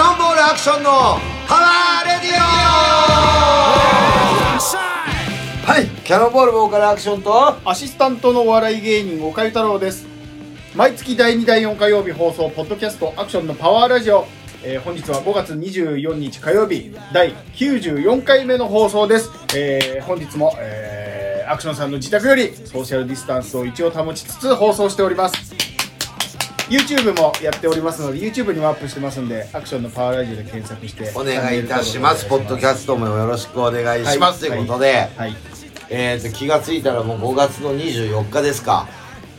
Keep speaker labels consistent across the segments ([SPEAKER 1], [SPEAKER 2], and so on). [SPEAKER 1] ションのパワーレディオはいキャノンボールボーカルアクションと
[SPEAKER 2] アシスタントのお笑い芸人岡井太郎です毎月第2第4火曜日放送ポッドキャストアクションのパワーラジオ、えー本日は5月24日火曜日第94回目の放送です、えー本日も、えーアクションさんの自宅よりソーシャルディスタンスを一応保ちつつ放送しております YouTube もやっておりますので YouTube にもアップしてますんでアクションのパワーラジオで検索して
[SPEAKER 1] お願いいたしますポッドキャストもよろしくお願いします、
[SPEAKER 2] はい
[SPEAKER 1] ということで、
[SPEAKER 2] はい
[SPEAKER 1] えー、と気がついたらもう5月の24日ですか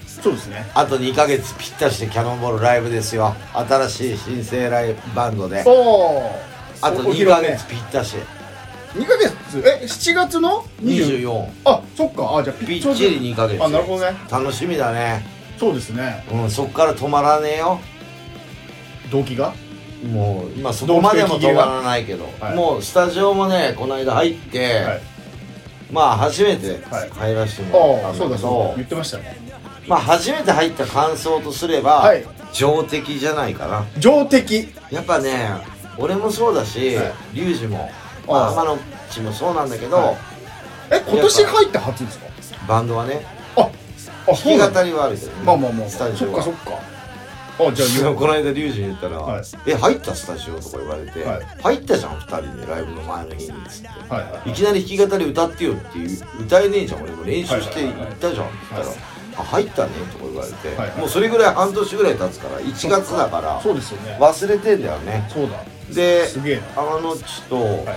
[SPEAKER 2] そうですね
[SPEAKER 1] あと2ヶ月ぴったしてキャノンボールライブですよ新しい新生ライブバンドで
[SPEAKER 2] おお
[SPEAKER 1] あと2ヶ月ぴったし
[SPEAKER 2] 2ヶ月え7月の20
[SPEAKER 1] 24
[SPEAKER 2] あそっかあじゃあ
[SPEAKER 1] ぴっ
[SPEAKER 2] ちょうど
[SPEAKER 1] ちり2ヶ月
[SPEAKER 2] あなるほどね
[SPEAKER 1] 楽しみだね
[SPEAKER 2] そうですね
[SPEAKER 1] うんそっから止まらねえよ
[SPEAKER 2] 動機が
[SPEAKER 1] もう今そこまでも止まらないけど、
[SPEAKER 2] はい
[SPEAKER 1] もうスタジオもねこの間入って、
[SPEAKER 2] はい
[SPEAKER 1] まあ初めて
[SPEAKER 2] はい
[SPEAKER 1] 入らせても
[SPEAKER 2] あ
[SPEAKER 1] ら
[SPEAKER 2] あ
[SPEAKER 1] った
[SPEAKER 2] そ
[SPEAKER 1] んだ
[SPEAKER 2] うだ
[SPEAKER 1] け
[SPEAKER 2] そうだ
[SPEAKER 1] ど
[SPEAKER 2] 言ってましたね
[SPEAKER 1] まあ初めて入った感想とすれば、
[SPEAKER 2] はい
[SPEAKER 1] 上出来じゃないかな
[SPEAKER 2] 上的
[SPEAKER 1] やっぱね俺もそうだし、
[SPEAKER 2] はい
[SPEAKER 1] リュウジも
[SPEAKER 2] あ
[SPEAKER 1] まあ天野っちもそうなんだけど、
[SPEAKER 2] はいえ今年入って初ですか
[SPEAKER 1] バンドはね
[SPEAKER 2] ああ
[SPEAKER 1] 弾き
[SPEAKER 2] だ
[SPEAKER 1] 語りはあるけど、ね、
[SPEAKER 2] まあまあまあ
[SPEAKER 1] ス
[SPEAKER 2] そ
[SPEAKER 1] タ
[SPEAKER 2] っ
[SPEAKER 1] ジオ
[SPEAKER 2] か
[SPEAKER 1] は
[SPEAKER 2] そっかあじゃあ
[SPEAKER 1] でも
[SPEAKER 2] 言
[SPEAKER 1] この間リュウジに言ったら「
[SPEAKER 2] はい
[SPEAKER 1] え入ったスタジオ」とか言われて「
[SPEAKER 2] はい
[SPEAKER 1] 入ったじゃん2人でライブの前の日に」っつって。
[SPEAKER 2] うはいはいはい
[SPEAKER 1] いきなり弾き語り歌ってよっていう歌えねえじゃん俺も練習して
[SPEAKER 2] はい
[SPEAKER 1] 行
[SPEAKER 2] はいはいはい
[SPEAKER 1] ったじゃんって言ったら
[SPEAKER 2] はい
[SPEAKER 1] 「あ入ったね」とか言われて、
[SPEAKER 2] はいはい
[SPEAKER 1] もうそれぐらい半年ぐらい経つから1月だから
[SPEAKER 2] そうですよね
[SPEAKER 1] 忘れてんだよね
[SPEAKER 2] そうだ
[SPEAKER 1] です
[SPEAKER 2] げえな
[SPEAKER 1] 天野っちと、
[SPEAKER 2] はい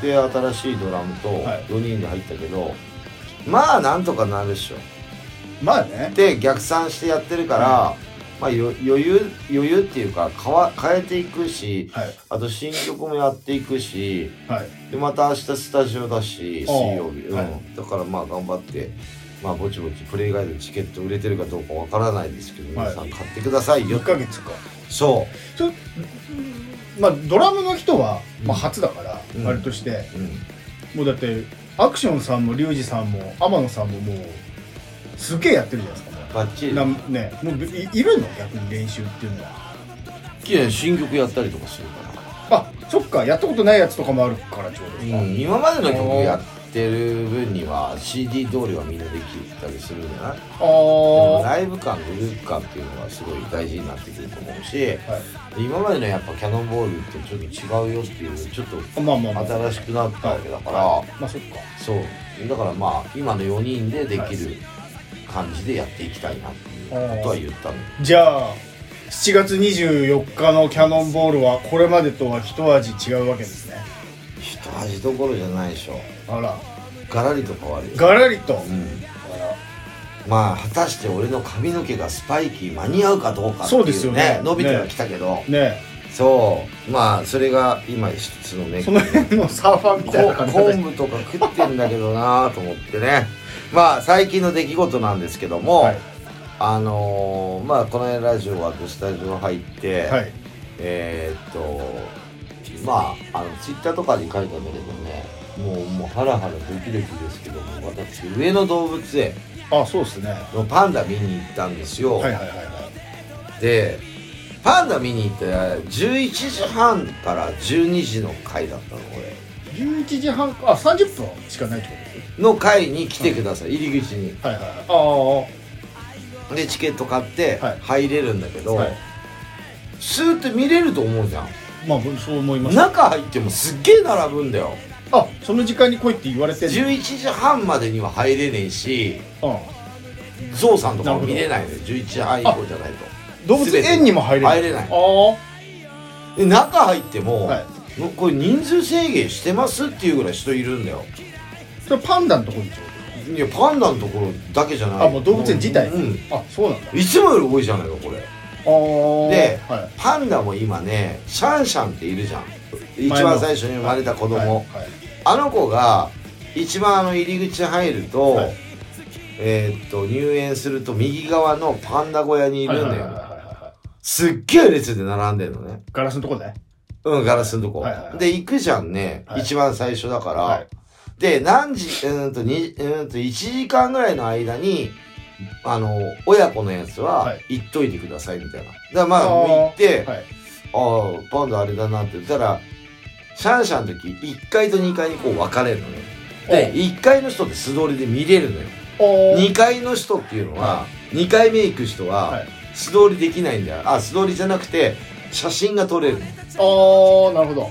[SPEAKER 1] で新しいドラムと
[SPEAKER 2] はい
[SPEAKER 1] 4人で入ったけど、まあなんとかなるっしょ
[SPEAKER 2] まあね
[SPEAKER 1] で逆算してやってるから、まあ、よ余裕余裕っていうか変わ変えていくし
[SPEAKER 2] はい
[SPEAKER 1] あと新曲もやっていくし
[SPEAKER 2] はい
[SPEAKER 1] でまた明日スタジオだし
[SPEAKER 2] ああ
[SPEAKER 1] 水曜日、うん
[SPEAKER 2] はい
[SPEAKER 1] だからまあ頑張ってまあぼちぼちプレイガイドチケット売れてるかどうかわからないですけど
[SPEAKER 2] はい
[SPEAKER 1] 皆さん買ってくださいよ、
[SPEAKER 2] 1ヶ月か
[SPEAKER 1] そ
[SPEAKER 2] ちょまあドラムの人はまあ初だから
[SPEAKER 1] うん
[SPEAKER 2] あれとして
[SPEAKER 1] う、うん、
[SPEAKER 2] もうだってアクションさんもリュウジさんも天野さんももうすげえやってるじゃないですかも
[SPEAKER 1] バッチ
[SPEAKER 2] う
[SPEAKER 1] リ
[SPEAKER 2] な
[SPEAKER 1] 好
[SPEAKER 2] ねもういいるの逆に練習っていうのは
[SPEAKER 1] きな新曲やったりとかするか
[SPEAKER 2] あそっかやったことないやつとかもあるからちょうど、
[SPEAKER 1] ら、うん、今までの曲やってる分には CD 通りはみんなできたりするんじゃないでも
[SPEAKER 2] あ
[SPEAKER 1] ライブ感グループ感っていうのがすごい大事になってくると思うし
[SPEAKER 2] あ、はい
[SPEAKER 1] 今までのやっぱキャノンボールってちょっと違うよっていうちょっと
[SPEAKER 2] あ、まあまあまあ
[SPEAKER 1] 新しくなったわけだから、
[SPEAKER 2] まあそっか
[SPEAKER 1] そうだからまあ今の4人でできる感じでやっていきたいなっていうことは言ったの
[SPEAKER 2] じゃあ7月24日のキャノンボールはこれまでとは一味違うわけですね
[SPEAKER 1] 一味どころじゃないでしょ
[SPEAKER 2] あら
[SPEAKER 1] ガラリと変わるよ、
[SPEAKER 2] ガラリと、
[SPEAKER 1] うん、
[SPEAKER 2] あ
[SPEAKER 1] まあ果たして俺の髪の毛がスパイキー間に合うかどうかって
[SPEAKER 2] そうです
[SPEAKER 1] いう
[SPEAKER 2] よ
[SPEAKER 1] ね
[SPEAKER 2] ね
[SPEAKER 1] 伸びてはきたけど、
[SPEAKER 2] らね
[SPEAKER 1] そうまあそれが今一つのね
[SPEAKER 2] えその辺のサーファーみたいな
[SPEAKER 1] こ
[SPEAKER 2] 感じ
[SPEAKER 1] 昆布とか食ってんだけどなぁと思ってねまあ最近の出来事なんですけども、
[SPEAKER 2] はい
[SPEAKER 1] あのーまあこの間ラジオ終わってスタジオ入って、
[SPEAKER 2] はい
[SPEAKER 1] えーっとまああのツイッターとかに書いたんだけどねもうもうハラハラドキドキですけども私上野動物園
[SPEAKER 2] あそうですね
[SPEAKER 1] のパンダ見に行ったんですよ、
[SPEAKER 2] はいはいはいはい
[SPEAKER 1] でパンダ見に行ったら11時半から12時の回だったのこれ
[SPEAKER 2] 11時半あ30分しかないってことです
[SPEAKER 1] の回に来てください入り口に
[SPEAKER 2] はいはいはい
[SPEAKER 1] でチケット買って
[SPEAKER 2] はい
[SPEAKER 1] 入れるんだけど、
[SPEAKER 2] はい
[SPEAKER 1] スーッて見れると思うじゃん
[SPEAKER 2] ああまあそう思います
[SPEAKER 1] 中入ってもすっげえ並ぶんだよ
[SPEAKER 2] あその時間に来いって言われてる
[SPEAKER 1] 11時半までには入れねえし
[SPEAKER 2] うん
[SPEAKER 1] ゾウさんとかも見れないのよ11時半以降じゃない
[SPEAKER 2] 動物園にも入れない
[SPEAKER 1] 入れない
[SPEAKER 2] ああ
[SPEAKER 1] とで中入っても、
[SPEAKER 2] は
[SPEAKER 1] もうこれ人数制限してますっていうぐらい人いるんだよ
[SPEAKER 2] それパンダのところにちょう
[SPEAKER 1] いやパンダのところだけじゃない
[SPEAKER 2] あもう動物園自体
[SPEAKER 1] うん
[SPEAKER 2] どあそうなんだ
[SPEAKER 1] いつもより多いじゃないかこれ
[SPEAKER 2] ああ
[SPEAKER 1] で
[SPEAKER 2] は
[SPEAKER 1] パンダも今ねシャンシャンっているじゃん
[SPEAKER 2] い、
[SPEAKER 1] 一番最初に生まれた子供、
[SPEAKER 2] はい
[SPEAKER 1] あの子が一番あの入り口入ると、
[SPEAKER 2] はい
[SPEAKER 1] えーっと入園すると右側のパンダ小屋にいるんだよ、
[SPEAKER 2] はいはいはいはいはい
[SPEAKER 1] すっげえ列で並んでるのね
[SPEAKER 2] ガラスのとこね
[SPEAKER 1] うんガラスのとこ、
[SPEAKER 2] はいはいはい
[SPEAKER 1] で行くじゃんね、
[SPEAKER 2] はい
[SPEAKER 1] 一番最初だから、
[SPEAKER 2] はい
[SPEAKER 1] で何時うーんとにうーんと1時間ぐらいの間にあの親子のやつは
[SPEAKER 2] はい
[SPEAKER 1] 行っといてくださいみたいな、だからまあ
[SPEAKER 2] あー
[SPEAKER 1] 行って、
[SPEAKER 2] はい
[SPEAKER 1] ああパンダあれだなって言ったらシャンシャンの時1階と2階にこう分かれるのねで1階の人って素通りで見れるのよ
[SPEAKER 2] お
[SPEAKER 1] 2階の人っていうのは2階目行く人
[SPEAKER 2] は
[SPEAKER 1] はい素通りできないんだよあ素通りじゃなくて写真が撮れる
[SPEAKER 2] おなるほど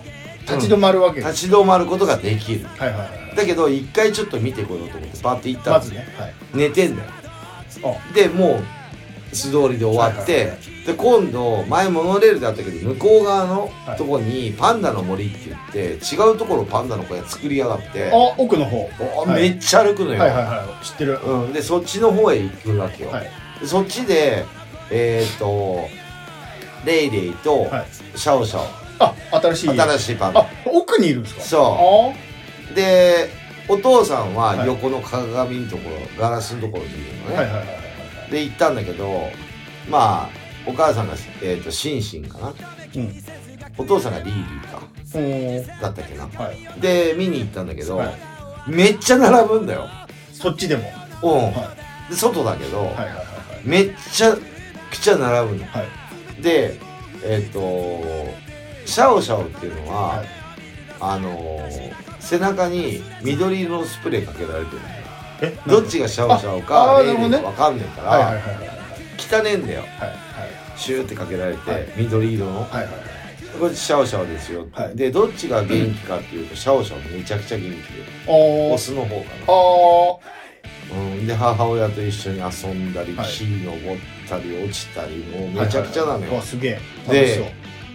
[SPEAKER 2] 立ち止まるわけです、
[SPEAKER 1] 立ち止まることができる
[SPEAKER 2] はいはいはい
[SPEAKER 1] だけど1回ちょっと見てこようと思ってパッて行った
[SPEAKER 2] ま
[SPEAKER 1] ら
[SPEAKER 2] ずねはい
[SPEAKER 1] 寝てんだよでもう素通りで終わって、
[SPEAKER 2] はいはいは
[SPEAKER 1] で今度前モノレールであったけど向こう側の
[SPEAKER 2] はい
[SPEAKER 1] とこにパンダの森って言って違うところパンダの小屋作りやがって
[SPEAKER 2] あ奥の方
[SPEAKER 1] お
[SPEAKER 2] はい
[SPEAKER 1] めっちゃ歩くのよ、
[SPEAKER 2] はいはいはい知ってるは
[SPEAKER 1] うん、でそっちの方へ行くわけよ、
[SPEAKER 2] い
[SPEAKER 1] でそっちでえー、っとレイレイと
[SPEAKER 2] はい
[SPEAKER 1] シャオシャオ、
[SPEAKER 2] あ新しい
[SPEAKER 1] 新しいパンダ
[SPEAKER 2] あ奥にいるんですかあ
[SPEAKER 1] そ
[SPEAKER 2] ー
[SPEAKER 1] うでお父さんは
[SPEAKER 2] はい
[SPEAKER 1] 横の鏡のところ、ガラスのところにいるのね、
[SPEAKER 2] はいはいはいはい
[SPEAKER 1] で行ったんだけどまあお母さんが、えー、とシンシンかな
[SPEAKER 2] うん
[SPEAKER 1] お父さんがリーリーか
[SPEAKER 2] おー
[SPEAKER 1] だったっけな
[SPEAKER 2] はい
[SPEAKER 1] で見に行ったんだけど、
[SPEAKER 2] はい
[SPEAKER 1] めっちゃ並ぶんだよ
[SPEAKER 2] そっちでもは
[SPEAKER 1] うん、
[SPEAKER 2] いは
[SPEAKER 1] で外だけど、
[SPEAKER 2] いはいはい
[SPEAKER 1] めっちゃくちゃ並ぶの、
[SPEAKER 2] は
[SPEAKER 1] でえっ、とシャオシャオっていうのは、
[SPEAKER 2] はい
[SPEAKER 1] あのー背中に緑色のスプレーかけられてるのよ
[SPEAKER 2] え
[SPEAKER 1] どっちがシャオシャオ
[SPEAKER 2] あ
[SPEAKER 1] か
[SPEAKER 2] あー
[SPEAKER 1] レイレイ
[SPEAKER 2] な
[SPEAKER 1] か
[SPEAKER 2] るほどね
[SPEAKER 1] 分かんないから、
[SPEAKER 2] はいはいはいはいはい
[SPEAKER 1] 汚ねえんだよ
[SPEAKER 2] は
[SPEAKER 1] シューってかけられて、
[SPEAKER 2] はい
[SPEAKER 1] 緑色の
[SPEAKER 2] いはいはいはい
[SPEAKER 1] これシャオシャオですよ、
[SPEAKER 2] はい
[SPEAKER 1] でどっちが元気かっていうとシャオシャオめちゃくちゃ元気で
[SPEAKER 2] お
[SPEAKER 1] オ
[SPEAKER 2] ー
[SPEAKER 1] スの方か
[SPEAKER 2] あー
[SPEAKER 1] な、うん、で母親と一緒に遊んだり、
[SPEAKER 2] はい
[SPEAKER 1] 木登ったり落ちたりもうめちゃくちゃなのよ、
[SPEAKER 2] うわすげえ楽
[SPEAKER 1] で
[SPEAKER 2] し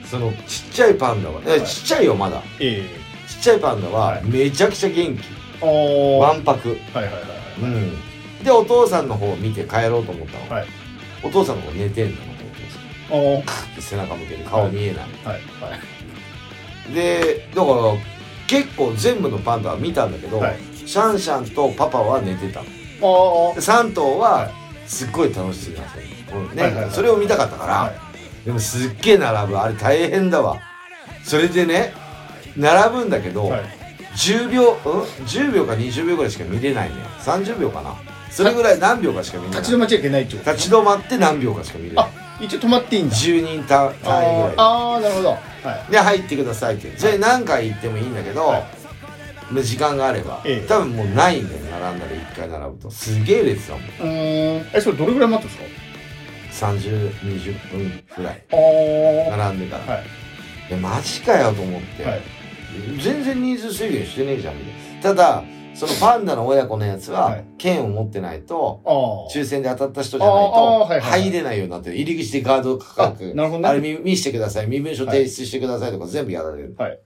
[SPEAKER 2] そ
[SPEAKER 1] そ
[SPEAKER 2] う
[SPEAKER 1] のちっちゃいパンダは、
[SPEAKER 2] はい
[SPEAKER 1] ちっちゃいよまだ
[SPEAKER 2] え
[SPEAKER 1] ちっちゃいパンダ
[SPEAKER 2] は
[SPEAKER 1] はいめちゃくちゃ元気、
[SPEAKER 2] えお
[SPEAKER 1] わ
[SPEAKER 2] はい
[SPEAKER 1] んぱく
[SPEAKER 2] はいはい
[SPEAKER 1] うんでお父さんの方を見て帰ろうと思ったの、
[SPEAKER 2] はい
[SPEAKER 1] お父さんの方寝てんだのお父さん
[SPEAKER 2] おー
[SPEAKER 1] で背中向けて顔見えない、
[SPEAKER 2] はいはい
[SPEAKER 1] でだから結構全部のパンダは見たんだけど、
[SPEAKER 2] はい
[SPEAKER 1] シャンシャンとパパは寝てたの
[SPEAKER 2] あー
[SPEAKER 1] 3頭は
[SPEAKER 2] は
[SPEAKER 1] すっごい楽しそうな遊びこうね、
[SPEAKER 2] はいはいはい
[SPEAKER 1] それを見たかったから、
[SPEAKER 2] はい
[SPEAKER 1] でもすっげえ並ぶあれ大変だわそれでね並ぶんだけど、
[SPEAKER 2] はい
[SPEAKER 1] 10秒、うん、10秒か20秒ぐらいしか見れないのよ30秒かなそれぐらい何秒かしか見れない
[SPEAKER 2] 立ち止まっちゃいけないってこと
[SPEAKER 1] 立ち止まって何秒かしか見れない
[SPEAKER 2] あ一応止まっていいんだ
[SPEAKER 1] 10人単位ぐらいで
[SPEAKER 2] あーあーなるほどはい
[SPEAKER 1] で入ってくださいってそれ何回行ってもいいんだけど、
[SPEAKER 2] は
[SPEAKER 1] 時間があれば、
[SPEAKER 2] ええ
[SPEAKER 1] 多分もうないんだよ並んだら1回並ぶとすげえ列だもん
[SPEAKER 2] うーんえそれどれぐらい待ったんですか
[SPEAKER 1] 3020分ぐらい
[SPEAKER 2] あー
[SPEAKER 1] 並んでから、
[SPEAKER 2] はい
[SPEAKER 1] やマジかよと思って、
[SPEAKER 2] はい
[SPEAKER 1] 全然人数制限してねえじゃんみたいなただそのパンダの親子のやつ
[SPEAKER 2] は
[SPEAKER 1] はい券を持ってないと
[SPEAKER 2] あー
[SPEAKER 1] 抽選で当たった人じゃない
[SPEAKER 2] あああ
[SPEAKER 1] と
[SPEAKER 2] はいはいはい
[SPEAKER 1] 入れないようになってる入り口でガード価格
[SPEAKER 2] あなるほどね
[SPEAKER 1] あれ見見してください身分証提出してくださいとか全部やられる、
[SPEAKER 2] はい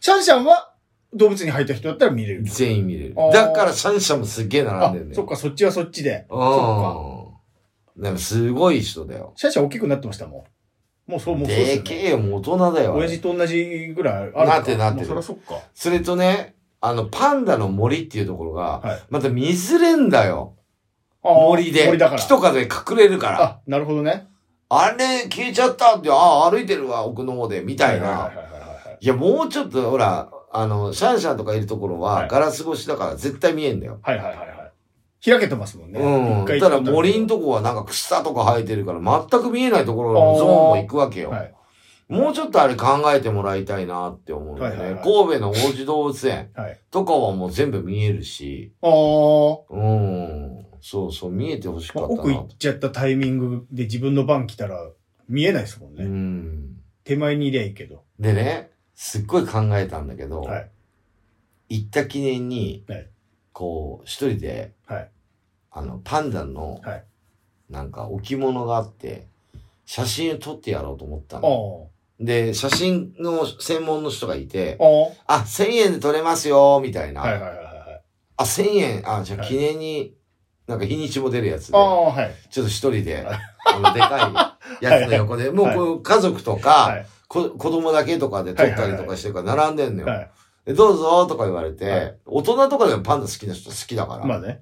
[SPEAKER 2] シャンシャンは動物に入った人だったら見れる
[SPEAKER 1] 全員見れる
[SPEAKER 2] ああ
[SPEAKER 1] だからシャンシャンもすっげえ並ん
[SPEAKER 2] あ
[SPEAKER 1] でるんだ
[SPEAKER 2] そっ
[SPEAKER 1] よ
[SPEAKER 2] かそっちはそっちで
[SPEAKER 1] うんでもすごい人だよ
[SPEAKER 2] シャンシャン大きくなってましたもんもうそうもうそう
[SPEAKER 1] でけえよもう大人だよあれ
[SPEAKER 2] 親父と同じぐらいあるか
[SPEAKER 1] なってなってる
[SPEAKER 2] もうそりゃそっか
[SPEAKER 1] それとねあのパンダの森っていうところが
[SPEAKER 2] はい
[SPEAKER 1] また水れんだよ
[SPEAKER 2] あー
[SPEAKER 1] 森で
[SPEAKER 2] 森だから
[SPEAKER 1] 木とかで隠れるから
[SPEAKER 2] あなるほどね
[SPEAKER 1] あれ消えちゃったって、ああ、歩いてるわ、奥の方で、みたい
[SPEAKER 2] は
[SPEAKER 1] な
[SPEAKER 2] は。はいはいはい
[SPEAKER 1] いや、もうちょっと、ほら、あの、シャンシャンとかいるところ
[SPEAKER 2] は
[SPEAKER 1] はいガラス越しだから絶対見えんだよ。
[SPEAKER 2] はいはいはいはい。開けてますもんね。
[SPEAKER 1] うん。
[SPEAKER 2] 一回
[SPEAKER 1] ただ森ん
[SPEAKER 2] と
[SPEAKER 1] とこはなんか草とか生えてるから全く見えないところのゾーンも行くわけよ
[SPEAKER 2] は。い。
[SPEAKER 1] もうちょっとあれ考えてもらいたいなって思うんだよね。
[SPEAKER 2] はいはいはい
[SPEAKER 1] 神戸の王子動物園
[SPEAKER 2] はい。
[SPEAKER 1] とかはもう全部見えるし、
[SPEAKER 2] あー、
[SPEAKER 1] うん。そうそう、見えてほしか
[SPEAKER 2] まあ、
[SPEAKER 1] ったなと。
[SPEAKER 2] 奥行っちゃったタイミングで自分の番来たら見えないですもんね。
[SPEAKER 1] うん。
[SPEAKER 2] 手前にいりゃいいけど。
[SPEAKER 1] でね、すっごい考えたんだけど、
[SPEAKER 2] はい。
[SPEAKER 1] 行った記念に、
[SPEAKER 2] はい
[SPEAKER 1] こう、一人で、
[SPEAKER 2] はい
[SPEAKER 1] あの、パンダの、
[SPEAKER 2] はい
[SPEAKER 1] なんか置物があって、写真を撮ってやろうと思った
[SPEAKER 2] あ
[SPEAKER 1] の。
[SPEAKER 2] ー。
[SPEAKER 1] で、写真の専門の人がいて
[SPEAKER 2] あ、ー。
[SPEAKER 1] あ、1000円で撮れますよ、みたいな。
[SPEAKER 2] はいはいはいはい。
[SPEAKER 1] あ、1000円、あ、じゃあ
[SPEAKER 2] はい
[SPEAKER 1] 記念に、なんか日にちも出るやつで、ち
[SPEAKER 2] あ
[SPEAKER 1] ょ
[SPEAKER 2] あー、はい。
[SPEAKER 1] っと一人で、
[SPEAKER 2] は
[SPEAKER 1] あの、でかいやつの横で、もう
[SPEAKER 2] はい
[SPEAKER 1] こう家族とか、
[SPEAKER 2] はい。
[SPEAKER 1] こ子供だけとかで撮ったりとかしてるから並んでんのよ。
[SPEAKER 2] はい。
[SPEAKER 1] でどうぞとか言われて、
[SPEAKER 2] はい
[SPEAKER 1] 大人とかでもパンダ好きな人好きだから。
[SPEAKER 2] まあね。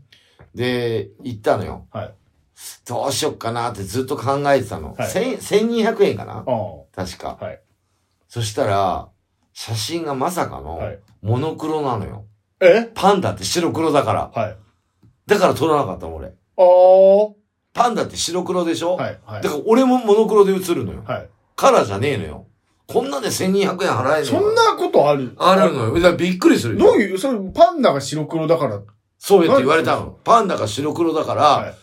[SPEAKER 1] で、行ったのよ。
[SPEAKER 2] はい
[SPEAKER 1] どうしよっかなってずっと考えてたの。
[SPEAKER 2] はい
[SPEAKER 1] 千1200円かな
[SPEAKER 2] ああ。
[SPEAKER 1] 確か。
[SPEAKER 2] はい
[SPEAKER 1] そしたら、写真がまさか
[SPEAKER 2] は
[SPEAKER 1] の
[SPEAKER 2] い。
[SPEAKER 1] モノクロなのよ。
[SPEAKER 2] え
[SPEAKER 1] パンダって白黒だから。
[SPEAKER 2] はい。
[SPEAKER 1] だから撮らなかったの俺。
[SPEAKER 2] ああ。
[SPEAKER 1] パンダって白黒でしょ、
[SPEAKER 2] はい。はい
[SPEAKER 1] だ。から俺もモノクロで写るのよ。
[SPEAKER 2] はい。
[SPEAKER 1] カラーじゃねえのよ。こんなで1200円払えるの
[SPEAKER 2] そんなことある
[SPEAKER 1] あるのよ。だからびっくりする
[SPEAKER 2] どう
[SPEAKER 1] よ。
[SPEAKER 2] いう、それパンダが白黒だから。
[SPEAKER 1] そうやって言われたの。パンダが白黒だから、
[SPEAKER 2] はい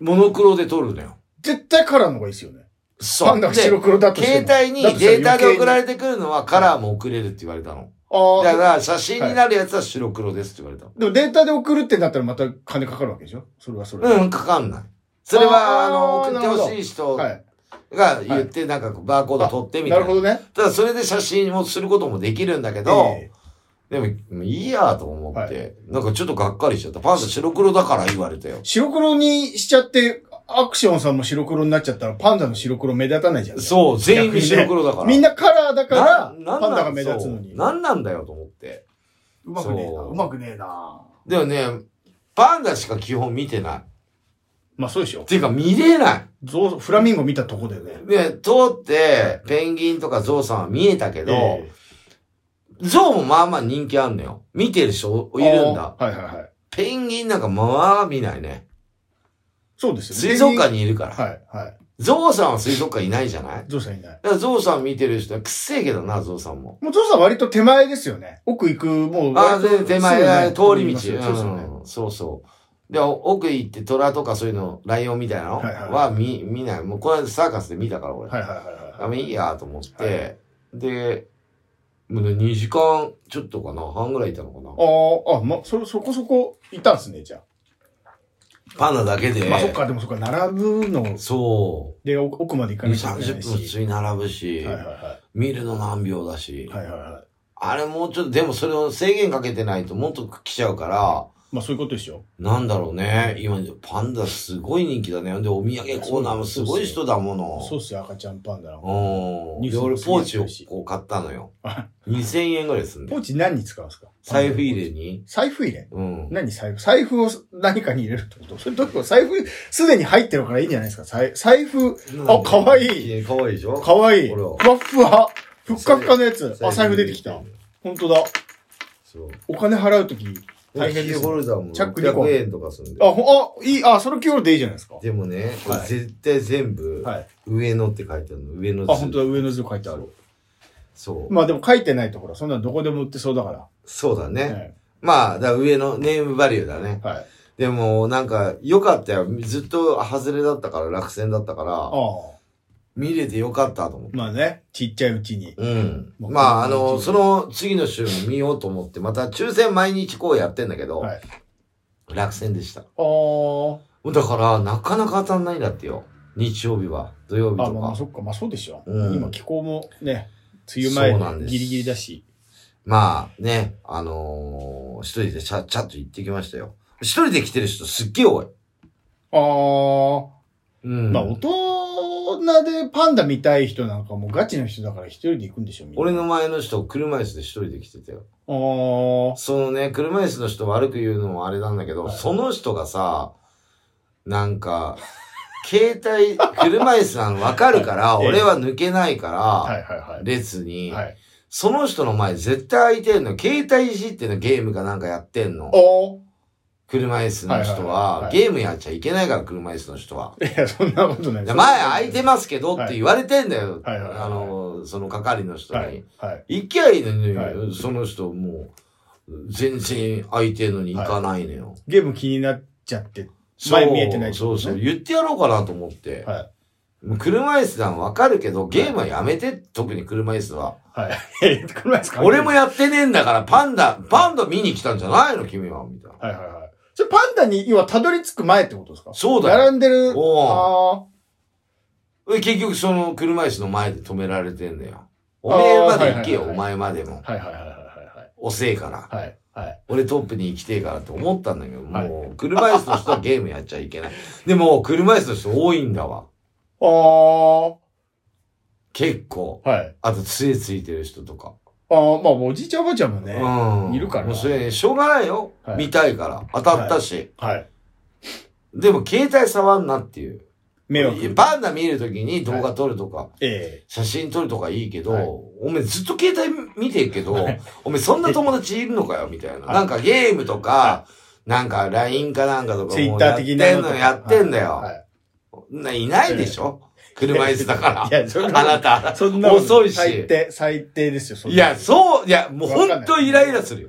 [SPEAKER 1] モノクロで撮るのよ。
[SPEAKER 2] 絶対カラーの方がいいですよね。
[SPEAKER 1] そう。
[SPEAKER 2] パンダが白黒だと
[SPEAKER 1] で
[SPEAKER 2] しても。
[SPEAKER 1] 携帯にデータで送ら
[SPEAKER 2] れ
[SPEAKER 1] れてくるのはカラーも送れるって言われたの。
[SPEAKER 2] あ
[SPEAKER 1] だか
[SPEAKER 2] あ。
[SPEAKER 1] ら写真になるやつは白黒ですって言われたの。
[SPEAKER 2] でもデータで送るってなったらまた金かかるわけでしょそれはそれで。
[SPEAKER 1] うん、かかんない。それは、
[SPEAKER 2] あー
[SPEAKER 1] あの、送ってほしい人
[SPEAKER 2] は
[SPEAKER 1] が
[SPEAKER 2] い。
[SPEAKER 1] 言って、なんかこうバーコード取ってみた
[SPEAKER 2] ないる
[SPEAKER 1] な。
[SPEAKER 2] ほどね。
[SPEAKER 1] ただ、それで写真をすることもできるんだけど、
[SPEAKER 2] え
[SPEAKER 1] でも、もういいやと思って、
[SPEAKER 2] は
[SPEAKER 1] なんかちょっとがっかりしちゃった。パンダ白黒だから言われたよ
[SPEAKER 2] ー。白黒にしちゃって、アクションさんも白黒になっちゃったらパンダの白黒目立たないじゃん。
[SPEAKER 1] そう、全員白黒だから。
[SPEAKER 2] みんなカラーだから、
[SPEAKER 1] な
[SPEAKER 2] パンダが目立つのに。う
[SPEAKER 1] 何なんだよと思って。
[SPEAKER 2] まくねえな。
[SPEAKER 1] そう
[SPEAKER 2] うまくねえな。
[SPEAKER 1] でもね、パンダしか基本見てない。っ
[SPEAKER 2] まあそうでしょ。
[SPEAKER 1] ていうか見れない。
[SPEAKER 2] ゾウ、フラミンゴ見たとこだよね。
[SPEAKER 1] で、通って、ペンギンとかゾウさんは見えたけど、
[SPEAKER 2] ええ
[SPEAKER 1] ゾウもまあまあ人気あんのよ。見てる人いるんだ。
[SPEAKER 2] あーはいはいはい。
[SPEAKER 1] ペンギンなんかまあ見ないね。
[SPEAKER 2] そうですよね。
[SPEAKER 1] 水族館にいるから。
[SPEAKER 2] はいはい。
[SPEAKER 1] ゾウさんは水族館いないじゃないだか
[SPEAKER 2] ゾウさんいない。
[SPEAKER 1] らゾウさん見てる人はくっせえけどな、ゾウさんも。
[SPEAKER 2] もうゾウさん割と手前ですよね。奥行く、もう
[SPEAKER 1] ああ、
[SPEAKER 2] 割とすぐ
[SPEAKER 1] で、手
[SPEAKER 2] ね。
[SPEAKER 1] 前が通り道。
[SPEAKER 2] 通りますよそうですよね。
[SPEAKER 1] うんそうそう。で、奥行って虎とかそういうの、ライオンみたいなの
[SPEAKER 2] はいはいはい
[SPEAKER 1] は見、見ない。もうこの間サーカスで見たから、俺。
[SPEAKER 2] はいはいはい
[SPEAKER 1] あ、
[SPEAKER 2] は
[SPEAKER 1] も
[SPEAKER 2] い。
[SPEAKER 1] ういいやと思って。
[SPEAKER 2] は
[SPEAKER 1] で、もうね2時間ちょっとかな、半ぐらいいたのかな。
[SPEAKER 2] ああ、あ、ま、そ、そこそこいたんすね、じゃ
[SPEAKER 1] パンダだけで。
[SPEAKER 2] あ。まあそっか、でもそっか、並ぶの
[SPEAKER 1] そう。
[SPEAKER 2] でお奥まで行かなきゃいけな
[SPEAKER 1] 30
[SPEAKER 2] い
[SPEAKER 1] 分普
[SPEAKER 2] し。
[SPEAKER 1] 通に並ぶし、
[SPEAKER 2] はいはいは
[SPEAKER 1] 見るの何秒だし、
[SPEAKER 2] い。はいはいはい。
[SPEAKER 1] あれもうちょっと、でもそれを制限かけてないともっと来ちゃうから、
[SPEAKER 2] まあそういうことでしょ。
[SPEAKER 1] なんだろうね。今、パンダすごい人気だね。で、お土産コーナーもすごい人だもの。
[SPEAKER 2] そうっすよ、赤ちゃんパンダなんか
[SPEAKER 1] うん。
[SPEAKER 2] ニュー
[SPEAKER 1] で、
[SPEAKER 2] スも
[SPEAKER 1] 俺ポーチを
[SPEAKER 2] す
[SPEAKER 1] こう買ったのよ
[SPEAKER 2] あ。
[SPEAKER 1] 2000円ぐらいすん
[SPEAKER 2] ポ
[SPEAKER 1] で。
[SPEAKER 2] ーチ何に使うんですか
[SPEAKER 1] 財布入れ。に。
[SPEAKER 2] 財布入れ
[SPEAKER 1] うん。
[SPEAKER 2] 何財布財布を何かに入れるってことそれどういうこと財布、すでに入ってるからいいんじゃないですか財財布、あかわいい
[SPEAKER 1] い。かわいいでしょ
[SPEAKER 2] かわいい。
[SPEAKER 1] ほ
[SPEAKER 2] ふ
[SPEAKER 1] ら
[SPEAKER 2] わっふわ。ふっかふかのやつ。あ、財布出てきた。。ほんとだ。
[SPEAKER 1] そう。
[SPEAKER 2] お金払うとき、大
[SPEAKER 1] 大
[SPEAKER 2] 変
[SPEAKER 1] 変
[SPEAKER 2] で
[SPEAKER 1] ですす。
[SPEAKER 2] ね
[SPEAKER 1] ホルダーも
[SPEAKER 2] チャックニコン
[SPEAKER 1] 600円とかすんで
[SPEAKER 2] あ、。ほ、あ、いい、あ、それ今日でいいじゃないですか。
[SPEAKER 1] でもね、これ
[SPEAKER 2] はい
[SPEAKER 1] 絶対全部、
[SPEAKER 2] はい。
[SPEAKER 1] 上野って書いてあるの。上野
[SPEAKER 2] あ、本当
[SPEAKER 1] だ。
[SPEAKER 2] だ、上の図書いてある。
[SPEAKER 1] そう。
[SPEAKER 2] まあでも書いてないところ、そんなのどこでも売ってそうだか
[SPEAKER 1] そうだ
[SPEAKER 2] ら。
[SPEAKER 1] ね。
[SPEAKER 2] ね
[SPEAKER 1] まあ、だから上野、ネームバリューだね。
[SPEAKER 2] はい。
[SPEAKER 1] でも、なんか、良かったよ。ずっと外れだったから、落選だった
[SPEAKER 2] あ
[SPEAKER 1] から、
[SPEAKER 2] あ。
[SPEAKER 1] 見れて良かったと思って。
[SPEAKER 2] まあね、ちっちゃいうちに。
[SPEAKER 1] うん。
[SPEAKER 2] まあ
[SPEAKER 1] まあ、あ
[SPEAKER 2] こんな感
[SPEAKER 1] の、
[SPEAKER 2] じ
[SPEAKER 1] その次の週も見ようと思って、また抽選毎日こうやってんだけど、
[SPEAKER 2] はい
[SPEAKER 1] 落選でした。
[SPEAKER 2] あー
[SPEAKER 1] だから、なかなか当たんないんだってよ。日曜日は、土曜日
[SPEAKER 2] あ。まあ
[SPEAKER 1] と
[SPEAKER 2] まあ、
[SPEAKER 1] か。
[SPEAKER 2] そっか、まあそうでしょ。
[SPEAKER 1] うん
[SPEAKER 2] 今気候もね、梅
[SPEAKER 1] そう
[SPEAKER 2] 雨
[SPEAKER 1] なん
[SPEAKER 2] 前
[SPEAKER 1] です
[SPEAKER 2] ギリギリだし。
[SPEAKER 1] まあね、あのー一人でちゃ、ちゃっと行ってきましたよ。一人で来てる人すっげえ多い。
[SPEAKER 2] ああ。
[SPEAKER 1] うん。
[SPEAKER 2] まあ、大人でパンダ見たい人なんかもうガチの人だから一人で行くんでしょ、みんな
[SPEAKER 1] 俺の。前の人、車椅子で一人で来てたよ。
[SPEAKER 2] あ
[SPEAKER 1] そのね、車椅子の人悪く言うのもあれなんだけど、
[SPEAKER 2] はい
[SPEAKER 1] その人がさ、なんか、携帯、車椅子なの分かるから、
[SPEAKER 2] はいええ
[SPEAKER 1] 俺は抜けないから、
[SPEAKER 2] あ。はいはいは
[SPEAKER 1] 列
[SPEAKER 2] い。
[SPEAKER 1] に、
[SPEAKER 2] はい。
[SPEAKER 1] その人の前絶対空いてんの。携帯いじってんの、ゲームかなんかやってんの。
[SPEAKER 2] おー
[SPEAKER 1] 車椅子の人は、
[SPEAKER 2] はいはいはいはい
[SPEAKER 1] ゲームやっちゃいけないから、車椅子の人は。
[SPEAKER 2] いや、そんなことない。
[SPEAKER 1] で前空いてますけどって言われてんだよ。
[SPEAKER 2] はいはいはいはい
[SPEAKER 1] あの、その係の人に。
[SPEAKER 2] はい。はい。
[SPEAKER 1] 行きゃいいのに、
[SPEAKER 2] は
[SPEAKER 1] その人もう、全然空いてるのに行かないのよ。
[SPEAKER 2] ゲーム気になっちゃって。
[SPEAKER 1] そう
[SPEAKER 2] 前見えてないって
[SPEAKER 1] そ
[SPEAKER 2] こと
[SPEAKER 1] う
[SPEAKER 2] ね
[SPEAKER 1] そう。言ってやろうかなと思って。
[SPEAKER 2] は
[SPEAKER 1] もう車椅子なんわかるけど、ゲームはやめて、特に車椅子は。
[SPEAKER 2] はい。え、車椅子か
[SPEAKER 1] 俺も。やってねえんだから、パンダ、パンダ見に来たんじゃないの君は、みたいな。
[SPEAKER 2] はいはいはい。それパンダに、要はたどり着く前ってことですか
[SPEAKER 1] そうだよ
[SPEAKER 2] 並んでる。
[SPEAKER 1] お
[SPEAKER 2] あ
[SPEAKER 1] で結局その車椅子の前で止められてんだよ。おめえまで行けよ、
[SPEAKER 2] あーはいはいはい
[SPEAKER 1] お前までも。
[SPEAKER 2] あ。はいはいはいはい
[SPEAKER 1] 遅えから。
[SPEAKER 2] はい。はい。はい。
[SPEAKER 1] 俺トップに行きてえからって思ったんだけど、
[SPEAKER 2] はい
[SPEAKER 1] もう、車椅子の人はゲームやっちゃいけない。でも、車椅子の人多いんだわ。
[SPEAKER 2] ああ。
[SPEAKER 1] 結構。
[SPEAKER 2] はい。
[SPEAKER 1] あと、杖ついてる人とか。
[SPEAKER 2] ああ、まあ、おじいちゃんおばあちゃんもね。
[SPEAKER 1] うん。
[SPEAKER 2] いるから
[SPEAKER 1] もうそれ、しょうがないよ。
[SPEAKER 2] はい
[SPEAKER 1] 見たいから。当たったし。
[SPEAKER 2] はい。
[SPEAKER 1] でも、携帯触んなっていう。
[SPEAKER 2] 迷
[SPEAKER 1] いや
[SPEAKER 2] 惑。
[SPEAKER 1] パンダ見るときに動画撮るとか、
[SPEAKER 2] え
[SPEAKER 1] 写真撮るとかいいけど、
[SPEAKER 2] はい
[SPEAKER 1] おめえずっと携帯見てるけど、おめえそんな友達いるのかよ、みたいな。
[SPEAKER 2] はい
[SPEAKER 1] なんかゲームとか、なんか LINE かなんかと
[SPEAKER 2] え。
[SPEAKER 1] か
[SPEAKER 2] ツイッ
[SPEAKER 1] も
[SPEAKER 2] ター
[SPEAKER 1] やって
[SPEAKER 2] 的
[SPEAKER 1] ん
[SPEAKER 2] なと
[SPEAKER 1] の
[SPEAKER 2] か
[SPEAKER 1] やってんだよ。
[SPEAKER 2] はいはい
[SPEAKER 1] ないないでしょ車椅子だか
[SPEAKER 2] い
[SPEAKER 1] ら。
[SPEAKER 2] や、そん
[SPEAKER 1] あな
[SPEAKER 2] な、
[SPEAKER 1] た。
[SPEAKER 2] そんな、
[SPEAKER 1] 遅いし
[SPEAKER 2] 最低、最低ですよ、そん
[SPEAKER 1] い
[SPEAKER 2] な
[SPEAKER 1] や、そう、いや、もう本当イライラするよ。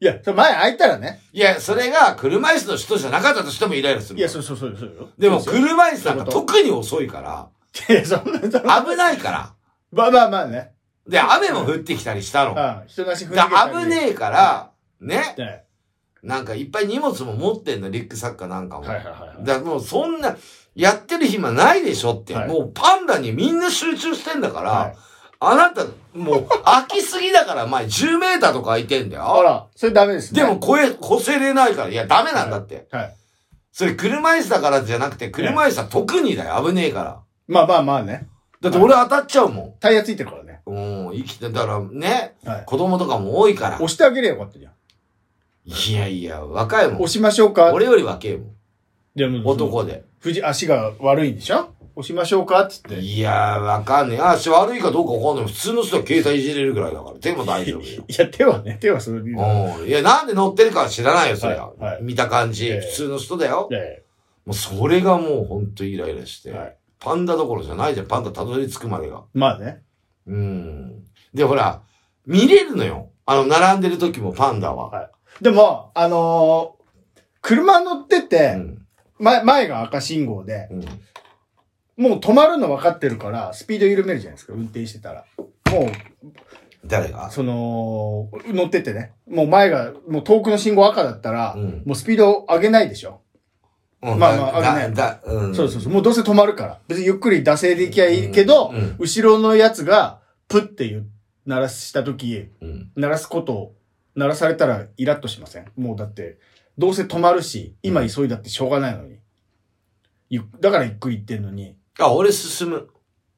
[SPEAKER 2] いや、それ前開いたらね。
[SPEAKER 1] いや、それが車椅子の人じゃなかったとしてもイライラする。
[SPEAKER 2] いや、そうそうそうそうよ。
[SPEAKER 1] でも
[SPEAKER 2] そうすよ
[SPEAKER 1] 車椅子なんか
[SPEAKER 2] そういう
[SPEAKER 1] 特に遅いから、
[SPEAKER 2] いや、そんな、そんな
[SPEAKER 1] 危ないから。
[SPEAKER 2] まあまあまあね。
[SPEAKER 1] で、雨も降ってきたりしたの。だ
[SPEAKER 2] ああ人なし振り
[SPEAKER 1] 危ねえから、ね。
[SPEAKER 2] え。ね
[SPEAKER 1] なんかいっぱい荷物も持ってんの、リュックサッカーなんかも。
[SPEAKER 2] はいはい
[SPEAKER 1] だか
[SPEAKER 2] はいはい。
[SPEAKER 1] らもうそんな、やってる暇ないでしょって。
[SPEAKER 2] はい
[SPEAKER 1] もうパンダにみんな集中してんだから、
[SPEAKER 2] はい
[SPEAKER 1] あなた、もう空きすぎだから、 前10メーターとか空いてんだ
[SPEAKER 2] あ
[SPEAKER 1] よ。
[SPEAKER 2] ら、それダメですね。
[SPEAKER 1] でも、声、越せれないから、いや、ダメなんだって。
[SPEAKER 2] はい。
[SPEAKER 1] それ車椅子だからじゃなくて、車椅子は特にだよ。危ねえから。
[SPEAKER 2] まあまあまあね。
[SPEAKER 1] だって俺当たっちゃうもん。
[SPEAKER 2] タイヤついてるからね。
[SPEAKER 1] うん、生きてたらね、
[SPEAKER 2] はい。
[SPEAKER 1] 子供とかも多いから
[SPEAKER 2] 押。してあげればよかったじゃん。
[SPEAKER 1] いやいや、若いも
[SPEAKER 2] 押
[SPEAKER 1] ん。
[SPEAKER 2] しましょうか。
[SPEAKER 1] 俺より若いもん。
[SPEAKER 2] でも
[SPEAKER 1] 男で。
[SPEAKER 2] 藤足が悪いんでしょ押しましょうかって言って。
[SPEAKER 1] いやー、わかんねえ。あ、し悪いかどうかわかんない。普通の人は携帯いじれるぐらいだから。でも大丈夫よ。
[SPEAKER 2] いや、手はね、手はそれに。
[SPEAKER 1] うん。いや、なんで乗ってるかは知らないよ、そりゃ。
[SPEAKER 2] はいはい
[SPEAKER 1] 見た感じ、
[SPEAKER 2] ええ
[SPEAKER 1] 普通の人だよ。
[SPEAKER 2] え
[SPEAKER 1] もうそれがもうほんとイライラして。
[SPEAKER 2] えはい。
[SPEAKER 1] パンダどころじゃないじゃん、パンダたどり着くまでが。
[SPEAKER 2] まあね。
[SPEAKER 1] うん。で、ほら、見れるのよ。あの、並んでる時もパンダは。
[SPEAKER 2] でも、あのー車乗って
[SPEAKER 1] う
[SPEAKER 2] て、
[SPEAKER 1] ん。
[SPEAKER 2] 前、前が赤信号で、
[SPEAKER 1] うん。
[SPEAKER 2] もう止まるの分かってるから、スピード緩めるじゃないですか、運転してたら。も
[SPEAKER 1] 誰が
[SPEAKER 2] う、その、乗っててね。もう前が、もう遠くの信号赤だったら、
[SPEAKER 1] うん
[SPEAKER 2] もうスピード上げないでしょ。
[SPEAKER 1] うん
[SPEAKER 2] まあまあ
[SPEAKER 1] だ
[SPEAKER 2] あのね
[SPEAKER 1] だ、うん。
[SPEAKER 2] そうそうそう。もうどうせ止まるから。別にゆっくり惰性で行きゃいいけど、
[SPEAKER 1] うんうん
[SPEAKER 2] 後ろのやつが、プッていう、鳴らしたとき、
[SPEAKER 1] うん。
[SPEAKER 2] 鳴らすことを、鳴らされたらイラッとしませんもうだって、どうせ止まるし、今急いだってしょうがないのに。ゆだからゆっくり行ってんのに、
[SPEAKER 1] あ、俺進む。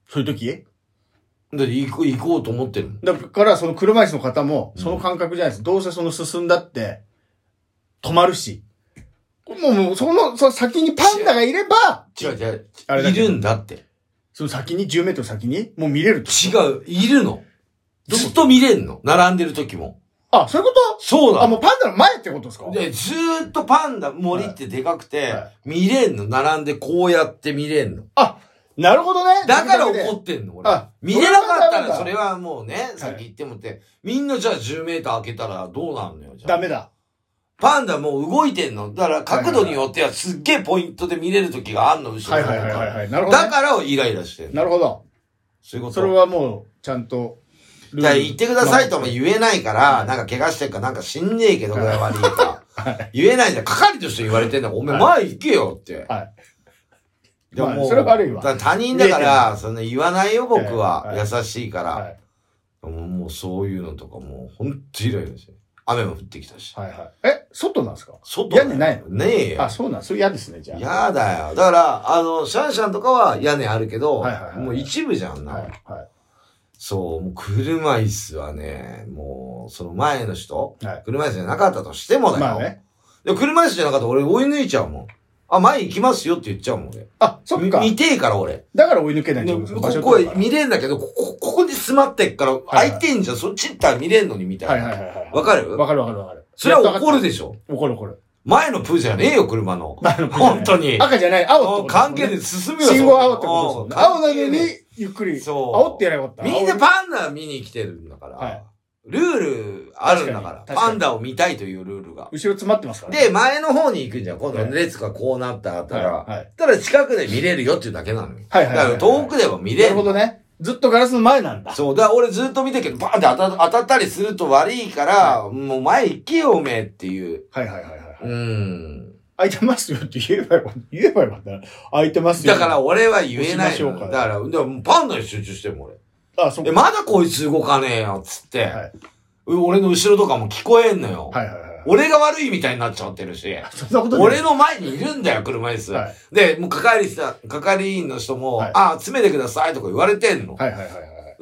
[SPEAKER 2] そういうとき
[SPEAKER 1] だって行こう、行こうと思ってるもん。
[SPEAKER 2] だからその車椅子の方も、
[SPEAKER 1] うん
[SPEAKER 2] その感覚じゃないです。どうせその進んだって、止まるし。もう、もう、その、その先にパンダがいれば、
[SPEAKER 1] 違う違う
[SPEAKER 2] あれ。だ
[SPEAKER 1] い
[SPEAKER 2] けど
[SPEAKER 1] るんだって。
[SPEAKER 2] その先に、10メートル先に、もう見れると。
[SPEAKER 1] 違う、いるの。
[SPEAKER 2] どこ
[SPEAKER 1] ずっと見れんの。並んでる時も。
[SPEAKER 2] あ、そういうこと
[SPEAKER 1] そう
[SPEAKER 2] あ、
[SPEAKER 1] な
[SPEAKER 2] も
[SPEAKER 1] の。
[SPEAKER 2] うパンダの前ってことですか
[SPEAKER 1] で、ずーっとパンダ、森ってでかくて、
[SPEAKER 2] はい
[SPEAKER 1] 見れんの。並んでこうやって見れんの。
[SPEAKER 2] なるほどね。
[SPEAKER 1] だから
[SPEAKER 2] 自
[SPEAKER 1] 怒
[SPEAKER 2] 分
[SPEAKER 1] ってんの、俺
[SPEAKER 2] あ。
[SPEAKER 1] 見れなかったら、
[SPEAKER 2] そ
[SPEAKER 1] そ
[SPEAKER 2] れ
[SPEAKER 1] れはもうね、さっき言ってもって、みんなじゃあ10メーター開けたらどうなんのよ、じ
[SPEAKER 2] で
[SPEAKER 1] ゃ
[SPEAKER 2] ダ
[SPEAKER 1] あ。
[SPEAKER 2] メだ。
[SPEAKER 1] パンダもう動いてんの。だから角度によってはすっげえポイントで見れる時があんの、後ろ
[SPEAKER 2] はい
[SPEAKER 1] の方
[SPEAKER 2] はいはいはいはい。なるほど、
[SPEAKER 1] だ
[SPEAKER 2] ね。
[SPEAKER 1] からイライラしてんの。
[SPEAKER 2] なるほど。
[SPEAKER 1] そういうこと。
[SPEAKER 2] それはもう、ちゃんとルール。
[SPEAKER 1] だから言ってくださいとも
[SPEAKER 2] う。
[SPEAKER 1] 言えないから、なんか怪我してるかなんか死んねえけど、具合悪い か。言えないじゃん。係として言われてんだから、お前前行けよって。
[SPEAKER 2] はい。
[SPEAKER 1] でも
[SPEAKER 2] まあそれは悪いわ
[SPEAKER 1] だから他人だから、その言わないよ、僕は
[SPEAKER 2] は。い
[SPEAKER 1] 優しいか
[SPEAKER 2] は
[SPEAKER 1] ら。
[SPEAKER 2] い。
[SPEAKER 1] もうもうそういうのとかもう、ほんとイライラして。雨も降ってきたし。
[SPEAKER 2] はいはい。え、外なんですか
[SPEAKER 1] 外だよ
[SPEAKER 2] 屋根ないの
[SPEAKER 1] ねえよ
[SPEAKER 2] あ、。そうなんそれ嫌ですね、じゃあ。
[SPEAKER 1] やだよ。だから、あの、シャンシャンとかは屋根あるけど
[SPEAKER 2] はいはいはい、はい
[SPEAKER 1] もう一部じゃん
[SPEAKER 2] は。
[SPEAKER 1] ない
[SPEAKER 2] は
[SPEAKER 1] そう、もう車椅子はね、もう、その前の人、
[SPEAKER 2] はい
[SPEAKER 1] 車椅子じゃなかったとしてもだ
[SPEAKER 2] い。
[SPEAKER 1] よ。
[SPEAKER 2] まあね。
[SPEAKER 1] で車椅子じゃなかったら俺追い抜いちゃうもん。あ、前行きますよって言っちゃうもん俺。
[SPEAKER 2] あ、そっか
[SPEAKER 1] み。見てえから俺。
[SPEAKER 2] だから追い抜けないって
[SPEAKER 1] で
[SPEAKER 2] こ
[SPEAKER 1] こ
[SPEAKER 2] とですか場所
[SPEAKER 1] こ
[SPEAKER 2] 取る
[SPEAKER 1] へ見れんだけど、ここ、ここに詰まってっから、
[SPEAKER 2] いはい
[SPEAKER 1] 空いてんじゃん、そっち行ったら見れんのにみたい
[SPEAKER 2] から
[SPEAKER 1] な。
[SPEAKER 2] はいはいはいはい。
[SPEAKER 1] わかる
[SPEAKER 2] わかるわかるわかる。
[SPEAKER 1] それは
[SPEAKER 2] やっと
[SPEAKER 1] 怒
[SPEAKER 2] わ
[SPEAKER 1] る
[SPEAKER 2] かった。
[SPEAKER 1] でしょ。
[SPEAKER 2] 怒る怒る。
[SPEAKER 1] 前のプーじゃねえよ、車の。 本当に。
[SPEAKER 2] 赤じゃない、青ってことですもんね。
[SPEAKER 1] 関係で進むよ。
[SPEAKER 2] 信号青ってことですもんね。青なの
[SPEAKER 1] ね
[SPEAKER 2] に、ゆっくり。
[SPEAKER 1] そう
[SPEAKER 2] 青ってやればよかった。
[SPEAKER 1] みんな
[SPEAKER 2] 青
[SPEAKER 1] パンダ見に来てるんだから、
[SPEAKER 2] はい
[SPEAKER 1] ルールあるんだから
[SPEAKER 2] 確かに確かに
[SPEAKER 1] パンダを見たいというルールが
[SPEAKER 2] 後。ろ詰まってますからね。
[SPEAKER 1] で、前の方に行くんじゃん。今
[SPEAKER 2] は
[SPEAKER 1] 度
[SPEAKER 2] い
[SPEAKER 1] 列がこうなったあたら、
[SPEAKER 2] はいはい
[SPEAKER 1] ただ近くで見れるよっていうだけなのよ。
[SPEAKER 2] はいはいはいは
[SPEAKER 1] だ
[SPEAKER 2] い
[SPEAKER 1] から遠くでも見れ
[SPEAKER 2] な
[SPEAKER 1] る。
[SPEAKER 2] るほどね。ずっとガラスの前なんだ。
[SPEAKER 1] そう。だから俺ずっと見てるけど、バーンって当た当たったりすると悪いから、もう前行けよ、おめえっていう。
[SPEAKER 2] はいはいはいはい。
[SPEAKER 1] うん。
[SPEAKER 2] 空いてますよって言えばよかった。言えばよかったな。空いてますよ。
[SPEAKER 1] だから、俺は言えないの
[SPEAKER 2] 押しましょうか
[SPEAKER 1] だから、でもパンダに集中してるもん俺。
[SPEAKER 2] あ、そっ
[SPEAKER 1] で、
[SPEAKER 2] か。
[SPEAKER 1] まだこいつ動かねえよ、つって、
[SPEAKER 2] はいう
[SPEAKER 1] 俺の後ろとかも聞こえんのよ。
[SPEAKER 2] はいはいはい。
[SPEAKER 1] 俺が悪いみたいになっちゃってるし。
[SPEAKER 2] そんなことない
[SPEAKER 1] 俺の前にいるんだよ、車椅子。
[SPEAKER 2] はい
[SPEAKER 1] で、もう係りさ、係員の人も、
[SPEAKER 2] はい
[SPEAKER 1] ああ、詰めてくださいとか言われてんの。
[SPEAKER 2] はいはいはい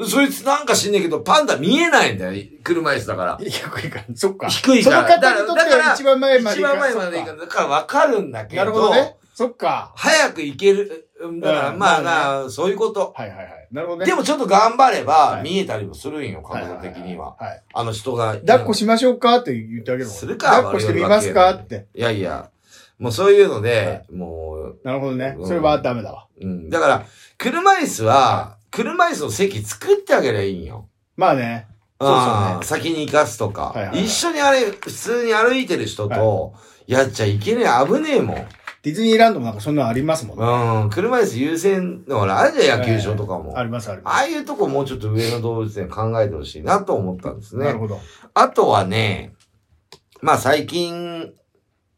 [SPEAKER 2] は
[SPEAKER 1] そいつなんか知んねえけど、パンダ見えないんだよ、車椅子だから。
[SPEAKER 2] い。低いから。そっか。
[SPEAKER 1] 低いから。
[SPEAKER 2] その方にとっては一番前まで
[SPEAKER 1] 一番前まで行
[SPEAKER 2] か
[SPEAKER 1] くだからわかるんだけ
[SPEAKER 2] な
[SPEAKER 1] ど。
[SPEAKER 2] るほどね。そっか。
[SPEAKER 1] 早く行ける。うんだから、
[SPEAKER 2] うん
[SPEAKER 1] まあ
[SPEAKER 2] ま
[SPEAKER 1] な、そういうこと。
[SPEAKER 2] はいはいはい。なるほどね。
[SPEAKER 1] でもちょっと頑張れ
[SPEAKER 2] は
[SPEAKER 1] ば、
[SPEAKER 2] い
[SPEAKER 1] 見えたりもするんよ、
[SPEAKER 2] は
[SPEAKER 1] 角
[SPEAKER 2] いはい
[SPEAKER 1] 度
[SPEAKER 2] はい、
[SPEAKER 1] 的には。
[SPEAKER 2] はい。
[SPEAKER 1] あの人が。
[SPEAKER 2] 抱っこしましょうかって言ってあげるもん
[SPEAKER 1] するか
[SPEAKER 2] 抱っこしてみますかって。
[SPEAKER 1] いやいや。もうそういうので、も
[SPEAKER 2] なるほどね。
[SPEAKER 1] うん
[SPEAKER 2] それはダメだわ。
[SPEAKER 1] う、うん。だから、車椅子は、車椅子の席作ってあげりゃいいんよ。
[SPEAKER 2] まあね。そうですよね
[SPEAKER 1] ああ先に行かすとか、
[SPEAKER 2] はいはいはい
[SPEAKER 1] 一緒にあれ、普通に歩いてる人と、やっちゃいけねえ、危ねえもん。
[SPEAKER 2] ディズニーランドもなんかそんなのありますもんね。
[SPEAKER 1] うん、車椅子優先の、ほら、あるじゃん、野球場とかも。
[SPEAKER 2] ありますありま
[SPEAKER 1] ああいうとこもうちょっと上の動物園考えてほしいなと思ったんです
[SPEAKER 2] す。な
[SPEAKER 1] ね
[SPEAKER 2] る。ほど。
[SPEAKER 1] あとはね、まあ最近、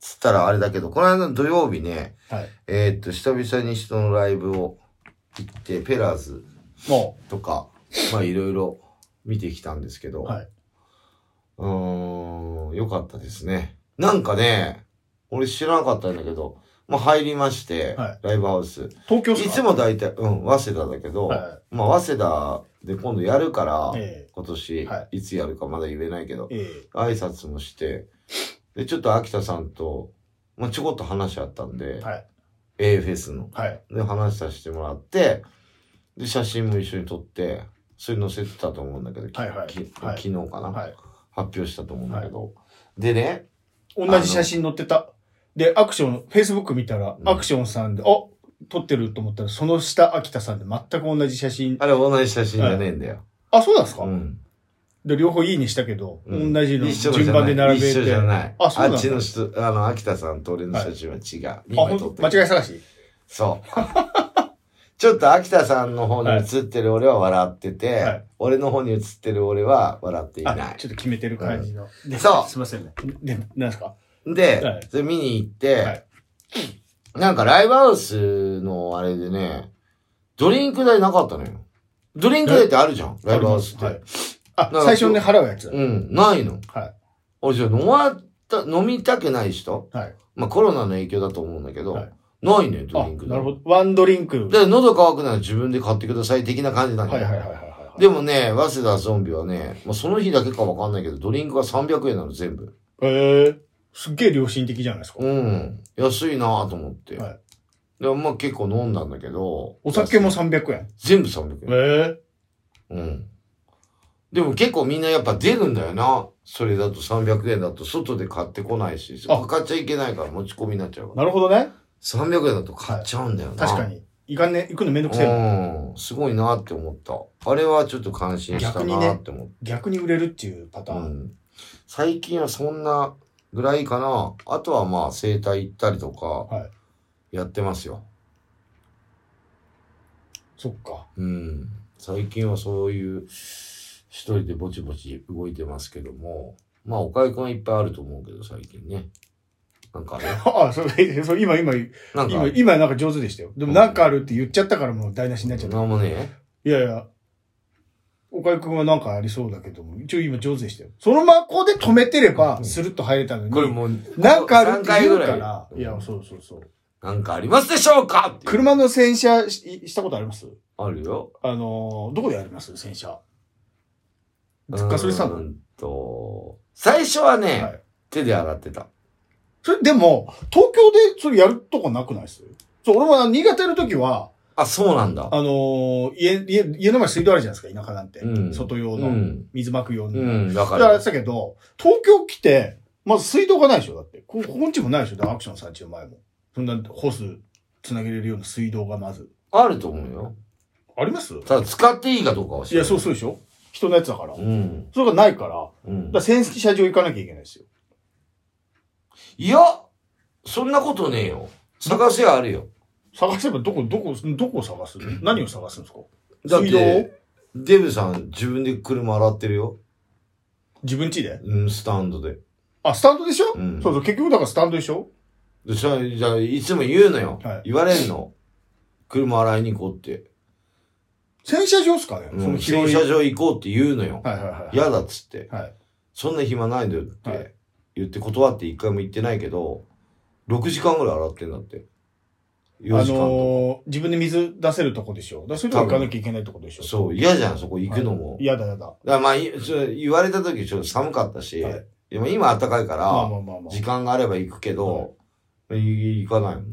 [SPEAKER 1] つったらあれだけど、この間の土曜日ね、
[SPEAKER 2] はい。
[SPEAKER 1] えーっと、久々に人のライブを行って、ペラーズ
[SPEAKER 2] も
[SPEAKER 1] とか、まあいろいろ見てきたんですけど、
[SPEAKER 2] はいう
[SPEAKER 1] ーん、よかったですね。なんかね、俺知らなかったんだけど、まあ入りまして、
[SPEAKER 2] はい
[SPEAKER 1] ライブハウス。
[SPEAKER 2] う、東京
[SPEAKER 1] い
[SPEAKER 2] っすか
[SPEAKER 1] つも大体、うん、早稲田だけど、
[SPEAKER 2] は
[SPEAKER 1] まあ早稲田で今度やるから、
[SPEAKER 2] い。え
[SPEAKER 1] 今年、、
[SPEAKER 2] はい
[SPEAKER 1] つやるかまだ言えないけど、
[SPEAKER 2] ええ
[SPEAKER 1] 挨拶もして、で、ちょっと秋田さんと、まあ、ちょこっと話し合ったんで、
[SPEAKER 2] えはい。
[SPEAKER 1] AFS の。
[SPEAKER 2] はい。
[SPEAKER 1] で、話させてもらって、で、写真も一緒に撮って、それ載せてたと思うんだけど、き
[SPEAKER 2] はいはい
[SPEAKER 1] き
[SPEAKER 2] はい
[SPEAKER 1] 昨日かな、
[SPEAKER 2] はい。
[SPEAKER 1] 発表したと思うんだけど。でね、
[SPEAKER 2] 同じ写真載ってた。で、アクション、Facebook 見たら
[SPEAKER 1] う、ん
[SPEAKER 2] アクションさんで、あ撮ってると思ったら、その下、秋田さんで全く同じ写真。
[SPEAKER 1] あれ同じ写真じゃねえんだよ。
[SPEAKER 2] あ、そうなんですか、
[SPEAKER 1] うん。
[SPEAKER 2] で、両方いいにしたけど、
[SPEAKER 1] うん
[SPEAKER 2] 同じの
[SPEAKER 1] 一緒
[SPEAKER 2] 順
[SPEAKER 1] じゃない
[SPEAKER 2] 番で並べ
[SPEAKER 1] 一緒じ
[SPEAKER 2] て。
[SPEAKER 1] ゃ
[SPEAKER 2] あ、
[SPEAKER 1] ない。
[SPEAKER 2] あそうなんだ
[SPEAKER 1] っちの人、あの、秋田さんと俺の写真は違う。今
[SPEAKER 2] ほん
[SPEAKER 1] 撮っ
[SPEAKER 2] と
[SPEAKER 1] てる
[SPEAKER 2] 間違い探し
[SPEAKER 1] そう。 ちょっと秋田さんの方に
[SPEAKER 2] はい
[SPEAKER 1] 映ってる俺は笑ってて、
[SPEAKER 2] はい
[SPEAKER 1] 俺の方に映ってる俺は笑っていな
[SPEAKER 2] あ、ちょっと決めてる感じの。で
[SPEAKER 1] そう
[SPEAKER 2] すいませんね。で、なんですか
[SPEAKER 1] い。で、
[SPEAKER 2] はい
[SPEAKER 1] それ見に行って、
[SPEAKER 2] はい
[SPEAKER 1] なんかライブハウスのあれでね、ドリンク代なかったのよ。ドリンク代ってあるじゃん、ライブハウスって。
[SPEAKER 2] はいあ
[SPEAKER 1] なん、か
[SPEAKER 2] 最初にね払うやつだ。
[SPEAKER 1] うん、ないの。
[SPEAKER 2] はい。
[SPEAKER 1] 俺じゃあ飲まった、飲みたくない人
[SPEAKER 2] はい。
[SPEAKER 1] まあコロナの影響だと思うんだけど、
[SPEAKER 2] はい
[SPEAKER 1] ないのよ、ド
[SPEAKER 2] あ
[SPEAKER 1] リンク、代。
[SPEAKER 2] なるほど。ワンドリンク。
[SPEAKER 1] で、喉乾くなら自分で買ってください的な感じなんだ
[SPEAKER 2] はい
[SPEAKER 1] よ。
[SPEAKER 2] はいはいはいはい。
[SPEAKER 1] でもね、早稲田ゾンビはね、まあ、その日だけかわかんないけど、ドリンクが300円なの全部。
[SPEAKER 2] ええすっげえ良心的じゃないですか。
[SPEAKER 1] うん。安いなぁと思って。
[SPEAKER 2] は
[SPEAKER 1] で、まあ結構飲んだんだけど。
[SPEAKER 2] お酒も300円。
[SPEAKER 1] 全部300円。
[SPEAKER 2] え
[SPEAKER 1] うん。でも結構みんなやっぱ出るんだよな。それだと300円だと外で買ってこないし、
[SPEAKER 2] あ
[SPEAKER 1] 買っちゃいけないから持ち込みになっちゃう
[SPEAKER 2] え
[SPEAKER 1] から。
[SPEAKER 2] なるほどね。
[SPEAKER 1] 300円だと買っちゃうんだよな。
[SPEAKER 2] 確かに。いかんね、行くのめんどくせえな。
[SPEAKER 1] うん。すごいなって思った。あれはちょっと感心した
[SPEAKER 2] 逆に
[SPEAKER 1] な
[SPEAKER 2] ね
[SPEAKER 1] って思った。
[SPEAKER 2] 逆に売れるっていうパター
[SPEAKER 1] う
[SPEAKER 2] ン。
[SPEAKER 1] ん、最近はそんなぐらいかな。あとはまあ整体行ったりとか
[SPEAKER 2] はい。
[SPEAKER 1] やってますよ。
[SPEAKER 2] そっか。
[SPEAKER 1] うん。最近はそういう一人でぼちぼち動いてますけども。まあおかゆくんはいっぱいあると思うけど最近ね。なんかね。
[SPEAKER 2] あ、それ、それ今、今、
[SPEAKER 1] なんか
[SPEAKER 2] 今、今なんか上手でしたよ。でもなんかあるって言っちゃったからもう台無しになっちゃった。
[SPEAKER 1] なんもねえ。
[SPEAKER 2] いやいや。岡井くんはなんかありそうだけども、一応今上手でしたよ。そのまこで止めてれば、スルッと入れたのに。
[SPEAKER 1] これもう、
[SPEAKER 2] なんかあるっ
[SPEAKER 1] 3
[SPEAKER 2] て
[SPEAKER 1] 回
[SPEAKER 2] 言
[SPEAKER 1] ぐ
[SPEAKER 2] う
[SPEAKER 1] ら
[SPEAKER 2] か
[SPEAKER 1] い
[SPEAKER 2] ら。いや、
[SPEAKER 1] う
[SPEAKER 2] そうそうそう。
[SPEAKER 1] ん。なんかありますでしょうかっていう
[SPEAKER 2] 車の洗車ししたことあります
[SPEAKER 1] あるよ。
[SPEAKER 2] あのー、どこでやります洗車。ガソリンスタンド
[SPEAKER 1] うーんと、最初はね、
[SPEAKER 2] はい
[SPEAKER 1] 手で洗ってた。
[SPEAKER 2] それでも、東京でそれやるとこなくないっすそう、俺もあの新潟いる時は、
[SPEAKER 1] あ、そうなんだ。
[SPEAKER 2] あのー、家、家、家の前水道あるじゃないですか、田舎なんて。
[SPEAKER 1] うん
[SPEAKER 2] 外用
[SPEAKER 1] う
[SPEAKER 2] の、
[SPEAKER 1] ん。
[SPEAKER 2] 水まく用の。
[SPEAKER 1] うん、だか
[SPEAKER 2] で、あれや
[SPEAKER 1] ら
[SPEAKER 2] っ。てたけど、東京来て、まず水道がないでしょだって。ここ、ここんちもないでしょだからアクションさんちの前も。そんなホース繋げれるような水道がまず。
[SPEAKER 1] あると思うよ。
[SPEAKER 2] ありますい
[SPEAKER 1] ただ、使っていいかどうかは知ら
[SPEAKER 2] や、
[SPEAKER 1] ない。
[SPEAKER 2] そうそうでしょ人のやつだから。
[SPEAKER 1] うん。
[SPEAKER 2] それがないから、だか
[SPEAKER 1] うん
[SPEAKER 2] ら。潜水車場行かなきゃいけないですよ。
[SPEAKER 1] いや、そんなことねえよ。探せあるよ。
[SPEAKER 2] 探せばどこ、どこ、どこを探すの何を探すんですか
[SPEAKER 1] だっ
[SPEAKER 2] 水道
[SPEAKER 1] て、デブさん、自分で車洗ってるよ。
[SPEAKER 2] 自分家で
[SPEAKER 1] うん、スタンドで。
[SPEAKER 2] あ、スタンドでしょ、
[SPEAKER 1] うん
[SPEAKER 2] そうそう、結局だからスタンドでしょ
[SPEAKER 1] で、さ、じゃあいつも言うのよ。
[SPEAKER 2] はい
[SPEAKER 1] 言われんの。車洗いに行こうって。
[SPEAKER 2] 洗車場っすかね、
[SPEAKER 1] う
[SPEAKER 2] その
[SPEAKER 1] ん、
[SPEAKER 2] 広
[SPEAKER 1] 駐
[SPEAKER 2] い。
[SPEAKER 1] 車場行こうって言うのよ。
[SPEAKER 2] はいはいはい。
[SPEAKER 1] 嫌だっつって。
[SPEAKER 2] はい。
[SPEAKER 1] そんな暇ないんだよっ
[SPEAKER 2] は
[SPEAKER 1] て言って断って一回も行ってないけど、6時間ぐらい洗ってんだって。
[SPEAKER 2] あ
[SPEAKER 1] 4時間とか。
[SPEAKER 2] のー、自分で水出せるとこでしょだからそういうとこ行かなきゃいけないとこでしょ
[SPEAKER 1] そう、嫌じゃん、そこ行くのも。
[SPEAKER 2] 嫌だ嫌
[SPEAKER 1] だ
[SPEAKER 2] だ。
[SPEAKER 1] からまあ、いちょ言われた時ちょっと寒かったし、
[SPEAKER 2] はい
[SPEAKER 1] でも今暖かいから、
[SPEAKER 2] まあまあまあまあ。
[SPEAKER 1] 時間があれば行くけど、い行かないもん。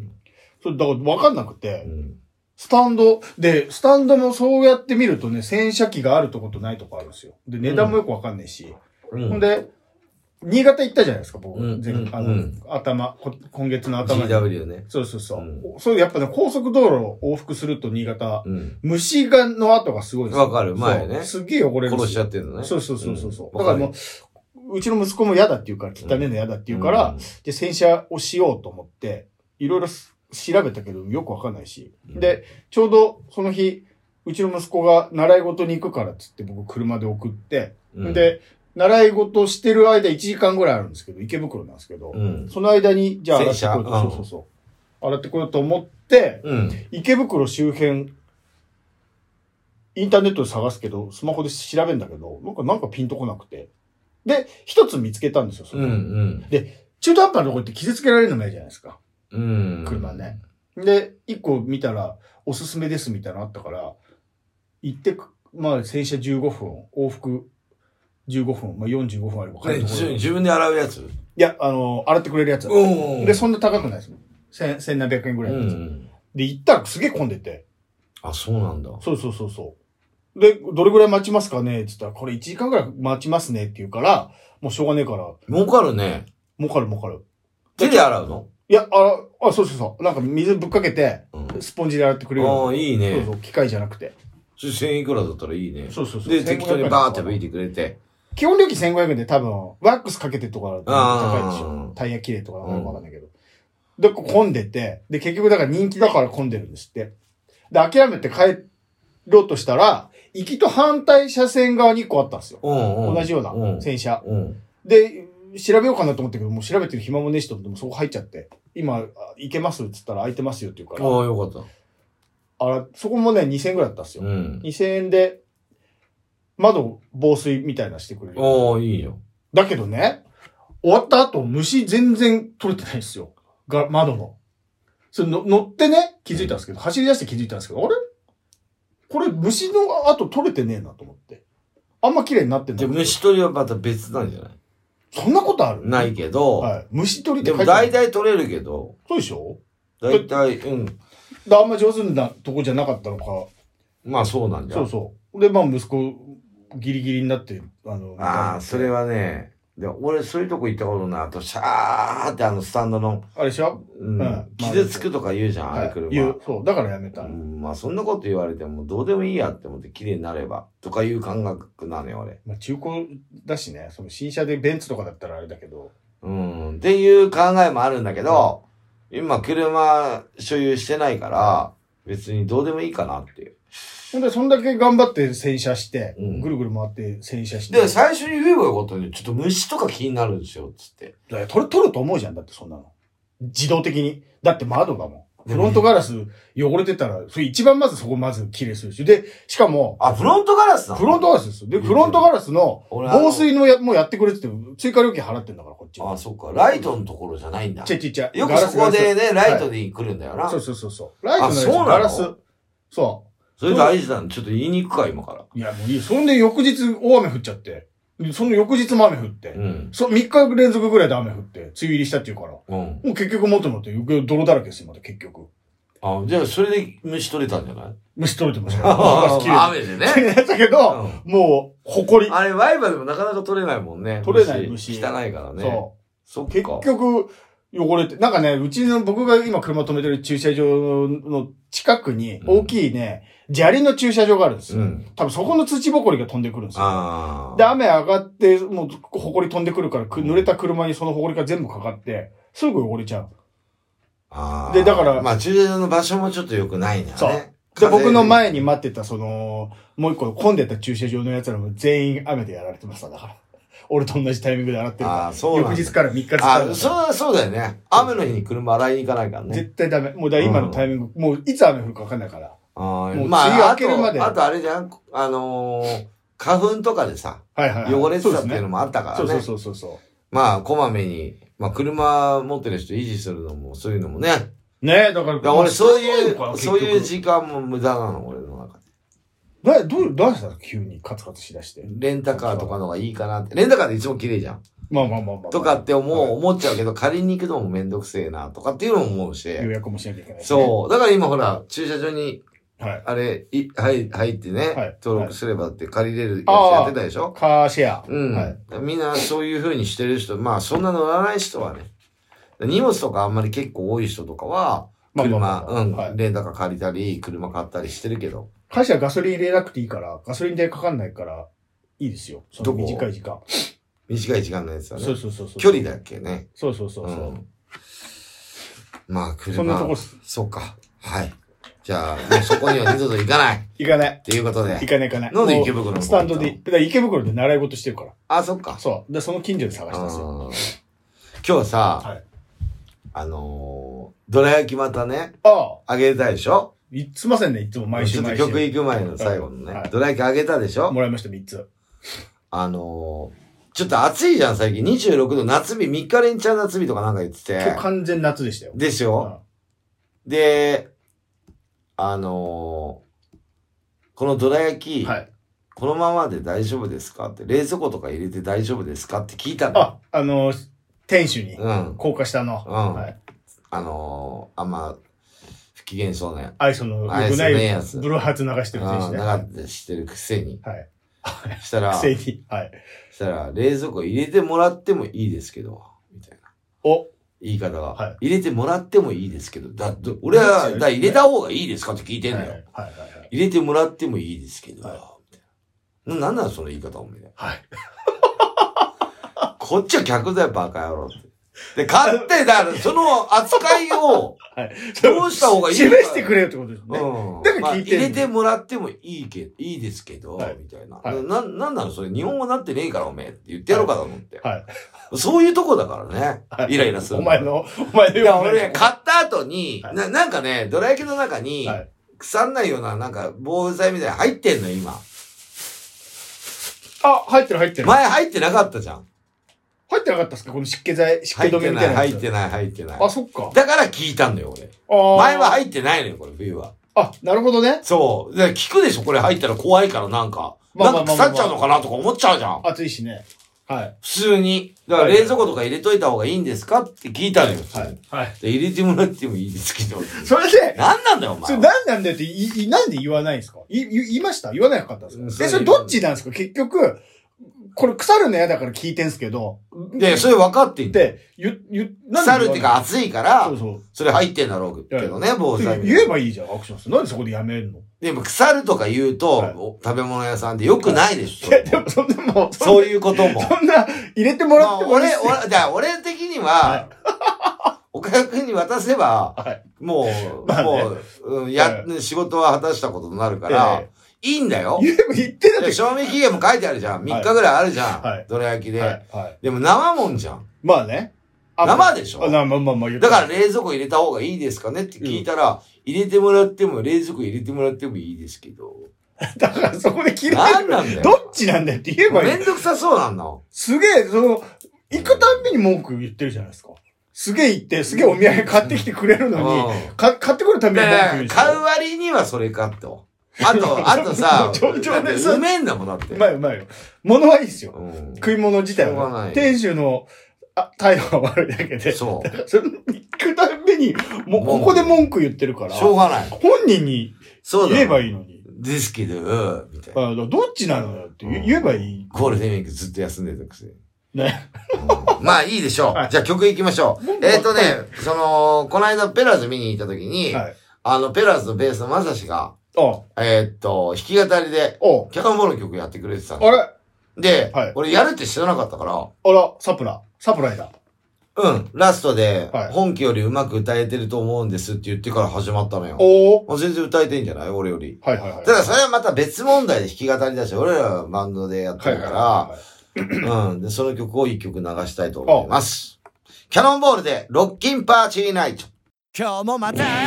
[SPEAKER 2] そう、だから分かんなくて、
[SPEAKER 1] うん
[SPEAKER 2] スタンド、で、スタンドもそうやって見るとね、洗車機があるとことないとこあるんですよ。で、値段もよく分かんないし。
[SPEAKER 1] う
[SPEAKER 2] ほん
[SPEAKER 1] ん。
[SPEAKER 2] で、新潟行ったじゃないですか、僕。
[SPEAKER 1] うん
[SPEAKER 2] 前
[SPEAKER 1] うん
[SPEAKER 2] あ
[SPEAKER 1] う
[SPEAKER 2] の
[SPEAKER 1] ん、
[SPEAKER 2] 頭、こ今月の頭に。
[SPEAKER 1] GW ね。
[SPEAKER 2] そうそうそう。
[SPEAKER 1] う
[SPEAKER 2] そう、やっぱね、高速道路を往復すると新潟、
[SPEAKER 1] うん。
[SPEAKER 2] 虫が、の跡がすごいです
[SPEAKER 1] わかる前ね
[SPEAKER 2] そうすっげえ汚れる
[SPEAKER 1] 殺しちゃってるのね。
[SPEAKER 2] そうそうそうそうそう、
[SPEAKER 1] うん
[SPEAKER 2] だからもう、うちの息子も嫌だって言うから、汚ねえの嫌だって言うから、で、洗車をしようと思って、いろいろす調べたけど、よくわかんないし。
[SPEAKER 1] うん
[SPEAKER 2] で、ちょうどその日、うちの息子が習い事に行くからっつって僕車で送って、
[SPEAKER 1] うん、
[SPEAKER 2] で、習い事してる間1時間ぐらいあるんですけど、池袋なんですけど、
[SPEAKER 1] うん。
[SPEAKER 2] その間に、じゃあ洗ってこようと、
[SPEAKER 1] 洗車
[SPEAKER 2] そうそうそう。洗ってこようと思って、
[SPEAKER 1] うん。
[SPEAKER 2] 池袋周辺、インターネットで探すけど、スマホで調べんだけど、なんか、なんかピンとこなくて。で、一つ見つけたんですよ、そ
[SPEAKER 1] うん。う
[SPEAKER 2] の
[SPEAKER 1] ん。
[SPEAKER 2] 中途半端なとこって傷つけられるのないじゃないですか。
[SPEAKER 1] うん。
[SPEAKER 2] 車ね。で、一個見たら、おすすめですみたいなのあったから、行ってく、まあ、洗車15分、往復15分、まあ45分あれば帰
[SPEAKER 1] ね
[SPEAKER 2] るとこ
[SPEAKER 1] 自
[SPEAKER 2] ろ。い
[SPEAKER 1] 自分で洗うやつ
[SPEAKER 2] や、あの、洗ってくれるやつ。
[SPEAKER 1] うん
[SPEAKER 2] で、そんな高くないですもん。千、千何百円ぐ
[SPEAKER 1] う
[SPEAKER 2] らいのやつ。
[SPEAKER 1] ん。
[SPEAKER 2] で、行ったらすげえ混んでて。
[SPEAKER 1] あ、そうなんだ。
[SPEAKER 2] そうそうそうそう。で、どれぐらい待ちますかねって言ったら、これ1時間ぐらい待ちますねって言うから、もうしょうがねえから、
[SPEAKER 1] 儲かるね。
[SPEAKER 2] 儲かる儲かる。
[SPEAKER 1] 手で洗うの
[SPEAKER 2] いや、あら、あ、そうそうそう。なんか水ぶっかけて、
[SPEAKER 1] うん。
[SPEAKER 2] スポンジで洗ってくれる。
[SPEAKER 1] ああ、いい
[SPEAKER 2] そう
[SPEAKER 1] ね
[SPEAKER 2] そ。う、機械じゃなくて。
[SPEAKER 1] それ1000いくらだったらいいね。
[SPEAKER 2] そうそうそう。
[SPEAKER 1] で、適当にバーって拭い
[SPEAKER 2] て。
[SPEAKER 1] てくれて。
[SPEAKER 2] 基本料金1500円で多分、ワックスかけてとかだと高いでし
[SPEAKER 1] う
[SPEAKER 2] ょ
[SPEAKER 1] ん。
[SPEAKER 2] タイヤ切れとかなんかわかんないけど。で、こう混んでて、で、結局だから人気だから混んでるんですって。で、諦めて帰ろうとしたら、行きと反対車線側に1個あったんですよ。
[SPEAKER 1] うんうん。
[SPEAKER 2] 同じよう
[SPEAKER 1] うん
[SPEAKER 2] な。洗車。
[SPEAKER 1] うん。
[SPEAKER 2] で、調べようかなと思ったけど、もう調べてる暇もねえしと思って、もうそこ入っちゃって、今、あ行けますって言ったら空いてますよって言うか
[SPEAKER 1] あ
[SPEAKER 2] ら、
[SPEAKER 1] あ、よかっ
[SPEAKER 2] あら、そこもね、2000円ぐらいだったんです
[SPEAKER 1] た。
[SPEAKER 2] よ。
[SPEAKER 1] うん。
[SPEAKER 2] 2000円で、窓防水みたいなしてくれる。
[SPEAKER 1] ああ、いいよ。
[SPEAKER 2] だけどね、終わった後、虫全然取れてないんですよ。が、窓の。それの乗ってね、気づいたんですけど、走り出して気づいたんですけど、あれこれ虫の後取れてねえなと思って。あんま綺麗になってな
[SPEAKER 1] で、
[SPEAKER 2] い。
[SPEAKER 1] 虫取りはまた別なんじゃない
[SPEAKER 2] そんなことある
[SPEAKER 1] ないけど、
[SPEAKER 2] はい。虫取りって
[SPEAKER 1] で
[SPEAKER 2] 書
[SPEAKER 1] も
[SPEAKER 2] いてあ
[SPEAKER 1] 大
[SPEAKER 2] る。
[SPEAKER 1] 体取れるけど、
[SPEAKER 2] そうでしょ
[SPEAKER 1] 大体、うん。
[SPEAKER 2] であんま上手なとこじゃなかったのか。
[SPEAKER 1] まあそうなんじゃ
[SPEAKER 2] そ
[SPEAKER 1] ん
[SPEAKER 2] うそう。で、まあ息子、ギリギリになって、あの、
[SPEAKER 1] ああ、それは
[SPEAKER 2] は。
[SPEAKER 1] ね、で俺そういうとこ行ったことない。あと、シャーってあのスタンドの、
[SPEAKER 2] あれでしょ
[SPEAKER 1] うん
[SPEAKER 2] うん
[SPEAKER 1] 傷つくとか言うじゃん、あれ
[SPEAKER 2] はい
[SPEAKER 1] 車。
[SPEAKER 2] 言う。そう。だからやめた。
[SPEAKER 1] うん、まあそんなこと言われてもどうでもいいやって思って綺麗になればとかいう感覚なのよ俺。
[SPEAKER 2] まあ中古だしね、その新車でベンツとかだったらあれだけど。
[SPEAKER 1] うん。っていう考えもあるんだけど、今車所有してないから別にどうでもいいかなっていう。
[SPEAKER 2] ほんで、そんだけ頑張って洗車して、
[SPEAKER 1] うん
[SPEAKER 2] ぐるぐる回って洗車して。
[SPEAKER 1] で、最初に言えばよかったね。ちょっと虫とか気になるんですよ、つって。
[SPEAKER 2] だから取る、取ると思うじゃん。だってそんなの。自動的に。だって窓だもん。フロントガラス汚れてたら、それ一番まずそこまず綺麗するし。で、しかも、
[SPEAKER 1] あ、フロントガラスなの
[SPEAKER 2] フロントガラスですよ。で、フロントガラスの、
[SPEAKER 1] 俺あの
[SPEAKER 2] 防水のやもうやってくれって言って、追加料金払ってんだから、こっち。
[SPEAKER 1] あ、そっか。ライトのところじゃないんだ。
[SPEAKER 2] ちゃちゃちゃ。
[SPEAKER 1] よ
[SPEAKER 2] ガ
[SPEAKER 1] く
[SPEAKER 2] ラ
[SPEAKER 1] そ
[SPEAKER 2] ス
[SPEAKER 1] こで
[SPEAKER 2] ガラ
[SPEAKER 1] ね、
[SPEAKER 2] ス
[SPEAKER 1] ライトで来るんだよな。
[SPEAKER 2] そうそうそうそう。ライトのやつ
[SPEAKER 1] そうなの
[SPEAKER 2] ガラス。そ
[SPEAKER 1] それ大事なの。ちょっと言いに行くか、今から。
[SPEAKER 2] う。いや、もういい。そんで翌日大雨降っちゃって。でその翌日も雨降って。
[SPEAKER 1] うん。
[SPEAKER 2] そ3日連続ぐらいで雨降って、梅雨入りしたっていうから。も
[SPEAKER 1] うん。
[SPEAKER 2] う結局元のって、泥だらけですよ、また結局。
[SPEAKER 1] あ、じゃあそれで虫取れたんじゃない
[SPEAKER 2] 虫取れてました から。
[SPEAKER 1] あ雨でね。
[SPEAKER 2] 綺麗になったけど、
[SPEAKER 1] う
[SPEAKER 2] もう、埃
[SPEAKER 1] ん。あれ、ワイバーでもなかなか取れないもんね。
[SPEAKER 2] 取れない虫
[SPEAKER 1] 汚いからね。そ
[SPEAKER 2] そう。
[SPEAKER 1] っか。
[SPEAKER 2] 結局、汚れて、なんかね、うちの僕が今車止めてる駐車場の近くに、
[SPEAKER 1] うん
[SPEAKER 2] 大きいね、砂利の駐車場があるんです
[SPEAKER 1] う
[SPEAKER 2] よ。
[SPEAKER 1] ん。
[SPEAKER 2] 多分そこの土ぼこりが飛んでくるんですよ。
[SPEAKER 1] あ
[SPEAKER 2] で、雨上がって、もう、ほこり飛んでくるから、く濡れた車にそのほこりが全部かかって、すぐ汚れちゃう。
[SPEAKER 1] あー。
[SPEAKER 2] でだから
[SPEAKER 1] まあ、駐車場の場所もちょっと良くないんだ
[SPEAKER 2] そう
[SPEAKER 1] よね。
[SPEAKER 2] で、
[SPEAKER 1] 風
[SPEAKER 2] 僕の前に待ってた、その、もう一個混んでた駐車場のやつらも全員雨でやられてました、だから。 俺と同じタイミングで洗ってる
[SPEAKER 1] あ
[SPEAKER 2] か
[SPEAKER 1] ー、
[SPEAKER 2] ら。
[SPEAKER 1] そうな
[SPEAKER 2] 翌
[SPEAKER 1] んだ
[SPEAKER 2] 日から3日使
[SPEAKER 1] あ
[SPEAKER 2] う、
[SPEAKER 1] そう、そうだよね。雨の日に車洗いに行かないからね。
[SPEAKER 2] 絶対ダメ。もうだから今のタイミング、もういつ雨降るか分かんないから。
[SPEAKER 1] あ
[SPEAKER 2] も
[SPEAKER 1] ー
[SPEAKER 2] う
[SPEAKER 1] ま
[SPEAKER 2] 梅雨
[SPEAKER 1] あ、
[SPEAKER 2] 明
[SPEAKER 1] あ
[SPEAKER 2] けるまで
[SPEAKER 1] と、あとあれじゃんあのー、花粉とかでさ、
[SPEAKER 2] はいはいはい。
[SPEAKER 1] 汚れてたっていう
[SPEAKER 2] そうですね
[SPEAKER 1] のもあったから
[SPEAKER 2] そうそ
[SPEAKER 1] ね
[SPEAKER 2] う。そうそうそ
[SPEAKER 1] まあ、こまめに、まあ、車持ってる人維持するのも、そういうのもね。だか
[SPEAKER 2] う。ねえ、だから。
[SPEAKER 1] ら俺、そうい
[SPEAKER 2] まあ
[SPEAKER 1] う、そういう
[SPEAKER 2] 結
[SPEAKER 1] 時間も無駄なの、俺の中で。
[SPEAKER 2] 局な、どう、どうしたの急にカツカツしだして。
[SPEAKER 1] レンタカーとかの方がいいかなって。レンタカーでいつも綺麗じゃん。
[SPEAKER 2] まあまあまあまあ。
[SPEAKER 1] とかって思、
[SPEAKER 2] はいう
[SPEAKER 1] 思っちゃうけど、借りに行くのもめんどくせえな、とかっていうのも思うし。
[SPEAKER 2] 予約もしなきゃいけないしね。
[SPEAKER 1] そう。だから今ほら、駐車場に
[SPEAKER 2] はい。
[SPEAKER 1] あれ、い、はい、入ってね、
[SPEAKER 2] はい
[SPEAKER 1] 登録すればって借りれるやつ
[SPEAKER 2] あー
[SPEAKER 1] やってたでしょ
[SPEAKER 2] カーシェア。
[SPEAKER 1] うん、
[SPEAKER 2] はい。
[SPEAKER 1] みんなそういう風にしてる人、まあそんな乗らない人はね、荷物とかあんまり結構多い人とかは、
[SPEAKER 2] まあ
[SPEAKER 1] 車、
[SPEAKER 2] まあまあ
[SPEAKER 1] うん、
[SPEAKER 2] はい
[SPEAKER 1] レンタカー借りたり、車買ったりしてるけど、
[SPEAKER 2] カーシェアガソリン入れなくていいから、ガソリン代かかんないから、いいですよ。その
[SPEAKER 1] どこ
[SPEAKER 2] 短い時間。
[SPEAKER 1] 短い時間のやつだ
[SPEAKER 2] そう
[SPEAKER 1] ね。
[SPEAKER 2] そうそうそう。
[SPEAKER 1] 距離だっけね。
[SPEAKER 2] そうそうそうそう。
[SPEAKER 1] ん。まあ車、
[SPEAKER 2] そんなとこっす。
[SPEAKER 1] そうか。はい。じゃあ、もうそこには二度と行かない。っ
[SPEAKER 2] 行かない。
[SPEAKER 1] ていうこと
[SPEAKER 2] 行
[SPEAKER 1] で。
[SPEAKER 2] かない行かない。
[SPEAKER 1] なんで
[SPEAKER 2] もう
[SPEAKER 1] 池袋の方
[SPEAKER 2] スタンドで。
[SPEAKER 1] 行
[SPEAKER 2] だから池袋で習い事してるから。
[SPEAKER 1] あ、そっか。
[SPEAKER 2] そう。で、その近所で探したんですよ。
[SPEAKER 1] あー今日さ、
[SPEAKER 2] はい
[SPEAKER 1] あのー、どら焼きまたね、
[SPEAKER 2] ああ
[SPEAKER 1] あげたでしょ
[SPEAKER 2] い、すいませんね、いつも毎週
[SPEAKER 1] ちょっ
[SPEAKER 2] 毎
[SPEAKER 1] と
[SPEAKER 2] 週。
[SPEAKER 1] 曲行く前の最後のね、
[SPEAKER 2] はい
[SPEAKER 1] どら焼きあげたでしょ
[SPEAKER 2] もらいました、3つ。
[SPEAKER 1] あのー、ちょっと暑いじゃん、最近。26度、夏日、3日連チャン夏日とかなんか言ってて
[SPEAKER 2] 今。日完全夏でしたよ。
[SPEAKER 1] です
[SPEAKER 2] うん
[SPEAKER 1] よ。で、あのー、このどら焼き、
[SPEAKER 2] はい。
[SPEAKER 1] このままで大丈夫ですかって、冷蔵庫とか入れて大丈夫ですかって聞いたの。
[SPEAKER 2] あ、あの、店主に、
[SPEAKER 1] うん。
[SPEAKER 2] 高架下の、
[SPEAKER 1] うん
[SPEAKER 2] はい、
[SPEAKER 1] あのー、あんま、不機嫌そうなや
[SPEAKER 2] アイソの良く
[SPEAKER 1] アイソ
[SPEAKER 2] な
[SPEAKER 1] ねえ
[SPEAKER 2] い
[SPEAKER 1] やつ
[SPEAKER 2] ブルーハーツ流してる選手
[SPEAKER 1] つ。
[SPEAKER 2] で。
[SPEAKER 1] 長くしてるくせに。
[SPEAKER 2] はい。
[SPEAKER 1] したら、
[SPEAKER 2] 正義。はい。
[SPEAKER 1] したら、冷蔵庫入れてもらってもいいですけど、みたいな
[SPEAKER 2] お、
[SPEAKER 1] 言い方が。
[SPEAKER 2] は
[SPEAKER 1] 入れてもらってもいいですけど、だ、ど俺は、だ入れた方がいいですかって聞いてん
[SPEAKER 2] はい
[SPEAKER 1] の
[SPEAKER 2] はい
[SPEAKER 1] よ。
[SPEAKER 2] はいはい。
[SPEAKER 1] 入れてもらってもいいですけど、
[SPEAKER 2] はい
[SPEAKER 1] みたいな。な、なんなのその言い方、おめえ。
[SPEAKER 2] はい。
[SPEAKER 1] こっちは客だよ、バカ野郎って。で、買って、だ から、その扱いを、どうした方がいいの
[SPEAKER 2] 示
[SPEAKER 1] か
[SPEAKER 2] してくれよってことです ね。
[SPEAKER 1] うん
[SPEAKER 2] だから聞いて
[SPEAKER 1] まあ、入
[SPEAKER 2] んの
[SPEAKER 1] れてもらってもいいけ、いいですけど、
[SPEAKER 2] はい
[SPEAKER 1] みたいな。
[SPEAKER 2] はい
[SPEAKER 1] な、なんなのそれ、日本語なってねえから、おめえって言ってやろうかと思って。
[SPEAKER 2] はい。
[SPEAKER 1] そういうとこだからね。
[SPEAKER 2] はい
[SPEAKER 1] イライラする。
[SPEAKER 2] お前。の、お前の
[SPEAKER 1] い
[SPEAKER 2] よ
[SPEAKER 1] や、
[SPEAKER 2] うな
[SPEAKER 1] 俺ね、買った後に、
[SPEAKER 2] はい
[SPEAKER 1] な、なんかね、どら焼きの中に
[SPEAKER 2] はい、
[SPEAKER 1] 腐んないような、なんか、防腐剤みたいなの入ってんの、今。
[SPEAKER 2] あ、入ってる入ってる。
[SPEAKER 1] 前入ってなかったじゃん。
[SPEAKER 2] 入ってなかったっすかこの湿気剤、湿
[SPEAKER 1] 入
[SPEAKER 2] 気
[SPEAKER 1] っ
[SPEAKER 2] 止め
[SPEAKER 1] て
[SPEAKER 2] み
[SPEAKER 1] な
[SPEAKER 2] た
[SPEAKER 1] い、
[SPEAKER 2] いな。
[SPEAKER 1] 入ってない、入ってない。
[SPEAKER 2] あ、そっか。
[SPEAKER 1] だから聞いたんだよ、俺。前
[SPEAKER 2] 前
[SPEAKER 1] は入ってないのよ、これ、冬は。
[SPEAKER 2] あ、なるほどね。
[SPEAKER 1] そう。で聞くでしょ、これ入ったら怖いから、なんか。
[SPEAKER 2] ま
[SPEAKER 1] な
[SPEAKER 2] あ
[SPEAKER 1] んか
[SPEAKER 2] まあまあまあ
[SPEAKER 1] 腐っちゃうのかなとか思っちゃうじゃん。
[SPEAKER 2] 暑いしね。はい。
[SPEAKER 1] 普通に。だから冷蔵庫とか入れといた方がいいんですかって聞いたのよ。
[SPEAKER 2] はい。はい。
[SPEAKER 1] で入れてもらってもいいですけど。
[SPEAKER 2] それで、
[SPEAKER 1] 何なんだよ、お
[SPEAKER 2] そ
[SPEAKER 1] 前
[SPEAKER 2] れ
[SPEAKER 1] は。
[SPEAKER 2] 何なんだよって、い、いなんで言わないんですかい、い言いました言わなかったん
[SPEAKER 1] うん
[SPEAKER 2] ですかえ、それどっちなんですか結局、これ腐るの嫌だから聞いてんすけど。
[SPEAKER 1] で、それ分かって
[SPEAKER 2] っ
[SPEAKER 1] んだよ。
[SPEAKER 2] て、ゆ、ゆ、なんで
[SPEAKER 1] 腐るっていうか暑いから
[SPEAKER 2] そう、そ
[SPEAKER 1] それ入ってんだろうけどね、防
[SPEAKER 2] う。
[SPEAKER 1] 災。
[SPEAKER 2] 言えばいいじゃん、アクションさん。なんでそこでやめるの
[SPEAKER 1] でも腐るとか言うと、
[SPEAKER 2] はい
[SPEAKER 1] お食べ物屋さんで良くないでしょ。
[SPEAKER 2] でも、そんなも う、
[SPEAKER 1] そう
[SPEAKER 2] う。
[SPEAKER 1] いうことも。
[SPEAKER 2] そんな、入れても
[SPEAKER 1] ま
[SPEAKER 2] らっ
[SPEAKER 1] あ
[SPEAKER 2] てもいい
[SPEAKER 1] 俺、
[SPEAKER 2] っすよ
[SPEAKER 1] 俺、じゃあ俺的には、岡田君に渡せば、
[SPEAKER 2] はい
[SPEAKER 1] もう、
[SPEAKER 2] まあね
[SPEAKER 1] もう、うんや、仕事は果たしたことになるから、
[SPEAKER 2] え
[SPEAKER 1] いいんだよ。
[SPEAKER 2] 言えば言ってだって
[SPEAKER 1] で、。賞味期限も書いてあるじゃん。3日ぐらいあるじゃん。
[SPEAKER 2] はい
[SPEAKER 1] どら焼きで、
[SPEAKER 2] はい。はい。
[SPEAKER 1] でも生もんじゃん。
[SPEAKER 2] まあね。あ
[SPEAKER 1] 生でしょ
[SPEAKER 2] あまあまあまあまあ言っ
[SPEAKER 1] だ
[SPEAKER 2] た
[SPEAKER 1] から冷蔵庫入れた方がいいですかねって聞いたら、入れてもらっても、冷蔵庫入れてもらってもいいですけど。
[SPEAKER 2] だからそこで切れ
[SPEAKER 1] な
[SPEAKER 2] て
[SPEAKER 1] ん
[SPEAKER 2] る。
[SPEAKER 1] なんだよ。
[SPEAKER 2] どっちなんだよって言えばい
[SPEAKER 1] め
[SPEAKER 2] い。
[SPEAKER 1] んどくさそうなんの。
[SPEAKER 2] すげえ、その、行くたんびに文句言ってるじゃないですか。すげえ行って、すげえお土産買ってきてくれるのに、
[SPEAKER 1] う
[SPEAKER 2] か買ってくるた
[SPEAKER 1] ん。
[SPEAKER 2] め
[SPEAKER 1] だか
[SPEAKER 2] に文句
[SPEAKER 1] ら
[SPEAKER 2] 言うでしょ
[SPEAKER 1] 買う割にはそれかと。あ と、あとさ、
[SPEAKER 2] ちょちょ
[SPEAKER 1] だってうめえんだもんだって。
[SPEAKER 2] うまいうまいよ。物はいいですよ。
[SPEAKER 1] うん。
[SPEAKER 2] 食い物自体
[SPEAKER 1] しょうがな
[SPEAKER 2] は。
[SPEAKER 1] い
[SPEAKER 2] 店主のあ態度が悪いだけで。
[SPEAKER 1] そ
[SPEAKER 2] その行くたんびに、もうここで文句言ってるか
[SPEAKER 1] う。
[SPEAKER 2] ら、
[SPEAKER 1] しょう
[SPEAKER 2] 本
[SPEAKER 1] がない。
[SPEAKER 2] 人に
[SPEAKER 1] そうだ。
[SPEAKER 2] 言えばいいのに。
[SPEAKER 1] ですけど、みたいな。
[SPEAKER 2] あのどっちなのよって言言えばいい。
[SPEAKER 1] ゴールデンウィークずっと休んでたくせに。
[SPEAKER 2] ね。
[SPEAKER 1] うんまあいいでしょう。
[SPEAKER 2] はい
[SPEAKER 1] じゃあ曲行きましょう
[SPEAKER 2] 僕。は
[SPEAKER 1] えっ、とね、その、この間ペラーズ見に行った時に、
[SPEAKER 2] はい。
[SPEAKER 1] あの、ペラーズのベースのまさしが、
[SPEAKER 2] あ、
[SPEAKER 1] えっ、と、弾き語りで、
[SPEAKER 2] お
[SPEAKER 1] キャノンボールの曲やってくれてた
[SPEAKER 2] あ
[SPEAKER 1] の
[SPEAKER 2] れあ
[SPEAKER 1] で、
[SPEAKER 2] はい
[SPEAKER 1] 俺やるって知らなかったから、
[SPEAKER 2] ら、サプラ。サプライだ。
[SPEAKER 1] うん、ラストで
[SPEAKER 2] は、い
[SPEAKER 1] 本気よりうまく歌えてると思うんですって言ってから始まったのよ。
[SPEAKER 2] おー。
[SPEAKER 1] あ全然歌えてんじゃない俺より。
[SPEAKER 2] はいはいはい。
[SPEAKER 1] ただそれはまた別問題で弾き語りだし、俺らはバンドでやって
[SPEAKER 2] はい
[SPEAKER 1] る
[SPEAKER 2] はい
[SPEAKER 1] か
[SPEAKER 2] はい
[SPEAKER 1] ら、
[SPEAKER 2] はい
[SPEAKER 1] うん。で、その曲を一曲流したいと思います。キャノンボールで、ロッキンパーチーナイト。
[SPEAKER 3] 今日もまた男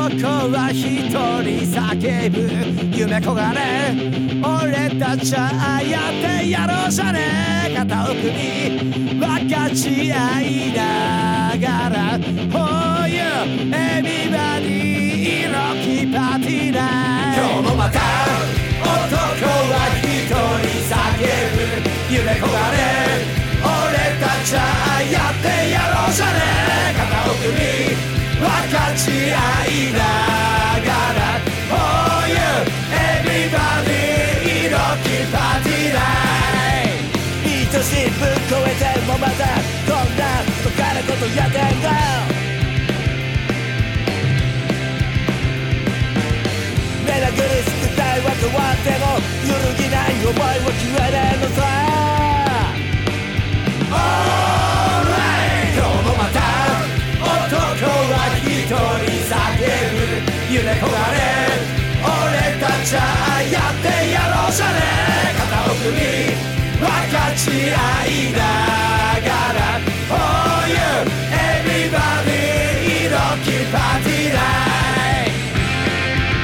[SPEAKER 3] は一人叫ぶ夢焦がれ俺たちはああやってやろうじゃねえ肩を組み分かち合いながら Oh you everybody ロッキーパーティーだ今日もまた男は一人叫ぶ夢焦がれ俺たちはやってやろうじゃねえ肩を組み分かち合いながらと夜店が目だぐりしくたいは変わっても揺るぎない思いは消えれんのさ Alright 今日もまた男は一人叫ぶ夢焦がれ俺たちはやってやろうじゃねえ片奥に分かち合いながら Oh you everybody 色気パーティーライ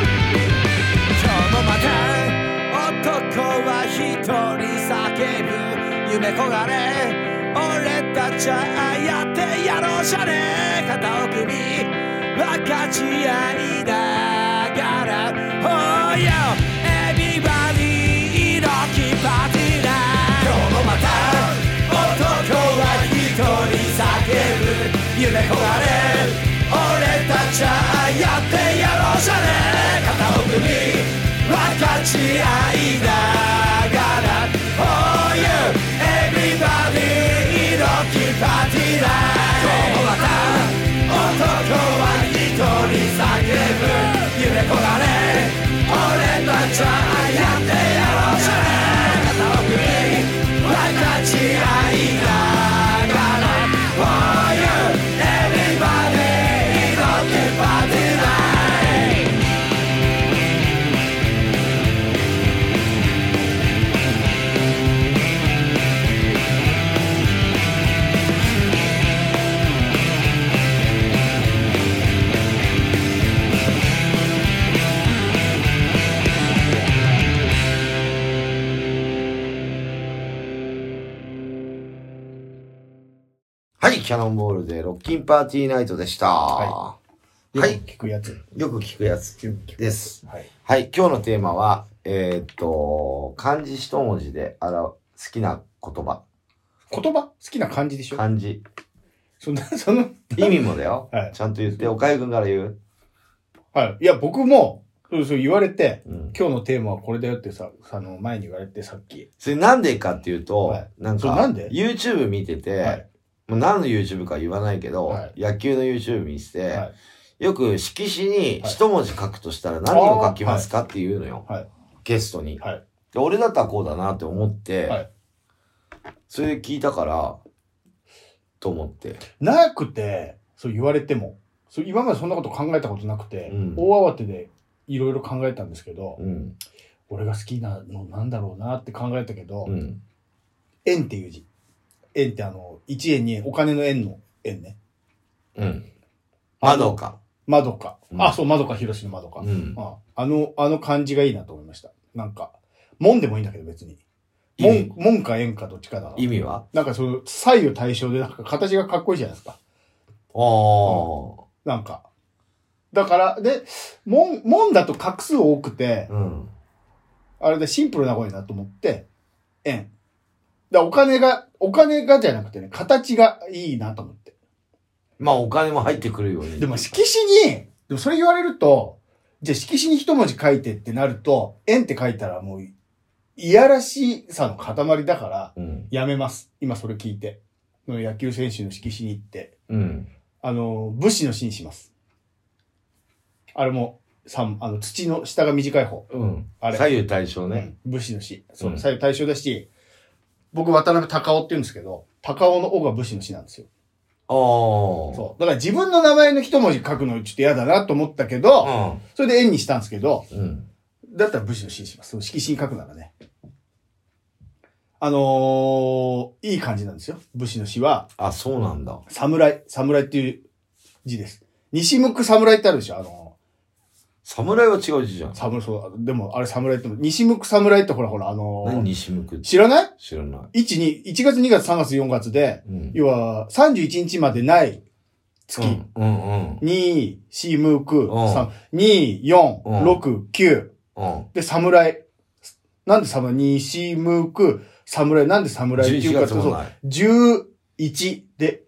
[SPEAKER 3] 今日もまた男は一人叫ぶ夢焦がれ俺たちはああやってやろうじゃねえ肩を組み分かち合いながら Oh yo everybody 色気パーティーだ今日もまた男は一人叫ぶ夢焦がれ俺たちはやってやろうじゃねえ肩を組み分かち合いながら Oh you everybody 色気パーティーだ今日もまた男は一人叫ぶ夢焦がれ俺たちはやってやろうじゃねえ肩を組み分かち合いながら
[SPEAKER 1] はい、キャノンボールでロッキンパーティーナイトでした。
[SPEAKER 2] は
[SPEAKER 1] はい。
[SPEAKER 2] よく聞くやつ。
[SPEAKER 1] よく聞くやつ
[SPEAKER 2] よく聞く。
[SPEAKER 1] です。
[SPEAKER 2] はい。
[SPEAKER 1] はい、今日のテーマは、えーっと、漢字一文字で表、好きな言葉、
[SPEAKER 2] 言葉好きな漢字でしょ
[SPEAKER 1] 漢字。
[SPEAKER 2] そんな、 その、
[SPEAKER 1] 意味もだよ。
[SPEAKER 2] はい
[SPEAKER 1] ちゃんと言って、おかゆくんから言う。
[SPEAKER 2] はい。いや、僕も、そうそう言われて、
[SPEAKER 1] うん。
[SPEAKER 2] 今日のテーマはこれだよってさ、あの、前に言われてさっき。
[SPEAKER 1] それなんでかっていうと、
[SPEAKER 2] はい
[SPEAKER 1] なん
[SPEAKER 2] そ
[SPEAKER 1] か、
[SPEAKER 2] れなんで
[SPEAKER 1] YouTube 見てて、
[SPEAKER 2] はい。
[SPEAKER 1] もう何の YouTube か言わないけど、
[SPEAKER 2] はい
[SPEAKER 1] 野球の YouTube 見せて、
[SPEAKER 2] は
[SPEAKER 1] よく色紙に一文字書くとしたら何を書きますかっていうのよ。
[SPEAKER 2] はい
[SPEAKER 1] ゲストに、
[SPEAKER 2] はい
[SPEAKER 1] で。俺だったらこうだなって思って、
[SPEAKER 2] はい
[SPEAKER 1] それで聞いたから、と思って。
[SPEAKER 2] い。なくて、そう言われても、そう今までそんなこと考えたことなくて、
[SPEAKER 1] うん
[SPEAKER 2] 大慌てでいろいろ考えたんですけど、
[SPEAKER 1] うん。
[SPEAKER 2] 俺が好きなのなんだろうなって考えたけど、
[SPEAKER 1] うん。
[SPEAKER 2] 円っていう字。円ってあの、1円に円お金の円の円ね。
[SPEAKER 1] うん。窓か。
[SPEAKER 2] 窓か。
[SPEAKER 1] うん
[SPEAKER 2] あ、そう、窓か、広しの窓か。
[SPEAKER 1] うん。
[SPEAKER 2] ああの、あの感じがいいなと思いました。なんか、門でもいいんだけど別に。
[SPEAKER 1] 意味
[SPEAKER 2] 門、門か円かどっちかだから
[SPEAKER 1] 意味は
[SPEAKER 2] なんかその、左右対称で、なんか形がかっこいいじゃないですか。
[SPEAKER 1] ああ。
[SPEAKER 2] なんか。だから、で、門、門だと画数多くて、
[SPEAKER 1] うん。
[SPEAKER 2] あれでシンプルな声だと思って、円。だお金が、お金がじゃなくてね、形がいいなと思って。
[SPEAKER 1] まあお金も入ってくるように。
[SPEAKER 2] でも色紙に、でもそれ言われると、じゃあ色紙に一文字書いてってなると、円って書いたらもう、いやらしさの塊だから、
[SPEAKER 1] うん。
[SPEAKER 2] やめます。今それ聞いて。その野球選手の色紙に行って、
[SPEAKER 1] うん。
[SPEAKER 2] あの、武士の死にします。あれも、さん、あの、土の下が短い方。
[SPEAKER 1] うん。
[SPEAKER 2] あれ
[SPEAKER 1] 左右対称ね。
[SPEAKER 2] 武士の死。そうの
[SPEAKER 1] ん
[SPEAKER 2] 左右対象だし、僕渡辺隆夫って言うんですけど、隆夫の尾が武士の死なんですよ。
[SPEAKER 1] ああ。そ
[SPEAKER 2] そう。だから自分の名前の一文字書くのちょっと嫌だなと思ったけど、それで円にしたんですけど、
[SPEAKER 1] うん。うん。
[SPEAKER 2] だったら武士の死にします。その色紙に書くならね。あのー、いい感じなんですよ。武士の死は、
[SPEAKER 1] あ、そうなんだ。
[SPEAKER 2] 侍、侍っていう字です。西向く侍ってあるでしょあの
[SPEAKER 1] 侍は違う字じゃん
[SPEAKER 2] ー、。侍、そう、でもあれ侍っても、西向く侍ってほらほら、あのー
[SPEAKER 1] 何西向くって
[SPEAKER 2] 知らない
[SPEAKER 1] 知らない。
[SPEAKER 2] ?1、2、1月、2月、3月、4月で、
[SPEAKER 1] うん。
[SPEAKER 2] 要は31日までない
[SPEAKER 1] う
[SPEAKER 2] 月、
[SPEAKER 1] んうん
[SPEAKER 2] 2、4向く、
[SPEAKER 1] うん
[SPEAKER 2] 3、2、4、
[SPEAKER 1] うん
[SPEAKER 2] 6、9、
[SPEAKER 1] うん。
[SPEAKER 2] で、侍。なんで侍西向く侍なんで侍ってい
[SPEAKER 1] 11
[SPEAKER 2] うか
[SPEAKER 1] 月
[SPEAKER 2] と、そ
[SPEAKER 1] も
[SPEAKER 2] う
[SPEAKER 1] ない。
[SPEAKER 2] 11 1で、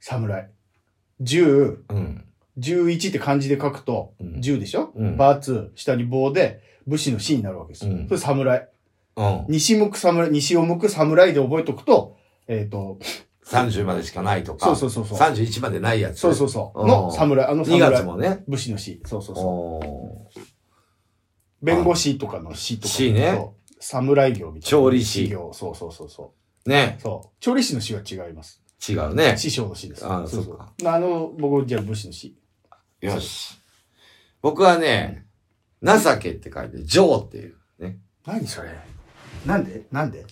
[SPEAKER 2] 侍。10、
[SPEAKER 1] うん。
[SPEAKER 2] 11って漢字で書くと、
[SPEAKER 1] うん
[SPEAKER 2] 10でしょ、
[SPEAKER 1] うん
[SPEAKER 2] バーツ、下に棒で、武士の士になるわけですよ。
[SPEAKER 1] うん
[SPEAKER 2] それ侍。
[SPEAKER 1] うん。
[SPEAKER 2] 西向く侍、西を向く侍で覚えとくと、えっ、と、
[SPEAKER 1] 30までしかないとか。
[SPEAKER 2] そうそうそうそう
[SPEAKER 1] 31までないやつ。。
[SPEAKER 2] そうそううそう。
[SPEAKER 1] ん
[SPEAKER 2] の侍、あの
[SPEAKER 1] 2月
[SPEAKER 2] 侍。
[SPEAKER 1] もね。
[SPEAKER 2] 武士の士。そうそうそう。
[SPEAKER 1] おー
[SPEAKER 2] 弁護士とかの士とか。
[SPEAKER 1] 士ね
[SPEAKER 2] そう。侍業みたいな。
[SPEAKER 1] 調理師
[SPEAKER 2] 業。そうそうそうそ
[SPEAKER 1] ね
[SPEAKER 2] う。。そう。調理師の士は違います。
[SPEAKER 1] 違うね。
[SPEAKER 2] 師匠の士です。
[SPEAKER 1] あー
[SPEAKER 2] そう
[SPEAKER 1] そうか
[SPEAKER 2] あの、僕、じゃあ武士の士。
[SPEAKER 1] よし。僕はね、情けって書いて、情っていう。ね。
[SPEAKER 2] 何それなんでなんで
[SPEAKER 1] ん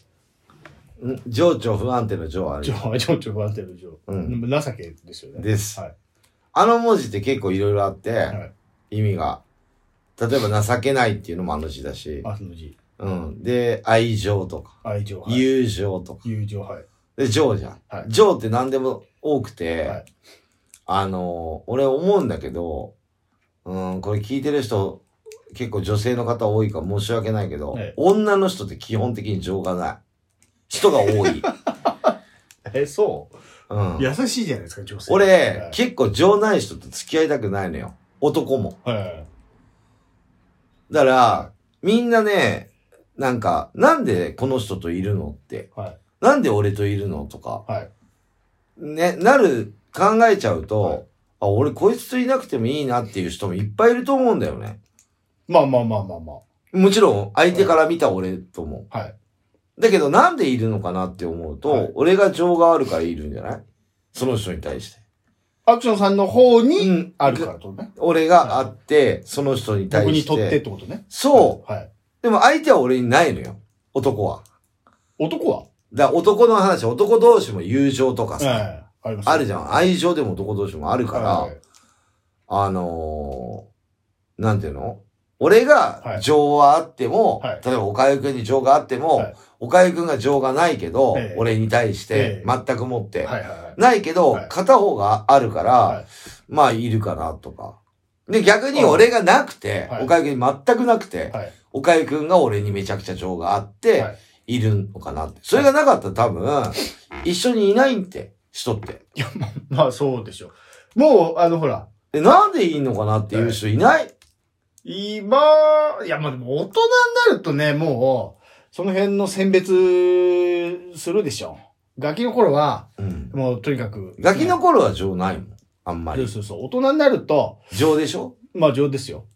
[SPEAKER 1] 情緒不安定の情ある
[SPEAKER 2] ち。ょ、 ちょ、ちょ、待ってる、ちょ。
[SPEAKER 1] うん
[SPEAKER 2] 情けですよね。
[SPEAKER 1] です
[SPEAKER 2] はい。
[SPEAKER 1] あの文字って結構いろいろあって、
[SPEAKER 2] はい
[SPEAKER 1] 意味が。例えば情けないっていうのもあの字だし、
[SPEAKER 2] あその字。
[SPEAKER 1] うん。で、愛情とか、
[SPEAKER 2] 愛情、はい。
[SPEAKER 1] 友情とか。
[SPEAKER 2] 友情、はい。
[SPEAKER 1] で、情じゃん。
[SPEAKER 2] はい
[SPEAKER 1] 情って何でも多くて、
[SPEAKER 2] はい
[SPEAKER 1] あのー俺思うんだけど、うん、これ聞いてる人、結構女性の方多いから申し訳ないけど、
[SPEAKER 2] ええ
[SPEAKER 1] 女の人って基本的に情がない。人が多 い。
[SPEAKER 2] え、そう
[SPEAKER 1] うん。
[SPEAKER 2] 優しいじゃないですか、女性。
[SPEAKER 1] 俺、
[SPEAKER 2] はい
[SPEAKER 1] 結構情ない人と付き合いたくないのよ。男も。
[SPEAKER 2] はい。
[SPEAKER 1] だから、みんなね、なんか、なんでこの人といるのって、
[SPEAKER 2] はい。
[SPEAKER 1] なんで俺といるのとか、
[SPEAKER 2] はい。
[SPEAKER 1] ね、なる、考えちゃうと、
[SPEAKER 2] はい
[SPEAKER 1] あ、俺こいつといなくてもいいなっていう人もいっぱいいると思うんだよね。
[SPEAKER 2] まあまあまあまあま
[SPEAKER 1] もちろん、相手から見た俺とも。
[SPEAKER 2] あ。はい。
[SPEAKER 1] だけど、なんでいるのかなって思うと、
[SPEAKER 2] はい
[SPEAKER 1] 俺が情があるからいるんじゃないその人に対して。
[SPEAKER 2] アクションさんの方に
[SPEAKER 1] ん
[SPEAKER 2] あるからってことね。
[SPEAKER 1] 俺があって、その人に対
[SPEAKER 2] 僕に
[SPEAKER 1] して。
[SPEAKER 2] とってってことね。
[SPEAKER 1] そう。
[SPEAKER 2] はい。
[SPEAKER 1] でも相手は俺にないのよ。男は。
[SPEAKER 2] 男は
[SPEAKER 1] だから男の話、男同士も友情とかさ、
[SPEAKER 2] ええ。あります
[SPEAKER 1] あるじ
[SPEAKER 2] ゃん。
[SPEAKER 1] ゃん。愛情でも男同士もあるから、
[SPEAKER 2] はい
[SPEAKER 1] あのー、なんていうの俺が情はあっても、
[SPEAKER 2] はい
[SPEAKER 1] 例えば岡井くんに情があっても、
[SPEAKER 2] はい
[SPEAKER 1] 岡井くんが情がないけど、
[SPEAKER 2] ええ
[SPEAKER 1] 俺に対して
[SPEAKER 2] え
[SPEAKER 1] 全く持って、
[SPEAKER 2] はいはい。
[SPEAKER 1] ないけど、
[SPEAKER 2] はい
[SPEAKER 1] 片方があるから、
[SPEAKER 2] はい
[SPEAKER 1] まあいるかなとか。で、逆に俺がなくて、
[SPEAKER 2] はい
[SPEAKER 1] 岡井くんに全くなくて、
[SPEAKER 2] はい
[SPEAKER 1] 岡井くんが俺にめちゃくちゃ情があって、
[SPEAKER 2] はい
[SPEAKER 1] い、るのかなって。それがなかったら多分、一緒にいないんって、人って。
[SPEAKER 2] まあそうでしょう。もう、あの、ほら、
[SPEAKER 1] で、なんでいいのかなっていう人いない、
[SPEAKER 2] 今、いや、まあでも大人になるとね、もう、その辺の選別するでしょ。ガキの頃は、
[SPEAKER 1] うん。
[SPEAKER 2] もうとにかく。
[SPEAKER 1] ガキの頃は情ないもん。あんま
[SPEAKER 2] そう
[SPEAKER 1] り。
[SPEAKER 2] そうそう。大人になると、
[SPEAKER 1] 情でしょ
[SPEAKER 2] まあ情ですよ。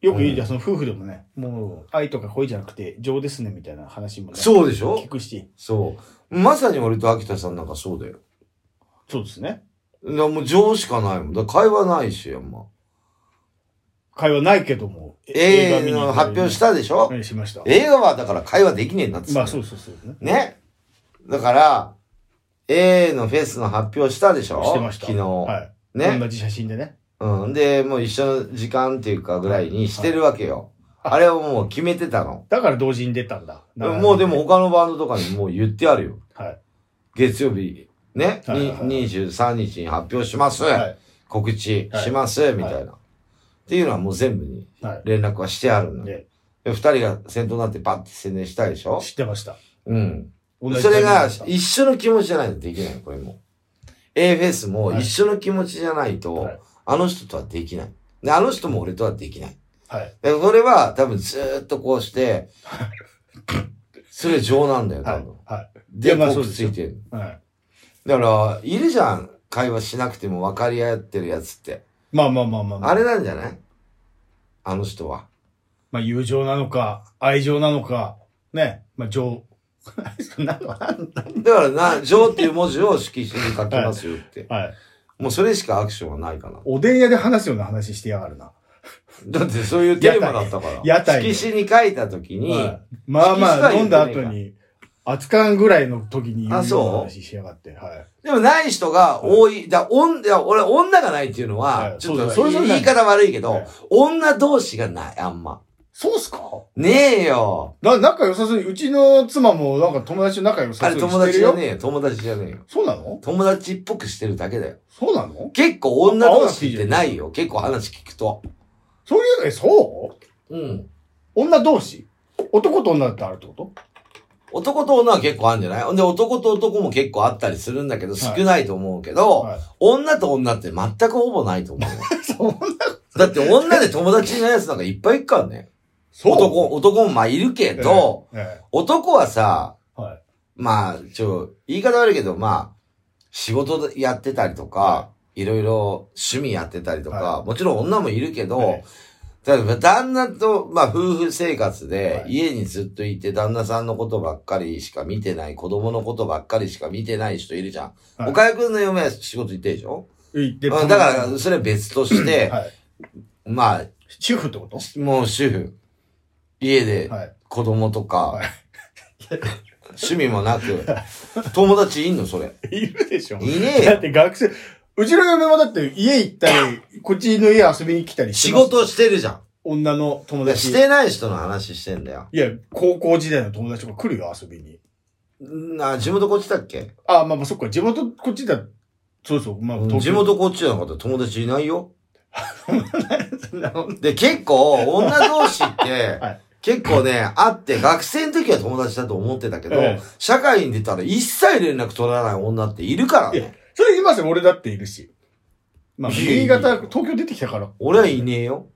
[SPEAKER 2] よく言うじゃん、その夫婦でもね、もう愛とか恋じゃなくて情ですねみたいな話もね、
[SPEAKER 1] そうでしょ
[SPEAKER 2] 聞くし、
[SPEAKER 1] そう。まさに俺と秋田さんなんかそうだよ。
[SPEAKER 2] そうですね。
[SPEAKER 1] だからもう情しかないもん。だから会話ないし、あんま。
[SPEAKER 2] 会話ないけども、
[SPEAKER 1] ええ発表したたでしょ、
[SPEAKER 2] しました。
[SPEAKER 1] 映画はだから会話できねえんだって。
[SPEAKER 2] まあそうそうそう、ね。
[SPEAKER 1] ね。だから、A のフェスの発表したでしょ
[SPEAKER 2] してました。
[SPEAKER 1] 昨日。
[SPEAKER 2] はい。
[SPEAKER 1] ね。
[SPEAKER 2] 同じ写真でね。
[SPEAKER 1] うん。で、もう一緒の時間っていうかぐらいにしてるわけよ。
[SPEAKER 2] はい
[SPEAKER 1] あれはもう決めてたの。
[SPEAKER 2] だから同時に出たんだ。
[SPEAKER 1] もうでも、他のバンドとかにもう言ってあるよ。
[SPEAKER 2] はい。
[SPEAKER 1] 月曜日、ね。
[SPEAKER 2] はいはいはい
[SPEAKER 1] に23日に発表します。
[SPEAKER 2] はい。
[SPEAKER 1] 告知します。みたいな、っていうのはもう全部に
[SPEAKER 2] はい。
[SPEAKER 1] 連絡はしてあるの。で、
[SPEAKER 2] で、
[SPEAKER 1] 二人が先頭になってバッて宣伝したでしょ
[SPEAKER 2] 知ってました。
[SPEAKER 1] うん。
[SPEAKER 2] 同じ
[SPEAKER 1] そ
[SPEAKER 2] タ
[SPEAKER 1] れ
[SPEAKER 2] イミングだ
[SPEAKER 1] が
[SPEAKER 2] った
[SPEAKER 1] 一緒の気持ちじゃないとできないの、これも。A フェスも一緒の気持ちじゃないと、
[SPEAKER 2] はい
[SPEAKER 1] あの人とはできない。で、あの人も俺とはできない。
[SPEAKER 2] はい。
[SPEAKER 1] でそれは多分ずーっとこうして、それ情なんだよ、多
[SPEAKER 2] はい
[SPEAKER 1] 分。。
[SPEAKER 2] は
[SPEAKER 1] で、
[SPEAKER 2] いやまあ
[SPEAKER 1] こ
[SPEAKER 2] そう
[SPEAKER 1] くっ
[SPEAKER 2] で
[SPEAKER 1] つ
[SPEAKER 2] すよ
[SPEAKER 1] いてる。
[SPEAKER 2] い。はい。
[SPEAKER 1] だから、いるじゃん。会話しなくても分かり合ってるやつって。
[SPEAKER 2] まあまあまあまあま
[SPEAKER 1] あれなんじゃないあの人は。
[SPEAKER 2] まあ、友情なのか、愛情なのか、ね、まあ、 情。なんか
[SPEAKER 1] だからな、情っていう文字を色紙に書きますよって。
[SPEAKER 2] はい。
[SPEAKER 1] もうそれしかアクションはないかな。
[SPEAKER 2] おでん屋で話すような話してやがるな。
[SPEAKER 1] だってそういうテーマだったから。
[SPEAKER 2] 屋台で
[SPEAKER 1] 色紙に書いたときに、
[SPEAKER 2] はいまあまあ、飲んだ後
[SPEAKER 1] 色紙は
[SPEAKER 2] に、熱燗ぐらいの時に言
[SPEAKER 1] あ
[SPEAKER 2] うよう
[SPEAKER 1] そう
[SPEAKER 2] な話しやがって。はい。
[SPEAKER 1] でもない人が多い。だおんいや俺、女がないっていうのは、
[SPEAKER 2] はい
[SPEAKER 1] ちょっ
[SPEAKER 2] そう
[SPEAKER 1] と
[SPEAKER 2] だそれそれ
[SPEAKER 1] 言い方悪いけど、
[SPEAKER 2] はい
[SPEAKER 1] 女同士がない、あんま。
[SPEAKER 2] そうっすか
[SPEAKER 1] ねえよ。
[SPEAKER 2] な、仲良さそうに、うちの妻もなんか友達と仲良さ
[SPEAKER 1] あ
[SPEAKER 2] そ
[SPEAKER 1] れ
[SPEAKER 2] うに
[SPEAKER 1] 友
[SPEAKER 2] して
[SPEAKER 1] 達
[SPEAKER 2] る
[SPEAKER 1] じゃ
[SPEAKER 2] よ。
[SPEAKER 1] ねえよ。友達じゃねえよ。
[SPEAKER 2] そうなの
[SPEAKER 1] 友達っぽくしてるだけだよ。
[SPEAKER 2] そうなの
[SPEAKER 1] 結構女同士ってないよ。結構話聞くと。
[SPEAKER 2] そういう、え、そう
[SPEAKER 1] うん。
[SPEAKER 2] 女同士男と女だってあるってこと
[SPEAKER 1] 男と女は結構あるんじゃないほんで、男と男も結構あったりするんだけど、少ないと思うけど、
[SPEAKER 2] はい
[SPEAKER 1] 女と女って全くほぼないと 思うよ。
[SPEAKER 2] そん
[SPEAKER 1] だ
[SPEAKER 2] な
[SPEAKER 1] って女で友達になるやつなんかいっぱいいるからね。
[SPEAKER 2] そう
[SPEAKER 1] 男、男もまあいるけど、、
[SPEAKER 2] ええ
[SPEAKER 1] 男はさ、
[SPEAKER 2] はい
[SPEAKER 1] まあ、ちょ、言い方悪いけど、まあ、仕事でやってたりとか、、
[SPEAKER 2] はい
[SPEAKER 1] ろいろ趣味やってたりとか、
[SPEAKER 2] は
[SPEAKER 1] もちろん女もいるけど、
[SPEAKER 2] はい
[SPEAKER 1] 例えば旦那と、まあ夫婦生活で
[SPEAKER 2] は、い
[SPEAKER 1] 家にずっといて旦那さんのことばっかりしか見てない、子供のことばっかりしか見てない人いるじゃん。
[SPEAKER 2] はい
[SPEAKER 1] 岡谷くんの嫁は仕事行ってるでしょ
[SPEAKER 2] 言って
[SPEAKER 1] う
[SPEAKER 2] る
[SPEAKER 1] んだから、それは別として、
[SPEAKER 2] はい、
[SPEAKER 1] まあ、
[SPEAKER 2] 主婦ってこと
[SPEAKER 1] もう主婦。家で
[SPEAKER 2] はい。
[SPEAKER 1] 子供とか、
[SPEAKER 2] はい
[SPEAKER 1] 趣味もなく、友達いんのそれ。
[SPEAKER 2] いるでしょ
[SPEAKER 1] いねえ
[SPEAKER 2] だっ
[SPEAKER 1] よ。
[SPEAKER 2] て学生、うちの嫁もだって家行ったり、こっちの家遊びに来たり
[SPEAKER 1] 仕
[SPEAKER 2] ます
[SPEAKER 1] 事してるじゃん。
[SPEAKER 2] 女の友
[SPEAKER 1] で
[SPEAKER 2] 達。
[SPEAKER 1] してない人の話してんだよ。
[SPEAKER 2] いや、高校時代の友達とか来るよ、遊びに。
[SPEAKER 1] な、地元こっちだっけ
[SPEAKER 2] あ、まあまあ、そっか、地元、こっちだ。そうそう、まあ、東京
[SPEAKER 1] 地元こっちの方友達いないよ。
[SPEAKER 2] は
[SPEAKER 1] で、結構、女同士って、
[SPEAKER 2] はい
[SPEAKER 1] 結構ね、会って、学生の時は友達だと思ってたけど、
[SPEAKER 2] ええ
[SPEAKER 1] 社会に出たら一切連絡取らない女っているから
[SPEAKER 2] い
[SPEAKER 1] ね。
[SPEAKER 2] や、 それいますよ、俺だっているし。まあ、
[SPEAKER 1] いやいや
[SPEAKER 2] 新潟、東京出てきたから。
[SPEAKER 1] 俺はいねえよ。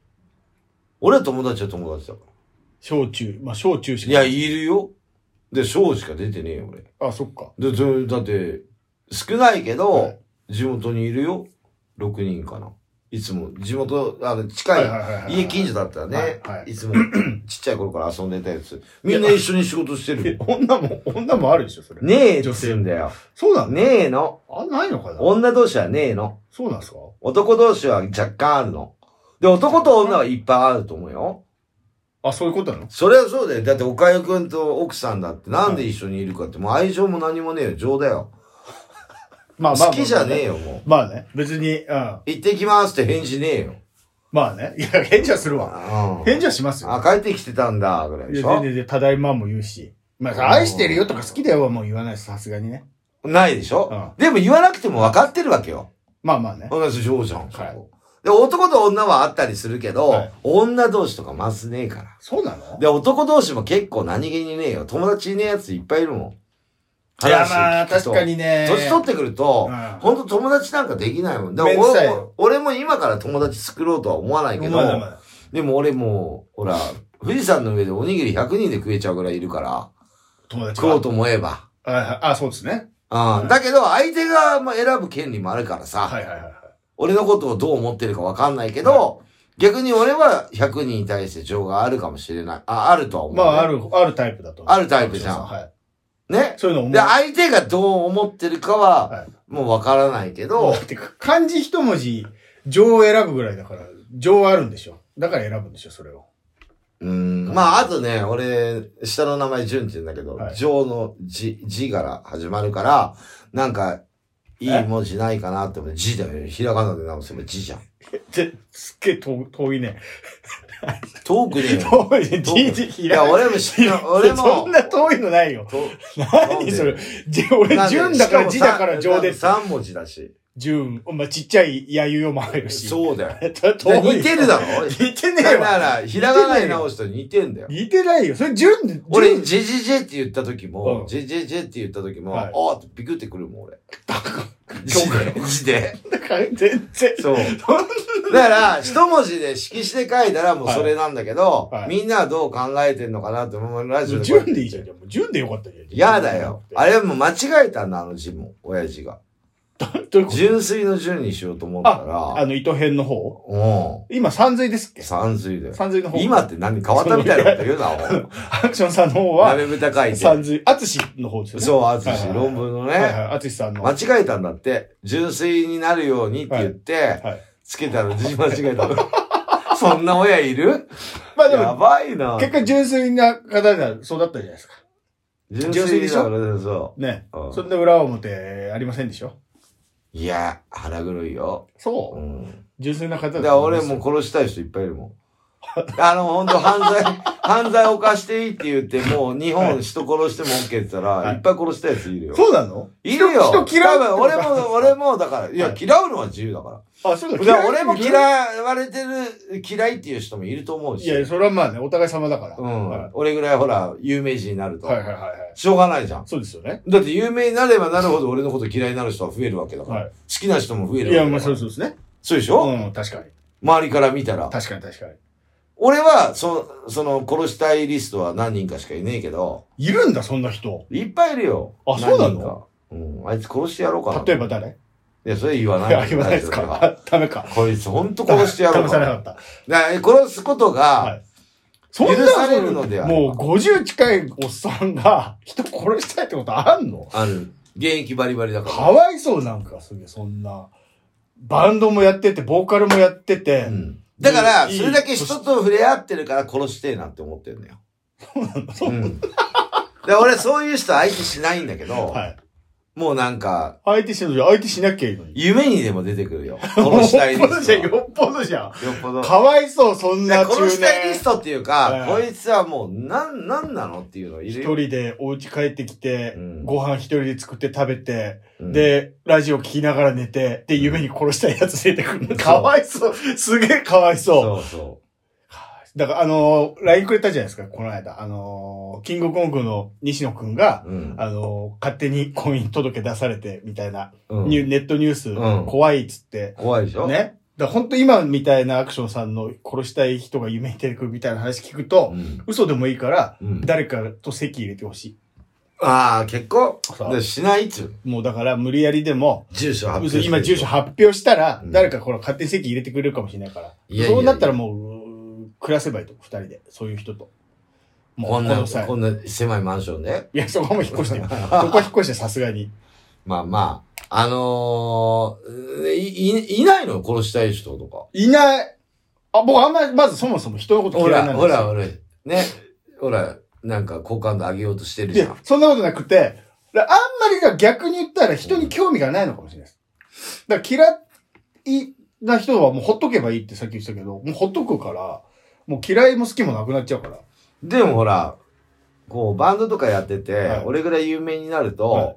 [SPEAKER 1] 俺は友達は友達だか
[SPEAKER 2] 小中、まあ、小中し
[SPEAKER 1] ら。
[SPEAKER 2] か。
[SPEAKER 1] いや、いるよ。で、小しか出てねえよ、俺。
[SPEAKER 2] あ、そっか。
[SPEAKER 1] で、でだって、少ないけど、
[SPEAKER 2] はい
[SPEAKER 1] 地元にいるよ。6人かな。いつも、地元、あの、
[SPEAKER 2] は
[SPEAKER 1] 近い、
[SPEAKER 2] いはいはい。
[SPEAKER 1] 家近所だったらね、
[SPEAKER 2] はい
[SPEAKER 1] い
[SPEAKER 2] はい
[SPEAKER 1] つも、ちっちゃい頃から遊んでたやつ。みんな一緒に仕事してる
[SPEAKER 2] え
[SPEAKER 1] よ。
[SPEAKER 2] 女も、女もあるでしょ、それ。
[SPEAKER 1] ねえって言うんだよ。
[SPEAKER 2] そうなん
[SPEAKER 1] ね
[SPEAKER 2] だ。
[SPEAKER 1] えの。
[SPEAKER 2] あ、ないのかな
[SPEAKER 1] 女同士はねえの。
[SPEAKER 2] そうなんですか
[SPEAKER 1] 男同士は若干あるの。で、男と女はいっぱいあると思うよ。
[SPEAKER 2] あ、そういうことなの
[SPEAKER 1] それはそうだよ。だって、岡谷くんと奥さんだって、なんで一緒にいるかって、もう愛情も何もねえよ。情だよ。
[SPEAKER 2] まあまあ。
[SPEAKER 1] 好きじゃねえ
[SPEAKER 2] よ。
[SPEAKER 1] よ、もう。
[SPEAKER 2] まあね。別に、うん。
[SPEAKER 1] 行ってきますって返事ねえよ。
[SPEAKER 2] まあね。いや、返事はするわ。
[SPEAKER 1] う
[SPEAKER 2] 返事はしますよ。
[SPEAKER 1] ん。あ、帰ってきてたんだ、ぐらい
[SPEAKER 2] い
[SPEAKER 1] でし
[SPEAKER 2] や、
[SPEAKER 1] ょ
[SPEAKER 2] 全然、ただいまも言うし。まあ、愛してるよとか好きだよはもう言わないです、さすがにね。
[SPEAKER 1] ないでしょ、
[SPEAKER 2] う
[SPEAKER 1] でも言わなくても分かってるわけよ。
[SPEAKER 2] まあまあね。
[SPEAKER 1] 同じ上じゃん。
[SPEAKER 2] はい
[SPEAKER 1] そこで、男と女はあったりするけど、
[SPEAKER 2] はい
[SPEAKER 1] 女同士とかまずねえから。
[SPEAKER 2] そうなの
[SPEAKER 1] で、男同士も結構何気にねえよ。友達いねえやついっぱいいるもん。
[SPEAKER 2] いや、ま
[SPEAKER 1] 話聞
[SPEAKER 2] あ、
[SPEAKER 1] く
[SPEAKER 2] 確
[SPEAKER 1] と
[SPEAKER 2] か。にね。
[SPEAKER 1] 年取ってくると、
[SPEAKER 2] うん
[SPEAKER 1] ほんと友達なんかできないもん。だから
[SPEAKER 2] めんどくさい
[SPEAKER 1] 俺も俺も今から友達作ろうとは思わないけど、
[SPEAKER 2] まあまあまあ
[SPEAKER 1] でも俺もう、ほら、富士山の上でおにぎり100人で食えちゃうぐらいいるから、
[SPEAKER 2] 友達
[SPEAKER 1] 食おう
[SPEAKER 2] は
[SPEAKER 1] と思えば。
[SPEAKER 2] はいはいあ、そうですね。
[SPEAKER 1] うん。だけど、相手がまあ選ぶ権利もあるからさ、
[SPEAKER 2] はいはいはいはい。
[SPEAKER 1] 俺のことをどう思ってるかわかんないけど、逆に俺は100人に対して情があるかもしれない。あ、あるとは思う、
[SPEAKER 2] まあ、あ。る、あるタイプだと。
[SPEAKER 1] あるタイプじゃん
[SPEAKER 2] はい。
[SPEAKER 1] ね。
[SPEAKER 2] そういうの思う。
[SPEAKER 1] で、相手がどう思ってるか
[SPEAKER 2] は、
[SPEAKER 1] はいもうわからないけど、
[SPEAKER 2] だって漢字一文字、情を選ぶぐらいだから、情あるんでしょ。だから選ぶんでしょ、それを。
[SPEAKER 1] うん。まあ、あとね、俺、下の名前、純って言うんだけど
[SPEAKER 2] は、い
[SPEAKER 1] 情、の字、字から始まるから、なんか、いい文字ないかなって思って、字だよ。ひらがなで直せば字じゃん。
[SPEAKER 2] ぜすっげえ遠遠いね。
[SPEAKER 1] 遠くねえよ。
[SPEAKER 2] 遠いね。じいじ
[SPEAKER 1] い
[SPEAKER 2] ひら
[SPEAKER 1] や、
[SPEAKER 2] がな
[SPEAKER 1] 俺も知らん、俺も。
[SPEAKER 2] そんな遠いのないよ。
[SPEAKER 1] と
[SPEAKER 2] 何それ。じ俺、純だから字だから情です。
[SPEAKER 1] 3文字だし。
[SPEAKER 2] 純。お前ちっちゃいやゆよも入る し。
[SPEAKER 1] そうだよ。
[SPEAKER 2] だ
[SPEAKER 1] だ
[SPEAKER 2] 遠
[SPEAKER 1] から
[SPEAKER 2] い。
[SPEAKER 1] 似てるだろ
[SPEAKER 2] 似てねえ
[SPEAKER 1] だ
[SPEAKER 2] わ。
[SPEAKER 1] から、ひらがなに直すと似てんだよ。
[SPEAKER 2] 似てないよ。それ純、純
[SPEAKER 1] 俺、ジェジェジェって言った時
[SPEAKER 2] う
[SPEAKER 1] も、
[SPEAKER 2] ん
[SPEAKER 1] ジェジェジェって言った時も、
[SPEAKER 2] はい
[SPEAKER 1] あーってビクってくるもん、俺。字
[SPEAKER 2] そうだ
[SPEAKER 1] で。字で。
[SPEAKER 2] だから全然。
[SPEAKER 1] そう。だから、一文字で色紙で書いたらもうそれなんだけど、
[SPEAKER 2] はいはい
[SPEAKER 1] みんなはどう考えてんのかなって思うラジオでこうやっ
[SPEAKER 2] 純
[SPEAKER 1] て
[SPEAKER 2] でいいじゃん。もう純でよかったじゃん。
[SPEAKER 1] やだよ。あ
[SPEAKER 2] れ
[SPEAKER 1] れもう間違えたんだ、あの字も、親父が。
[SPEAKER 2] どういうこと
[SPEAKER 1] 純粋の純にしようと思ったら、
[SPEAKER 2] あの、糸編の方
[SPEAKER 1] う
[SPEAKER 2] 今、三髄ですっ
[SPEAKER 1] ん。
[SPEAKER 2] け
[SPEAKER 1] 三髄だよ。
[SPEAKER 2] 三髄の方。
[SPEAKER 1] 今って何変わったみたいなこと言うな、お
[SPEAKER 2] アクションさんの方
[SPEAKER 1] 前。
[SPEAKER 2] は、
[SPEAKER 1] 鍋豚書いて。
[SPEAKER 2] 三髄、アツシの方ですよね。
[SPEAKER 1] そう、あつ
[SPEAKER 2] はい
[SPEAKER 1] し
[SPEAKER 2] は、い
[SPEAKER 1] 論文の
[SPEAKER 2] はい
[SPEAKER 1] ね。
[SPEAKER 2] はい。アツシさんの。
[SPEAKER 1] 間違えたんだって。純粋になるようにって言って
[SPEAKER 2] はいはい、
[SPEAKER 1] つけたら字間違えたの。 そんな親いる
[SPEAKER 2] まあで
[SPEAKER 1] や
[SPEAKER 2] も、
[SPEAKER 1] ばいな。
[SPEAKER 2] 結果純粋な方にはそうだったじゃないですか。
[SPEAKER 1] 純
[SPEAKER 2] 粋でしょ
[SPEAKER 1] だからそ
[SPEAKER 2] ね。
[SPEAKER 1] うん
[SPEAKER 2] そんな裏表ありませんでしょ
[SPEAKER 1] う。いや、腹黒いよ。
[SPEAKER 2] そうう。
[SPEAKER 1] ん。
[SPEAKER 2] 純粋な方
[SPEAKER 1] だ
[SPEAKER 2] だ
[SPEAKER 1] から俺もう殺したい人いっぱいいるもん。あの、ほんと犯罪、犯罪を犯していいって言って、もう日本人殺しても OK って言ったら、
[SPEAKER 2] はい
[SPEAKER 1] い、っぱい殺したやついるよ。
[SPEAKER 2] そうなの
[SPEAKER 1] いるよ。
[SPEAKER 2] 人人嫌う
[SPEAKER 1] 多分俺も、俺も、だから、いや
[SPEAKER 2] は、い
[SPEAKER 1] 嫌うのは自由だから。
[SPEAKER 2] あ、そう
[SPEAKER 1] だ
[SPEAKER 2] だ
[SPEAKER 1] から俺も嫌
[SPEAKER 2] い。
[SPEAKER 1] われてる、嫌いっていう人もいると思う
[SPEAKER 2] い
[SPEAKER 1] し。
[SPEAKER 2] や、それはまあね、お互い様だから。
[SPEAKER 1] う
[SPEAKER 2] はい
[SPEAKER 1] ん。俺ぐらいほら、有名人になると
[SPEAKER 2] は。いはいはいはい。
[SPEAKER 1] しょうがないじゃん。
[SPEAKER 2] そうですよね。
[SPEAKER 1] だって有名になればなるほど俺のこと嫌いになる人は増えるわけだから。
[SPEAKER 2] は
[SPEAKER 1] 好きな人も増え
[SPEAKER 2] い。
[SPEAKER 1] る
[SPEAKER 2] い
[SPEAKER 1] わけだ
[SPEAKER 2] や、
[SPEAKER 1] から。
[SPEAKER 2] まあそうそうですね。
[SPEAKER 1] そうでしょ、
[SPEAKER 2] うん、確かに。
[SPEAKER 1] 周りから見たら。
[SPEAKER 2] 確かに確かに。
[SPEAKER 1] 俺は、そ、その、殺したいリストは何人かしかいねえけど、
[SPEAKER 2] いるんだ、そんな人。
[SPEAKER 1] いっぱいいるよ。
[SPEAKER 2] あそう
[SPEAKER 1] 何
[SPEAKER 2] なの
[SPEAKER 1] 人かうん。あいつ殺してやろうかな。
[SPEAKER 2] 例えば誰
[SPEAKER 1] いや、それ言わないい。
[SPEAKER 2] や、 言わないです
[SPEAKER 1] 大丈夫だよ。
[SPEAKER 2] かダメか。
[SPEAKER 1] こいつほんと殺してやろう
[SPEAKER 2] 試
[SPEAKER 1] か
[SPEAKER 2] され
[SPEAKER 1] な。
[SPEAKER 2] なかった。
[SPEAKER 1] だから殺すこと
[SPEAKER 2] はい
[SPEAKER 1] が、
[SPEAKER 2] そんな
[SPEAKER 1] 許されるのであれば
[SPEAKER 2] もう50近いおっさんが人殺したいってことあんの
[SPEAKER 1] ある。現役バリバリだ
[SPEAKER 2] か
[SPEAKER 1] か
[SPEAKER 2] わいそうなんか、すげえ、そんな。バンドもやってて、ボーカルもやってて。
[SPEAKER 1] ら。うん。だから、
[SPEAKER 2] いい
[SPEAKER 1] それだけ人と触れ合ってるから殺してえなって思ってるのよ。そうなのうん。だから俺そういう人相手しないんだけど、
[SPEAKER 2] はい。
[SPEAKER 1] もうなんか、
[SPEAKER 2] 相手しなきゃ、相手しなきゃいいのに。
[SPEAKER 1] 夢にでも出てくるよ。殺したいリ
[SPEAKER 2] よ
[SPEAKER 1] ス
[SPEAKER 2] っ
[SPEAKER 1] ト
[SPEAKER 2] ぽど
[SPEAKER 1] は。
[SPEAKER 2] じゃん、よっぽどじゃ
[SPEAKER 1] よっぽ
[SPEAKER 2] ん。
[SPEAKER 1] ど。
[SPEAKER 2] かわいそう、そんな中年。
[SPEAKER 1] 殺したいリストっていうか、
[SPEAKER 2] はい
[SPEAKER 1] こいつはもう、なん、なんなのっていうのい
[SPEAKER 2] 一
[SPEAKER 1] るよ。
[SPEAKER 2] 人でお家帰ってきて、
[SPEAKER 1] うん
[SPEAKER 2] ご飯一人で作って食べて、
[SPEAKER 1] うん、
[SPEAKER 2] で、ラジオ聞きながら寝て、で、夢に殺したいやつ出てくるの。かわいそう。すげえかわいそ
[SPEAKER 1] そう
[SPEAKER 2] う。
[SPEAKER 1] そ
[SPEAKER 2] だから、あのー、LINE くれたじゃないですか、この間。あのー、キングコングの西野くんが、
[SPEAKER 1] う。うん。
[SPEAKER 2] あのー、勝手に婚姻届出されて、みたいな、
[SPEAKER 1] うん
[SPEAKER 2] ニュネットニュース、
[SPEAKER 1] うん
[SPEAKER 2] 怖いっつって、
[SPEAKER 1] 怖いでしょ。
[SPEAKER 2] ね。だ本当今みたいなアクションさんの殺したい人が夢に出てくるみたいな話聞くと、
[SPEAKER 1] うん。
[SPEAKER 2] 嘘でもいいから、
[SPEAKER 1] うん、
[SPEAKER 2] 誰かと席入れてほし
[SPEAKER 1] ああ、結婚
[SPEAKER 2] そう
[SPEAKER 1] でしないっつう
[SPEAKER 2] い。もうだから、無理やりでも、
[SPEAKER 1] 住所発
[SPEAKER 2] 嘘
[SPEAKER 1] 表
[SPEAKER 2] 今住所
[SPEAKER 1] 発
[SPEAKER 2] 発表したら、
[SPEAKER 1] うん
[SPEAKER 2] 誰かこの勝手に席入れてくれるかもしれないから。
[SPEAKER 1] いやいやいや
[SPEAKER 2] そうなったらもううー、暮らせばいいと、二人で。そういう人と。もう
[SPEAKER 1] こんな、
[SPEAKER 2] の際
[SPEAKER 1] こんな狭いマンションで。
[SPEAKER 2] いや、そこも引っ越 してよ。そこは引っ越してさすがに。
[SPEAKER 1] まあまあ、あのー、い、いいないの殺したい人とか。
[SPEAKER 2] いない。あ、僕あんまり、まずそもそも人のこと
[SPEAKER 1] ほ
[SPEAKER 2] 嫌いなん
[SPEAKER 1] ら、
[SPEAKER 2] ですよ。
[SPEAKER 1] ほら、ほら、ね。ほら、なんか好感度上げようとしてるじ
[SPEAKER 2] で
[SPEAKER 1] ゃん。、
[SPEAKER 2] そんなことなくて、だあんまりが逆に言ったら人に興味がないのかもしれないです。だから嫌いな人はもうほっとけばいいってさっき言ってたけど、もうほっとくから、もう嫌いも好きもなくなっちゃうから。
[SPEAKER 1] でもほら、こう、バンドとかやってて、
[SPEAKER 2] はい
[SPEAKER 1] 俺ぐらい有名になると、、
[SPEAKER 2] は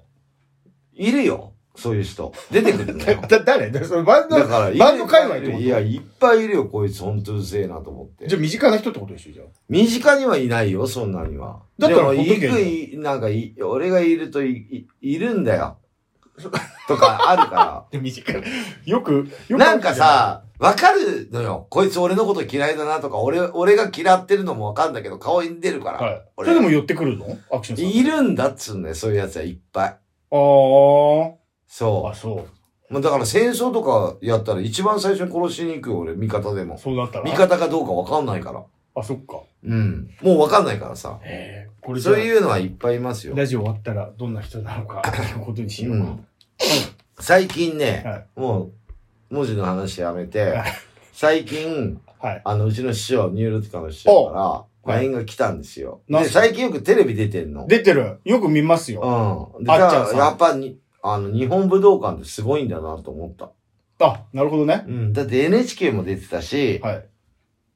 [SPEAKER 2] い。
[SPEAKER 1] るよ、そういう人。出てくるんだよ
[SPEAKER 2] だ、誰だそのバンド、
[SPEAKER 1] だから、
[SPEAKER 2] バンド界隈ってこと
[SPEAKER 1] いや、いっぱいいるよ、こいつ、ほんとうるせえなと思って
[SPEAKER 2] じゃ。あ身近な人ってことでしょ、じゃあ。
[SPEAKER 1] 身近にはいないよ、そんなには。
[SPEAKER 2] だったらほっとけ
[SPEAKER 1] でも、いく、いなんかい、俺がいるとい、い、いるんだよ。 とか、あるか
[SPEAKER 2] で、身近な。よく、よくあるじゃ
[SPEAKER 1] ら。なんか、さ、わかるのよ。こいつ俺のこと嫌いだなとか、俺、俺が嫌ってるのもわかるんだけど、顔に出るから。
[SPEAKER 2] はい。そ
[SPEAKER 1] 俺
[SPEAKER 2] れでも寄ってくるのアクションさん。
[SPEAKER 1] いるんだっつうんだよ、そういうやつはいっぱい。
[SPEAKER 2] あ
[SPEAKER 1] そう
[SPEAKER 2] あ。。あ、そう。
[SPEAKER 1] もうだから戦争とかやったら一番最初に殺しに行くよ、俺、味方でも。
[SPEAKER 2] そうだったら。
[SPEAKER 1] 味方かどうかわかんないから。
[SPEAKER 2] あ、そっか。
[SPEAKER 1] うん。もうわかんないからさ。
[SPEAKER 2] へえ。これじゃ
[SPEAKER 1] そ
[SPEAKER 2] あ
[SPEAKER 1] ういうのはいっぱいいますよ。
[SPEAKER 2] ラジオ終わったらどんな人な のか、いうことにしよう
[SPEAKER 1] う
[SPEAKER 2] か
[SPEAKER 1] ん。最近ね、
[SPEAKER 2] はい
[SPEAKER 1] もう、文字の話やめて
[SPEAKER 2] はい、
[SPEAKER 1] 最近、
[SPEAKER 2] はい。
[SPEAKER 1] あの、うちの師匠、ニューロティカの師匠
[SPEAKER 2] お
[SPEAKER 1] から、LINE が来たんですよ。
[SPEAKER 2] なん
[SPEAKER 1] です
[SPEAKER 2] か
[SPEAKER 1] 最近よくテレビ出てんの。
[SPEAKER 2] 出てる。よく見ますよ。
[SPEAKER 1] うん。で
[SPEAKER 2] あっちゃん
[SPEAKER 1] さ
[SPEAKER 2] さん
[SPEAKER 1] やっぱに、あの、日本武道館ってすごいんだなと思った。
[SPEAKER 2] あ、なるほどね。
[SPEAKER 1] うん。だって NHK も出てたし、
[SPEAKER 2] はい。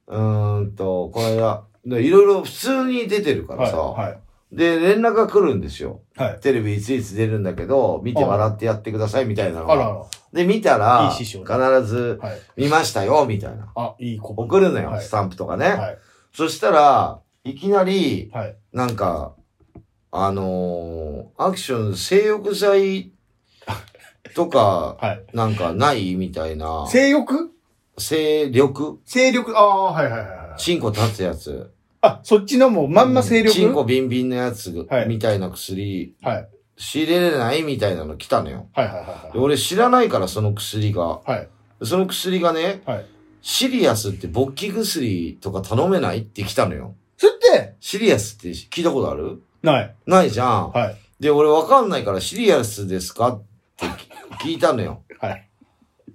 [SPEAKER 1] うーんと、この間、でいろいろ普通に出てるから
[SPEAKER 2] はい。
[SPEAKER 1] さ、
[SPEAKER 2] は
[SPEAKER 1] で、連絡が来るんですよ。
[SPEAKER 2] い。はい。
[SPEAKER 1] テレビいついつ出るんだけど、見て笑ってやってくださいみたいなの
[SPEAKER 2] あらあ
[SPEAKER 1] が。
[SPEAKER 2] ら。
[SPEAKER 1] で、見たら、
[SPEAKER 2] いい師
[SPEAKER 1] 必
[SPEAKER 2] 匠
[SPEAKER 1] ず
[SPEAKER 2] はい。
[SPEAKER 1] 見ましたよ、みたいな。
[SPEAKER 2] あ、いい子。
[SPEAKER 1] 送るのよ、
[SPEAKER 2] はい
[SPEAKER 1] スタンプとかね。
[SPEAKER 2] はい。
[SPEAKER 1] そしたら、いきなり、
[SPEAKER 2] はい。
[SPEAKER 1] なんか、あのーアクション、性欲剤とか、
[SPEAKER 2] はい。
[SPEAKER 1] なんかないみたい な。
[SPEAKER 2] 性欲
[SPEAKER 1] 性力
[SPEAKER 2] 性力。ああ、はいはいはいはい。
[SPEAKER 1] チンコ立つやつ。
[SPEAKER 2] あ、そっちのもうまんま性力。
[SPEAKER 1] チンコビンビンのやつ
[SPEAKER 2] はい
[SPEAKER 1] みたいな薬、
[SPEAKER 2] はい。はい
[SPEAKER 1] 仕入れれないみたいなの来たのよ。
[SPEAKER 2] はいはい
[SPEAKER 1] で俺知らないから、その薬が。
[SPEAKER 2] はい。はい。
[SPEAKER 1] その薬がね、
[SPEAKER 2] はい。
[SPEAKER 1] シリアスって勃起薬とか頼めないって来たのよ。
[SPEAKER 2] それって、
[SPEAKER 1] シリアスって聞いたことある
[SPEAKER 2] ない。
[SPEAKER 1] ないじゃん。
[SPEAKER 2] はい。
[SPEAKER 1] で、俺わかんないから、シリアスですかってき聞いたのよ。
[SPEAKER 2] はい。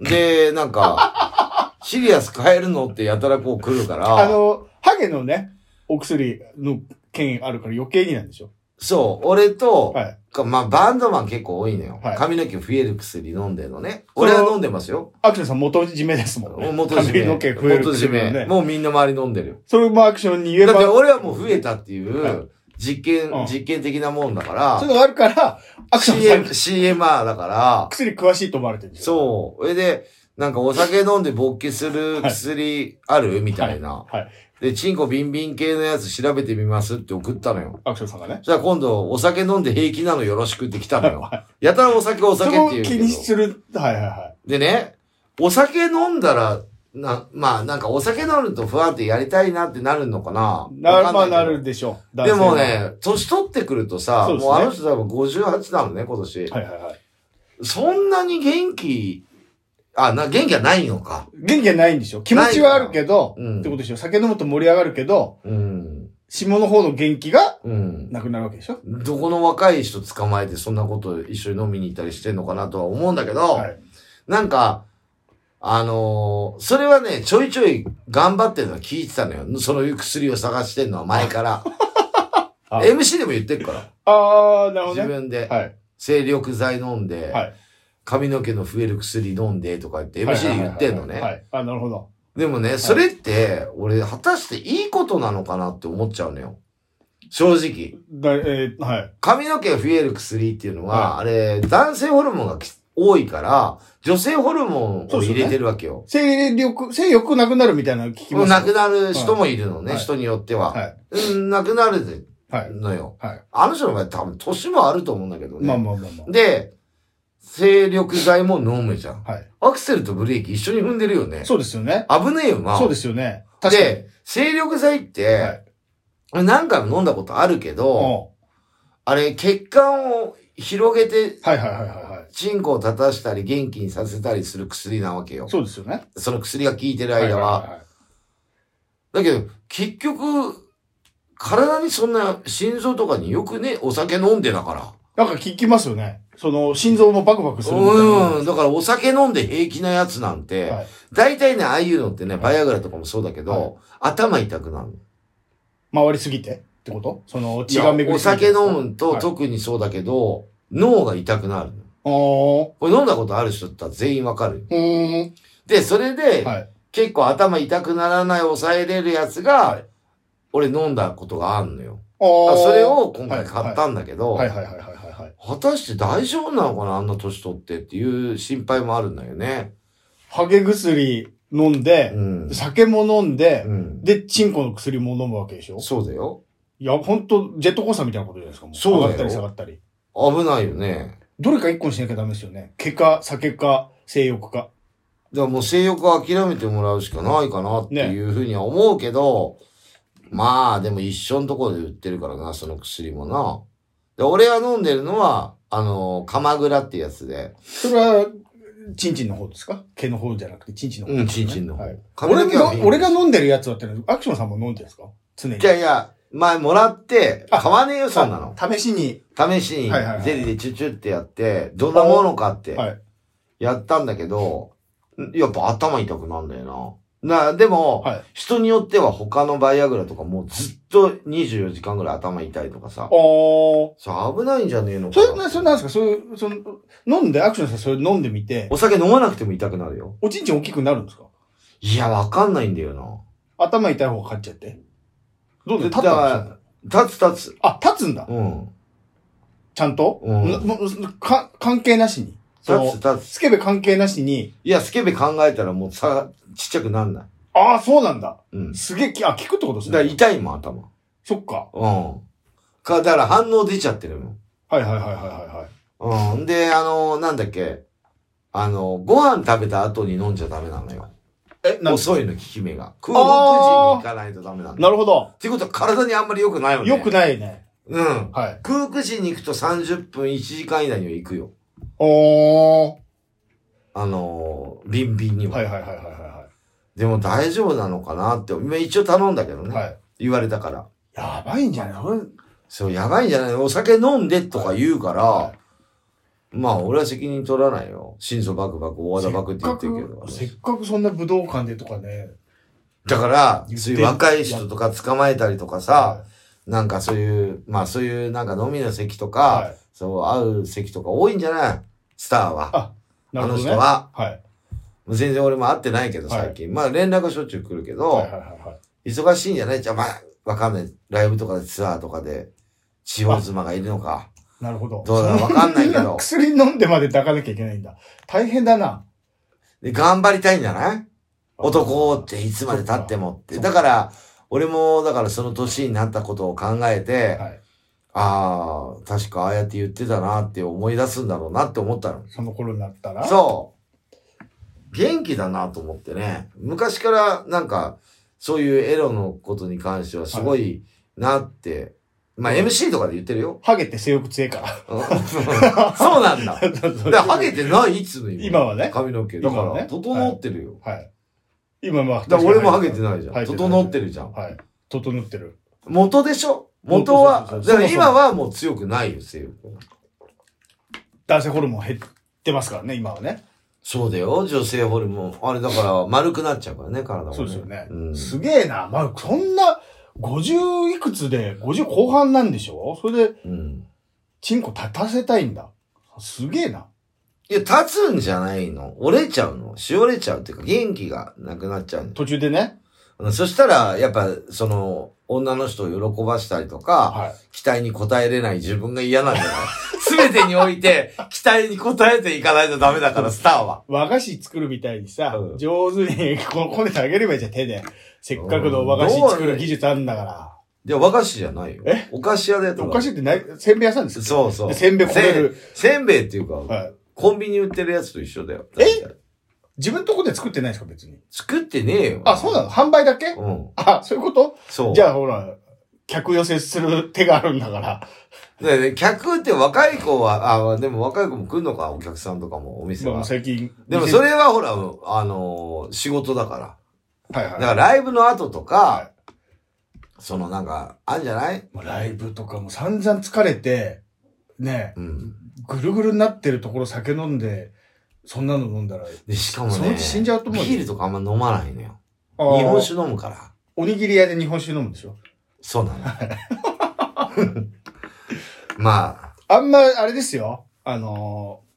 [SPEAKER 1] で、なんか、シリアス買えるのってやたらこう来るから、
[SPEAKER 2] あの、ハゲのね、お薬の件あるから余計になんでしょ
[SPEAKER 1] そう、俺と、
[SPEAKER 2] はい。
[SPEAKER 1] かまあ、バンドマン結構多いのよ。
[SPEAKER 2] はい
[SPEAKER 1] 髪の毛増える薬飲んでるのね。
[SPEAKER 2] それ
[SPEAKER 1] 俺
[SPEAKER 2] は
[SPEAKER 1] は飲んでますよ。
[SPEAKER 2] アクションさん元締めですもんね。
[SPEAKER 1] 元締め。
[SPEAKER 2] 髪の毛増える
[SPEAKER 1] 元締め。
[SPEAKER 2] ね。
[SPEAKER 1] もうみんな周り飲んでるよ。
[SPEAKER 2] それもアクションに言え
[SPEAKER 1] だ
[SPEAKER 2] ば
[SPEAKER 1] っ、て俺はもう増えたってい
[SPEAKER 2] は
[SPEAKER 1] う、実験、
[SPEAKER 2] うん
[SPEAKER 1] 実験的なもんだか
[SPEAKER 2] そ
[SPEAKER 1] ら、
[SPEAKER 2] ういうのがあるから、アクションさん
[SPEAKER 1] CM、CMR だから、
[SPEAKER 2] 薬詳しいと思われてるんですよ。
[SPEAKER 1] そう。それで、なんかお酒飲んで勃起する薬あるみたいな。
[SPEAKER 2] はい。
[SPEAKER 1] で、チンコビンビン系のやつ調べてみますって送ったのよ。
[SPEAKER 2] アクションさんがね。
[SPEAKER 1] じゃあ今度、お酒飲んで平気なのよろしくって来たのよ。やたらお酒お
[SPEAKER 2] そ
[SPEAKER 1] 酒
[SPEAKER 2] こを
[SPEAKER 1] って
[SPEAKER 2] 気
[SPEAKER 1] 言うけ
[SPEAKER 2] にす
[SPEAKER 1] ど。
[SPEAKER 2] る。はいはいは。
[SPEAKER 1] でね、お酒飲んだら、な、まあなんかお酒飲むと不安定やりたいなってなるのかない
[SPEAKER 2] な
[SPEAKER 1] わ
[SPEAKER 2] る、
[SPEAKER 1] かん
[SPEAKER 2] ま
[SPEAKER 1] な
[SPEAKER 2] あ
[SPEAKER 1] いけど
[SPEAKER 2] なるでしょう。男
[SPEAKER 1] で
[SPEAKER 2] 性は
[SPEAKER 1] も。ね、年取ってくるとさ、
[SPEAKER 2] そうですね
[SPEAKER 1] もうあの人多分58なのね、今年。
[SPEAKER 2] はいはいはい。
[SPEAKER 1] そんなに元気、あ、な、元気はないのか。
[SPEAKER 2] 元気はないんでしょ気持ちはあるけど、
[SPEAKER 1] ないからうん
[SPEAKER 2] ってことでしょ酒飲むと盛り上がるけど、
[SPEAKER 1] うん。
[SPEAKER 2] 下の方の元気が
[SPEAKER 1] うん。
[SPEAKER 2] なくなるわけでしょ
[SPEAKER 1] どこの若い人捕まえてそんなこと一緒に飲みに行ったりしてんのかなとは思うんだけど、
[SPEAKER 2] はい。
[SPEAKER 1] なんか、あのーそれはね、ちょいちょい頑張ってるのは聞いてたのよ。その薬を探してんのは前から。
[SPEAKER 2] あ
[SPEAKER 1] MC でも言ってるから。
[SPEAKER 2] あー、なるほ
[SPEAKER 1] 自
[SPEAKER 2] どね。
[SPEAKER 1] 分で、
[SPEAKER 2] はい。
[SPEAKER 1] 精力剤飲んで、
[SPEAKER 2] はい
[SPEAKER 1] 髪の毛の増える薬飲んでとか言って、MC で言ってんの
[SPEAKER 2] はいはいはいは
[SPEAKER 1] ね。
[SPEAKER 2] い。あ、なるほど。
[SPEAKER 1] でもね、それって、俺、果たしていいことなのかなって思っちゃうのよ。正直。
[SPEAKER 2] だえーはい。
[SPEAKER 1] 髪の毛が増える薬っていうのは、
[SPEAKER 2] は
[SPEAKER 1] あれ、男性ホルモンがき多いから、女性ホルモンを入れてるわけよ。
[SPEAKER 2] 性力、性欲なくなるみたいなの聞き
[SPEAKER 1] もう
[SPEAKER 2] ます
[SPEAKER 1] 亡くなる人もいるのね、
[SPEAKER 2] はい
[SPEAKER 1] 人によっては。
[SPEAKER 2] はい。
[SPEAKER 1] うん、亡くなる
[SPEAKER 2] はい。
[SPEAKER 1] のよ。
[SPEAKER 2] はい
[SPEAKER 1] あの人の場合多分年もあると思うんだけどね。
[SPEAKER 2] まあまあまあま
[SPEAKER 1] で、精力剤も飲むじゃん。
[SPEAKER 2] あ。はい。
[SPEAKER 1] アクセルとブレーキ一緒に踏んでるよね。
[SPEAKER 2] そうですよね。
[SPEAKER 1] 危ねえよな。
[SPEAKER 2] そうですよね。確かに。
[SPEAKER 1] で、精力剤って、
[SPEAKER 2] はい
[SPEAKER 1] 俺何回も飲んだことあるけ
[SPEAKER 2] うん
[SPEAKER 1] ど、
[SPEAKER 2] は
[SPEAKER 1] あれ、血管を広げて、
[SPEAKER 2] いはいはいはいはい。
[SPEAKER 1] チンコを立たしたり元気にさせたりする薬なわけよ。
[SPEAKER 2] そうですよね。
[SPEAKER 1] その薬が効いてる間は。
[SPEAKER 2] いいい
[SPEAKER 1] だけど、結局、体にそんな心臓とかによくね、お酒飲んでだから。
[SPEAKER 2] なんか聞きますよね。その、心臓もバクバクするみたいな。
[SPEAKER 1] うん。だからお酒飲んで平気なやつなんて、
[SPEAKER 2] はい
[SPEAKER 1] 大体ね、ああいうのってね、バイアグラとかもそうだけど、
[SPEAKER 2] はい
[SPEAKER 1] 頭痛くなるの。
[SPEAKER 2] 回りすぎてってことその、血が巡
[SPEAKER 1] いや
[SPEAKER 2] り
[SPEAKER 1] お
[SPEAKER 2] すぎ
[SPEAKER 1] 酒
[SPEAKER 2] て。
[SPEAKER 1] 飲むと、
[SPEAKER 2] はい
[SPEAKER 1] 特にそうだけど、脳が痛くなるの。
[SPEAKER 2] お
[SPEAKER 1] これ飲んだことある人だったら全員わかるよ。
[SPEAKER 2] ー。う
[SPEAKER 1] で、それで、
[SPEAKER 2] ーん。はい。
[SPEAKER 1] 結構頭痛くならない、抑えれるやつが、
[SPEAKER 2] はい
[SPEAKER 1] 俺飲んだことがあるのよ。
[SPEAKER 2] お
[SPEAKER 1] あ
[SPEAKER 2] ー。
[SPEAKER 1] それ、を今回買ったんだけど、
[SPEAKER 2] はいはいはいはいはいはい。
[SPEAKER 1] 果たして大丈夫なのかなあんな年取ってっていう心配もあるんだよね。
[SPEAKER 2] ハゲ薬飲ん
[SPEAKER 1] う
[SPEAKER 2] で、
[SPEAKER 1] ん。
[SPEAKER 2] 酒も飲んで
[SPEAKER 1] う、ん。
[SPEAKER 2] で、チンコの薬も飲むわけでしょ
[SPEAKER 1] そうだよ。
[SPEAKER 2] いや、ほんと、ジェットコースターみたいなことじゃないですか。も
[SPEAKER 1] そうだよ
[SPEAKER 2] 上がったり下がったり。
[SPEAKER 1] 危ないよね。
[SPEAKER 2] どれか一個にしなきゃダメですよね。毛か、酒か、性欲か。
[SPEAKER 1] だからもう性欲を諦めてもらうしかないかなっていうふうには思うけど、まあでも一緒のところで売ってるからな、その薬もな。で俺が飲んでるのは、あの、鎌倉ってやつで、
[SPEAKER 2] それは、チンチンの方ですか毛の方じゃなくて、チンチンの方、
[SPEAKER 1] うん、ちんちんの方。
[SPEAKER 2] はい
[SPEAKER 1] 髪の
[SPEAKER 2] 俺
[SPEAKER 1] 毛は
[SPEAKER 2] が、俺が飲んでるやつはってのは、アクションさんも飲んでるんですか常に。
[SPEAKER 1] いやいや、前もらって、
[SPEAKER 2] あ
[SPEAKER 1] 買わねえよ、そんなの。
[SPEAKER 2] 試しに。
[SPEAKER 1] 試しに
[SPEAKER 2] はいはいはい
[SPEAKER 1] ゼリーでチュチュってやって、どんなものかって
[SPEAKER 2] はい、
[SPEAKER 1] やったんだけど、やっぱ頭痛くなんだよな。な、でも、
[SPEAKER 2] はい
[SPEAKER 1] 人によっては他のバイアグラとかもうずっと24時間ぐらい頭痛いとかさ、
[SPEAKER 2] おー。
[SPEAKER 1] そう危ないんじゃねえの
[SPEAKER 2] そ
[SPEAKER 1] か
[SPEAKER 2] れ、
[SPEAKER 1] な
[SPEAKER 2] な、それなんですかそういう、その、飲んで、アクションさんそれ飲んでみて、
[SPEAKER 1] お酒飲まなくても痛くなるよ。
[SPEAKER 2] おちんちん大きくなるんですか
[SPEAKER 1] いや、わかんないんだよ
[SPEAKER 2] 頭痛い方が勝っちゃって。どう
[SPEAKER 1] な。
[SPEAKER 2] で立ったんですか
[SPEAKER 1] だ立つ立つ。
[SPEAKER 2] あ、立つんだ。
[SPEAKER 1] うん。
[SPEAKER 2] ちゃんと、
[SPEAKER 1] うん
[SPEAKER 2] なもうか関係なしに。その
[SPEAKER 1] 立つ、立つ。
[SPEAKER 2] スケベ関係なしに、
[SPEAKER 1] いや、スケベ考えたらもうさ、ちっちゃくなんない。
[SPEAKER 2] ああ、そうなんだ。
[SPEAKER 1] うん。
[SPEAKER 2] すげえき、あ、聞くってことです
[SPEAKER 1] だから
[SPEAKER 2] ね。
[SPEAKER 1] 痛いもん、頭。
[SPEAKER 2] そっか。
[SPEAKER 1] うん。か、だから反応出ちゃってるの。
[SPEAKER 2] はいはいはいはいはいはい。
[SPEAKER 1] うん。で、あの、なんだっけ。あの、ご飯食べた後に飲んじゃダメなのよ。
[SPEAKER 2] え、なん
[SPEAKER 1] 遅いの、効き目が。空腹時に行かないとダメなの。
[SPEAKER 2] なるほど。
[SPEAKER 1] っていうことは体にあんまり良くないよね。
[SPEAKER 2] よくないね。
[SPEAKER 1] うん。
[SPEAKER 2] はい。
[SPEAKER 1] 空腹時に行くと30分、1時間以内には行くよ。
[SPEAKER 2] おー。
[SPEAKER 1] あのー、ビンビンには。
[SPEAKER 2] はいはいはいはいは
[SPEAKER 1] でも大丈夫なのかなって、今一応頼んだけど
[SPEAKER 2] い。
[SPEAKER 1] ね。
[SPEAKER 2] はい。
[SPEAKER 1] 言われたから。
[SPEAKER 2] やばいんじゃないそれ
[SPEAKER 1] そう、やばいんじゃないお酒飲んでとか言うから、
[SPEAKER 2] は
[SPEAKER 1] まあ、俺は責任取らないよ。心臓バクバク、大和田バクって言ってるけど。
[SPEAKER 2] せっかくせっかくそんな武道館でとかね。
[SPEAKER 1] だから、
[SPEAKER 2] 言って
[SPEAKER 1] そういう若い人とか捕まえたりとかさ、
[SPEAKER 2] は
[SPEAKER 1] なんかそういう、まあそういうなんか飲みの席とか、
[SPEAKER 2] はい
[SPEAKER 1] そう、会う席とか多いんじゃないスターは。
[SPEAKER 2] あな
[SPEAKER 1] あ
[SPEAKER 2] る
[SPEAKER 1] の
[SPEAKER 2] ほど
[SPEAKER 1] 人
[SPEAKER 2] ね。
[SPEAKER 1] は。
[SPEAKER 2] はい。
[SPEAKER 1] 全然俺も会ってないけど、
[SPEAKER 2] はい
[SPEAKER 1] 最近。まあ連絡はしょっちゅう来るけど、
[SPEAKER 2] はいはいはいはい。
[SPEAKER 1] 忙しいんじゃないじゃあまあ、わかんない。ライブとかでツアーとかで、地方妻がいるのか。
[SPEAKER 2] なるほど。
[SPEAKER 1] どうだろうわかんないけど
[SPEAKER 2] そ薬飲んでまで抱かなきゃいけないんだ。大変だな。
[SPEAKER 1] で、頑張りたいんじゃない男っていつまで経ってもって。
[SPEAKER 2] そっか
[SPEAKER 1] だから、俺も、だからその年になったことを考えて、
[SPEAKER 2] はい。
[SPEAKER 1] ああ、確かああやって言ってたなって思い出すんだろうなって思ったの。
[SPEAKER 2] その頃になったら。
[SPEAKER 1] そう。元気だなと思ってね。昔からなんか、そういうエロのことに関してはすごいなって。まあ MC とかで言ってるよ。
[SPEAKER 2] ハゲって性欲強いから。
[SPEAKER 1] うんそうなんだ。 だからハゲてないいつの
[SPEAKER 2] 今はね
[SPEAKER 1] 髪の毛。だか
[SPEAKER 2] 今は
[SPEAKER 1] ら、
[SPEAKER 2] ね
[SPEAKER 1] 整ってるよ。
[SPEAKER 2] はい。今まあ。
[SPEAKER 1] だから俺もハゲてないじゃ
[SPEAKER 2] 生え
[SPEAKER 1] ん。
[SPEAKER 2] てる
[SPEAKER 1] 整ってるじゃん。
[SPEAKER 2] はい。整ってる。
[SPEAKER 1] 元でしょ元は、
[SPEAKER 2] 元そうそ
[SPEAKER 1] だ
[SPEAKER 2] うそう
[SPEAKER 1] から今はもう強くないよ、性欲。
[SPEAKER 2] 男性ホルモン減ってますからね、今はね。
[SPEAKER 1] そうだよ、女性ホルモン。あれだ から丸くなっちゃうからね、体も、
[SPEAKER 2] そうですよね。
[SPEAKER 1] うん。
[SPEAKER 2] すげえな。まあ、そんな、50いくつで、50後半なんでしょそれで、
[SPEAKER 1] うん。
[SPEAKER 2] チンコ立たせたいんだ。すげえな。
[SPEAKER 1] いや、立つんじゃないの。折れちゃうの。しおれちゃうっていうか、元気がなくなっちゃうの
[SPEAKER 2] 途中でね。
[SPEAKER 1] うん。そしたら、やっぱ、その、女の人を喜ばしたりとか、
[SPEAKER 2] は
[SPEAKER 1] 期待に応えれない自分が嫌なんだよ。す べてにおいて、期待に応えていかないとダメだから、スターは。
[SPEAKER 2] い。和菓子作るみたいにさ、
[SPEAKER 1] うん
[SPEAKER 2] 上手にこ、こねてあげればいいじゃん、手で。せっかくの和菓子作る技術あるんだか
[SPEAKER 1] いや、和菓子じゃないよ。
[SPEAKER 2] え
[SPEAKER 1] お菓子屋でやった
[SPEAKER 2] ら。
[SPEAKER 1] ら
[SPEAKER 2] お菓子ってない、せんべい屋さんです
[SPEAKER 1] そうそう。
[SPEAKER 2] でせんべいこねる
[SPEAKER 1] せん。せんべいっていうか、
[SPEAKER 2] はい。
[SPEAKER 1] コンビニ売ってるやつと一緒だよ。
[SPEAKER 2] え自分とこで作ってないですか、別に。
[SPEAKER 1] 作ってねえよ。
[SPEAKER 2] あ、そうなの販売だけ
[SPEAKER 1] うん。
[SPEAKER 2] あ、そういうこと
[SPEAKER 1] そう。
[SPEAKER 2] じゃあほら、客寄せする手があるんだから。
[SPEAKER 1] でね客って若い子は、あ、でも若い子も来るのか、お客さんとかも、お店
[SPEAKER 2] まあも
[SPEAKER 1] は
[SPEAKER 2] う。最近。
[SPEAKER 1] でもそれはほら、あのー仕事だか
[SPEAKER 2] はいは
[SPEAKER 1] ら。
[SPEAKER 2] い
[SPEAKER 1] だからライブの後と
[SPEAKER 2] は
[SPEAKER 1] か、そのなんか、あんじゃない
[SPEAKER 2] もうライブとかも散々疲れて、ね、
[SPEAKER 1] うん。
[SPEAKER 2] ぐるぐるになってるところ酒飲んで、そんなの飲んだら、
[SPEAKER 1] で、しかも
[SPEAKER 2] そのう
[SPEAKER 1] ね、
[SPEAKER 2] ち死んじゃうと思うよ
[SPEAKER 1] ビールとかあんま飲まないのよ。
[SPEAKER 2] あー
[SPEAKER 1] 日本酒飲むから。
[SPEAKER 2] おにぎり屋で日本酒飲むでしょ
[SPEAKER 1] そうなの。 まあ、
[SPEAKER 2] あんま、あれですよ。あのー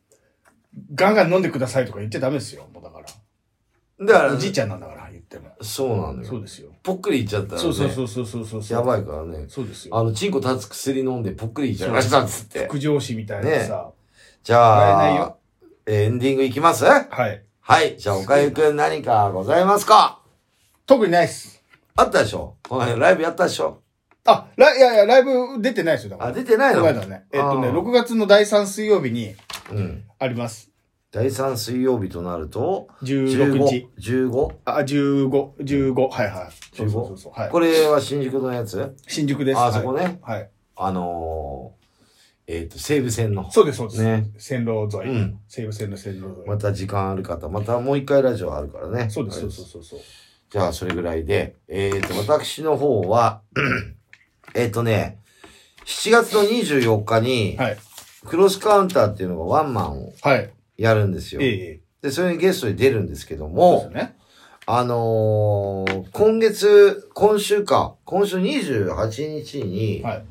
[SPEAKER 2] ガンガン飲んでくださいとか言っちゃダメですよ。もうだから。
[SPEAKER 1] だから、
[SPEAKER 2] おじいちゃんなんだから、言っても。
[SPEAKER 1] そうなの
[SPEAKER 2] そ
[SPEAKER 1] よ
[SPEAKER 2] う。ですよ。
[SPEAKER 1] ぽっくりいっちゃったら、ね。
[SPEAKER 2] そうそうそうそうそうそう。
[SPEAKER 1] やば
[SPEAKER 2] い。
[SPEAKER 1] いからね。
[SPEAKER 2] そうですよ。
[SPEAKER 1] あの、チンコ立つ薬飲んでぽっくりいっちゃいま したっつって。
[SPEAKER 2] 副上司みたいなさ。
[SPEAKER 1] じゃ
[SPEAKER 2] もらえない
[SPEAKER 1] あ
[SPEAKER 2] よ、
[SPEAKER 1] エンディングいきます
[SPEAKER 2] はい。
[SPEAKER 1] はい。じゃあ、おかゆくん何かございますか
[SPEAKER 2] 特にないっす。
[SPEAKER 1] あったでしょこの辺ライブやったでしょ
[SPEAKER 2] あ、ラいやいや、ライブ出てないですよ。だか
[SPEAKER 1] あ、
[SPEAKER 2] ら。
[SPEAKER 1] 出てない
[SPEAKER 2] こ
[SPEAKER 1] の
[SPEAKER 2] の間ね。えっとね、
[SPEAKER 1] あー
[SPEAKER 2] 6月の第3水曜日に
[SPEAKER 1] うん。
[SPEAKER 2] あります。
[SPEAKER 1] 第3水曜日となると、
[SPEAKER 2] 16日
[SPEAKER 1] 15。。15?
[SPEAKER 2] あ、15、15、はいはい。そうそうそうそう。はい。
[SPEAKER 1] これは新宿のやつ
[SPEAKER 2] 新宿です。
[SPEAKER 1] あそこね
[SPEAKER 2] はい。はい。
[SPEAKER 1] あのー、えっ、と、西武線の。
[SPEAKER 2] そうです、そうです。
[SPEAKER 1] ね
[SPEAKER 2] 線路沿い。
[SPEAKER 1] うん
[SPEAKER 2] 西武線の線路沿い。
[SPEAKER 1] また時間ある方、またもう一回ラジオあるからね。
[SPEAKER 2] そうです、そうそうそうそう。
[SPEAKER 1] じゃあ、それぐらいで。えっ、と、私の方は、 えっとね、7月の24日に、
[SPEAKER 2] はい。
[SPEAKER 1] クロスカウンターっていうのがワンマンを
[SPEAKER 2] はい。
[SPEAKER 1] やるんですよ。
[SPEAKER 2] ええ。
[SPEAKER 1] で、それにゲストに出るんですけど
[SPEAKER 2] そうで
[SPEAKER 1] も
[SPEAKER 2] す、ね。
[SPEAKER 1] あのー今月、今週か、今週28日に、
[SPEAKER 2] はい。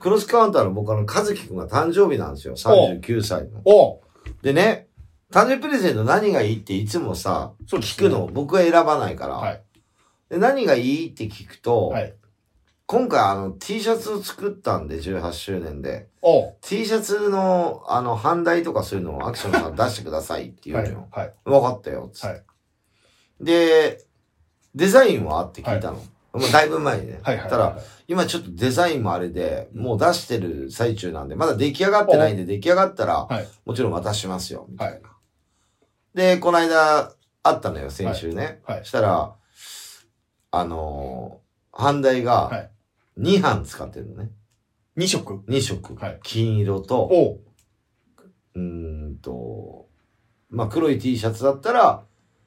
[SPEAKER 1] クロスカウンターの僕あの、和樹くんが誕生日なんですよ。39歳の。
[SPEAKER 2] おう
[SPEAKER 1] でね、誕生日プレゼント何がいいっていつもさ、
[SPEAKER 2] そうです
[SPEAKER 1] 聞
[SPEAKER 2] ね
[SPEAKER 1] くの、僕は選ばないから、
[SPEAKER 2] はい。
[SPEAKER 1] で。何がいいって聞くと、
[SPEAKER 2] はい。
[SPEAKER 1] 今回あの T シャツを作ったんで、18周年で。
[SPEAKER 2] おう
[SPEAKER 1] T シャツのあの、半代とかそういうのをアクションさん出してくださいって言う
[SPEAKER 2] は
[SPEAKER 1] の
[SPEAKER 2] い
[SPEAKER 1] よ。。
[SPEAKER 2] はい。
[SPEAKER 1] わかったよ、つって
[SPEAKER 2] はい
[SPEAKER 1] で、デザインはって聞いたの。もうだいぶ前にね。
[SPEAKER 2] はい。はい。
[SPEAKER 1] たら、今ちょっとデザインもあれで、もう出してる最中なんで、まだ出来上がってないんで、出来上がったら、
[SPEAKER 2] はい。
[SPEAKER 1] もちろん渡しますよ、みたいな。
[SPEAKER 2] はい
[SPEAKER 1] で、この間、あったのよ、先週ね。
[SPEAKER 2] はいはい
[SPEAKER 1] したら、あのー、半台
[SPEAKER 2] は
[SPEAKER 1] が
[SPEAKER 2] い、
[SPEAKER 1] 2班使ってるのね。
[SPEAKER 2] 2色。
[SPEAKER 1] 2色。
[SPEAKER 2] はい
[SPEAKER 1] 金色と、
[SPEAKER 2] お
[SPEAKER 1] う
[SPEAKER 2] う
[SPEAKER 1] ーんと、まあ、黒い T シャツだったら、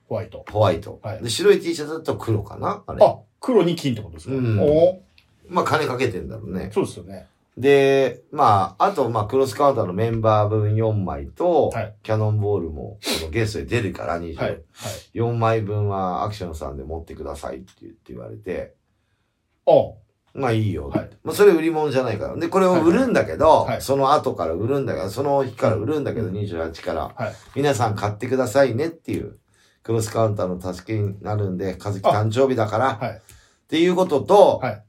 [SPEAKER 2] ホワイト。
[SPEAKER 1] ホワイト。
[SPEAKER 2] はい
[SPEAKER 1] で、白い T シャツだと黒かなあれ。
[SPEAKER 2] あ、黒に金ってことですか
[SPEAKER 1] うん
[SPEAKER 2] おう
[SPEAKER 1] まあ、金かけてんだろうね。
[SPEAKER 2] そうですよね。
[SPEAKER 1] で、まあ、あと、まあ、クロスカウンターのメンバー分4枚と、
[SPEAKER 2] はい
[SPEAKER 1] キャノンボールも、そのゲストで出るから、
[SPEAKER 2] はい。はい
[SPEAKER 1] 24。枚分はアクションさんで持ってくださいって言って言われて、
[SPEAKER 2] おう
[SPEAKER 1] まあいいよ。
[SPEAKER 2] はい
[SPEAKER 1] まあそれ売り物じゃないから。で、これを売るんだけど、
[SPEAKER 2] はいはい
[SPEAKER 1] その後から売るんだから、その日から売るんだけど、28から、
[SPEAKER 2] はい
[SPEAKER 1] 皆さん買ってくださいねっていう、クロスカウンターの助けになるんで、和樹誕生日だから、
[SPEAKER 2] はい
[SPEAKER 1] っていうことと、
[SPEAKER 2] はい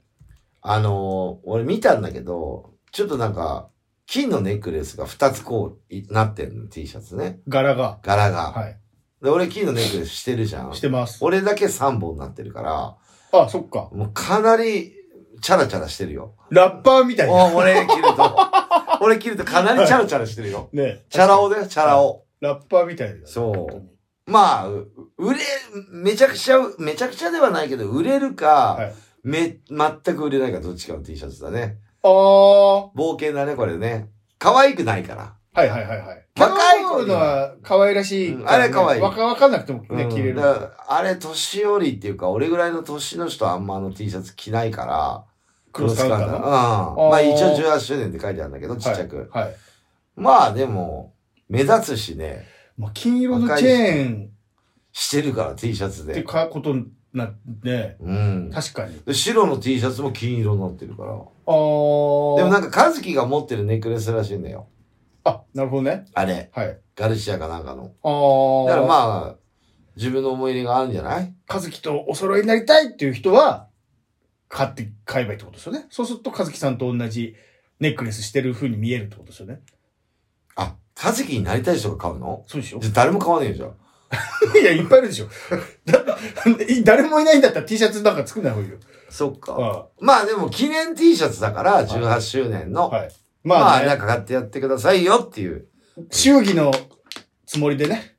[SPEAKER 1] あのー俺見たんだけど、ちょっとなんか、金のネックレスが2つこうい、なってんの、T シャツね。
[SPEAKER 2] 柄が
[SPEAKER 1] 柄が。
[SPEAKER 2] はい
[SPEAKER 1] で、俺金のネックレスしてるじゃん
[SPEAKER 2] し。てます
[SPEAKER 1] 俺だけ3本になってるから、
[SPEAKER 2] あそっか
[SPEAKER 1] もうかなり、チャラチャラしてるよ。
[SPEAKER 2] ラッパーみたいな
[SPEAKER 1] お俺切ると、俺切るとかなりチャラチャラしてるよ。
[SPEAKER 2] ね
[SPEAKER 1] チャラ男だよ、チャラ男。
[SPEAKER 2] ラッパーみたいな
[SPEAKER 1] そう。まあ、う売れ、めちゃくちゃ、めちゃくちゃではないけど、売れるか、
[SPEAKER 2] はい
[SPEAKER 1] め、全く売れないかどっちかの T シャツだね。
[SPEAKER 2] ああ
[SPEAKER 1] 冒険だね、これね。可愛くないから。
[SPEAKER 2] はいはいはいはい。
[SPEAKER 1] 若
[SPEAKER 2] 若
[SPEAKER 1] い
[SPEAKER 2] い
[SPEAKER 1] 子
[SPEAKER 2] 子
[SPEAKER 1] に
[SPEAKER 2] のは可愛らしい、
[SPEAKER 1] うんあれ可愛い
[SPEAKER 2] わかわかんなくても
[SPEAKER 1] う
[SPEAKER 2] ね、
[SPEAKER 1] ん
[SPEAKER 2] 着れる。
[SPEAKER 1] だからあれ、年寄りっていうか、俺ぐらいの年の人はあんまあの T シャツ着ないから、
[SPEAKER 2] クロスカウンター
[SPEAKER 1] クローう
[SPEAKER 2] の。
[SPEAKER 1] ん。
[SPEAKER 2] ー
[SPEAKER 1] まあ一応18周年って書いてあるんだけど、ちっちゃく。
[SPEAKER 2] はい。はい
[SPEAKER 1] まあでも、目立つしね、
[SPEAKER 2] まあ、金色のチェーン
[SPEAKER 1] してるから、T シャツ
[SPEAKER 2] って
[SPEAKER 1] で。
[SPEAKER 2] かことになね、
[SPEAKER 1] うん。
[SPEAKER 2] 確かに。
[SPEAKER 1] で白の T シャツも金色になってるから。
[SPEAKER 2] あー
[SPEAKER 1] でもなんか、カズキが持ってるネックレスらしいんだよ。
[SPEAKER 2] あ、なるほどね。
[SPEAKER 1] あれ。
[SPEAKER 2] はい。
[SPEAKER 1] ガルシアかなんかの。
[SPEAKER 2] ああ。
[SPEAKER 1] だからまあ、自分の思い入れがあるんじゃない
[SPEAKER 2] あ、和樹とお揃いになりたいっていう人は、買って、買えばいいってことですよね。そうすると、和樹さんと同じネックレスしてる風に見えるってことですよね。
[SPEAKER 1] あ、カズキになりたい人が買うの
[SPEAKER 2] そう でしょ
[SPEAKER 1] じゃ誰も買わねえじゃん。
[SPEAKER 2] いや、いっぱいいるでしょ。だ 誰もいないんだったら T シャツなんか作んない方がいいよ。
[SPEAKER 1] そっか。
[SPEAKER 2] あ
[SPEAKER 1] まあでも記念 T シャツだから、18周年の。
[SPEAKER 2] あはい。まあ、
[SPEAKER 1] まあ、
[SPEAKER 2] ね
[SPEAKER 1] なんか買ってやってくださいよっていう。
[SPEAKER 2] 祝儀のつもりでね、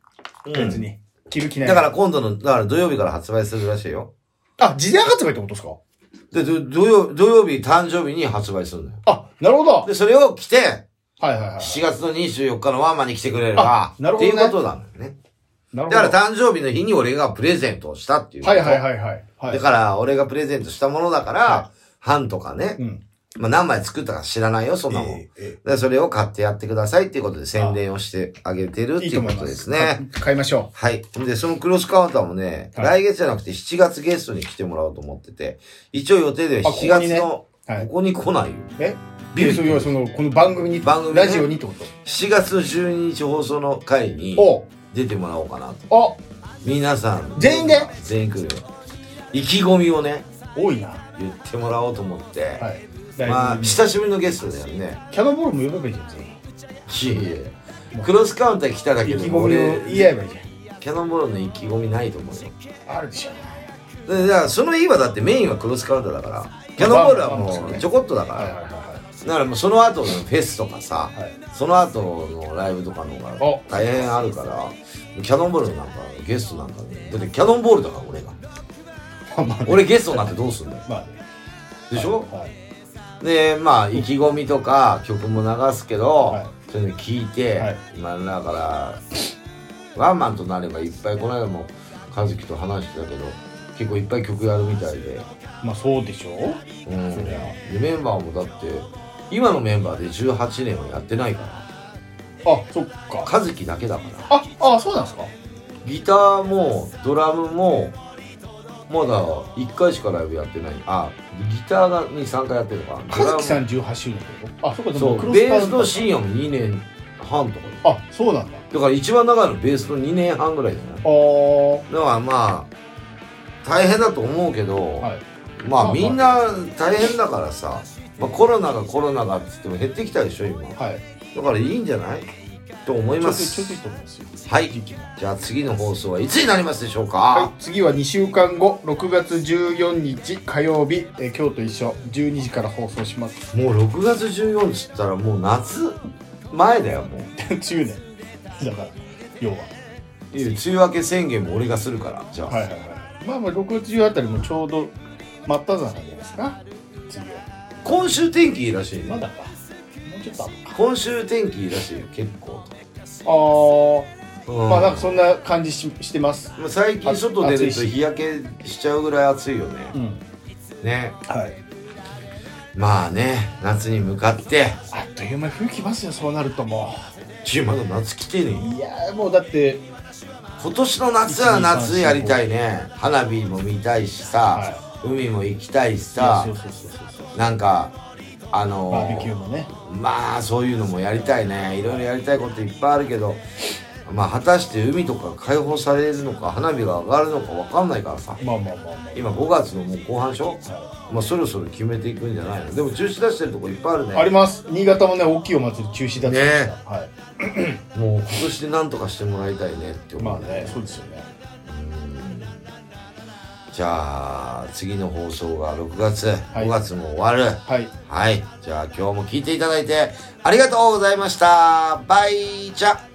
[SPEAKER 2] 別
[SPEAKER 1] うん
[SPEAKER 2] に着る気ない。
[SPEAKER 1] だから今度の、だから土曜日から発売するらしいよ。
[SPEAKER 2] ら、あ、事前発売ってことです
[SPEAKER 1] で、
[SPEAKER 2] か
[SPEAKER 1] ど土曜、土曜日誕生日に発売するのよ。
[SPEAKER 2] あ、なるほど。はい
[SPEAKER 1] で、それを着て、
[SPEAKER 2] はいはい。
[SPEAKER 1] 7月の24日のワンマンに来てくれれば
[SPEAKER 2] あ、なるほどね
[SPEAKER 1] っていうことなのよね。
[SPEAKER 2] なるほど。
[SPEAKER 1] だから誕生日の日に俺がプレゼントをしたっていう。
[SPEAKER 2] はいはいはいはい。はい
[SPEAKER 1] だから、俺がプレゼントしたものだから、
[SPEAKER 2] は
[SPEAKER 1] 版とかね、
[SPEAKER 2] うん。
[SPEAKER 1] まあ何枚作ったか知らないよ、そんなもん。
[SPEAKER 2] えええ
[SPEAKER 1] でそれを買ってやってくださいっていうことで宣伝をしてあげてるっ
[SPEAKER 2] え
[SPEAKER 1] て
[SPEAKER 2] いい
[SPEAKER 1] いう
[SPEAKER 2] と思
[SPEAKER 1] こ
[SPEAKER 2] いま
[SPEAKER 1] と
[SPEAKER 2] す。
[SPEAKER 1] ですね。
[SPEAKER 2] 買。買いましょ
[SPEAKER 1] はい。で、そのクロスカウンターもね、
[SPEAKER 2] は
[SPEAKER 1] 来月じゃなくて7月ゲストに来てもらおうと思ってて、一応予定では
[SPEAKER 2] あここ
[SPEAKER 1] 7
[SPEAKER 2] に
[SPEAKER 1] 月
[SPEAKER 2] ね
[SPEAKER 1] の、
[SPEAKER 2] う。はい
[SPEAKER 1] こ。こに来ないよ。
[SPEAKER 2] え
[SPEAKER 1] ビル
[SPEAKER 2] ビルそう要はその、この番組に、
[SPEAKER 1] 番組ね
[SPEAKER 2] ラジオにってこと
[SPEAKER 1] 7月12日放送の回に
[SPEAKER 2] お
[SPEAKER 1] 出てもらおうかなと。
[SPEAKER 2] お
[SPEAKER 1] 皆さん。
[SPEAKER 2] 全員で
[SPEAKER 1] 全員来るよ。意気込みをね、
[SPEAKER 2] 多いな。
[SPEAKER 1] 言ってもらおうと思って。
[SPEAKER 2] はい。
[SPEAKER 1] まあ、
[SPEAKER 2] キ
[SPEAKER 1] 久しぶりのゲストだよね。
[SPEAKER 2] ャノンボールも呼べばいいじゃん。全員
[SPEAKER 1] いえいえ。 クロスカウンター来ただけ
[SPEAKER 2] 意
[SPEAKER 1] で
[SPEAKER 2] 気
[SPEAKER 1] も
[SPEAKER 2] 込み
[SPEAKER 1] 俺
[SPEAKER 2] を、言い合えばいいじ
[SPEAKER 1] キャノンボールの意気込みないと思うよ。
[SPEAKER 2] ゃん。あるでしょ。
[SPEAKER 1] でだからその日はだってメインはクロスカウンターだから、キャノンボールはもうちょこっとだか
[SPEAKER 2] はいはいは
[SPEAKER 1] ら、だからもうその後のフェスとかさ、
[SPEAKER 2] いはい。はい。
[SPEAKER 1] その後のライブとかの方が
[SPEAKER 2] お
[SPEAKER 1] 大変あるから、キャノンボールなんかゲストなんかね、だってキャノンボールだから俺が。
[SPEAKER 2] まあまあね。
[SPEAKER 1] 俺ゲストなんてどうすんだよ。
[SPEAKER 2] まあね。
[SPEAKER 1] でしょ
[SPEAKER 2] はい。
[SPEAKER 1] で、まあ意気込みとか曲も流すけど、
[SPEAKER 2] はい
[SPEAKER 1] そういうの聞いて、
[SPEAKER 2] はい
[SPEAKER 1] まあだからワンマンとなればいっぱいこの間も和樹と話してたけど結構いっぱい曲やるみたいで、
[SPEAKER 2] まあそうでしょ
[SPEAKER 1] うん、
[SPEAKER 2] そうだ
[SPEAKER 1] で
[SPEAKER 2] よ
[SPEAKER 1] メンバーもだって今のメンバーで18年はやってないか
[SPEAKER 2] あ、そっ
[SPEAKER 1] ら
[SPEAKER 2] か。
[SPEAKER 1] 和樹だけだから
[SPEAKER 2] あ、あ、そうなんですか
[SPEAKER 1] ギターもドラムもまだ1回しかライブやってないあギターが23回やってるのかな
[SPEAKER 2] 和樹さ
[SPEAKER 1] ド
[SPEAKER 2] ん18周年ってことあ、そう
[SPEAKER 1] ラム
[SPEAKER 2] か、で
[SPEAKER 1] そ
[SPEAKER 2] も
[SPEAKER 1] う
[SPEAKER 2] クロス
[SPEAKER 1] ベー
[SPEAKER 2] カウンタ
[SPEAKER 1] スと深夜も2年半とかで
[SPEAKER 2] あ、そうなんだ。
[SPEAKER 1] だから一番長いのベースの2年半ぐらいじゃない
[SPEAKER 2] あー、
[SPEAKER 1] だからまあ大変だと思うけど、
[SPEAKER 2] はい。
[SPEAKER 1] ま
[SPEAKER 2] ま
[SPEAKER 1] あ
[SPEAKER 2] あ
[SPEAKER 1] みんな大変だからさ、まあ、コロナがコロナがって言っても減ってきたでしょ今だ
[SPEAKER 2] はい。
[SPEAKER 1] からいいんじゃないと思い
[SPEAKER 2] ちょ
[SPEAKER 1] ま
[SPEAKER 2] っと、ちょっといい
[SPEAKER 1] す
[SPEAKER 2] と思いますよ。
[SPEAKER 1] はい
[SPEAKER 2] 時期も
[SPEAKER 1] じゃあ次の放送はいつになりますでしょうか、
[SPEAKER 2] はい、次は2週間後、6月14日火曜日、えー今日と一緒、12時から放送します。
[SPEAKER 1] もう6月14日っつったらもう夏前だよもう
[SPEAKER 2] 梅雨ね。だから、要は。
[SPEAKER 1] いや梅雨明け宣言も俺がするからじゃあ、
[SPEAKER 2] はいはいはい。まあまあ、6月14あたりもちょうど真っ只中じゃないですか。次は。
[SPEAKER 1] 今週天気いいらしいね、
[SPEAKER 2] まだか。もうちょっとあるか。
[SPEAKER 1] 今週天気いいらしいよ結構、
[SPEAKER 2] あー。
[SPEAKER 1] うん
[SPEAKER 2] まあなんかそんな感じししてます。
[SPEAKER 1] まあ最近外出
[SPEAKER 2] 暑
[SPEAKER 1] る
[SPEAKER 2] い
[SPEAKER 1] と
[SPEAKER 2] し
[SPEAKER 1] 日焼けしちゃうぐらい暑いよね、
[SPEAKER 2] ん。
[SPEAKER 1] ね
[SPEAKER 2] はい。
[SPEAKER 1] まあね夏に向かって
[SPEAKER 2] あっという間に冬来ますよ、そうなるとも
[SPEAKER 1] ちゅうまだ夏来てねえよ
[SPEAKER 2] う。いやーもうだって、
[SPEAKER 1] 今年の夏は夏やりたいね花火も見たいしさ、
[SPEAKER 2] は
[SPEAKER 1] 海も行きたいしさ
[SPEAKER 2] そうそうそうそうそう
[SPEAKER 1] なんかあの
[SPEAKER 2] バーベキューもね
[SPEAKER 1] まあそういうのもやりたいねいろいろやりたいこといっぱいあるけどまあ果たして海とか解放されるのか花火が上がるのか分かんないからさ
[SPEAKER 2] まあまあまあまあ
[SPEAKER 1] 今5月のもう後半でしょ
[SPEAKER 2] は
[SPEAKER 1] まあそろそろ決めていくんじゃないのでも中止出してるとこいっぱいあるね
[SPEAKER 2] あります新潟もね大きいお祭り中止だったから
[SPEAKER 1] ね
[SPEAKER 2] は
[SPEAKER 1] もう今年で何とかしてもらいたいねって
[SPEAKER 2] いま
[SPEAKER 1] 思
[SPEAKER 2] あ
[SPEAKER 1] うね,、
[SPEAKER 2] ねそうですよね
[SPEAKER 1] じゃあ次の放送が6月、
[SPEAKER 2] い
[SPEAKER 1] 5月も終わる
[SPEAKER 2] はい
[SPEAKER 1] はいじゃあ今日も聞いていただいてありがとうございましたバイチャ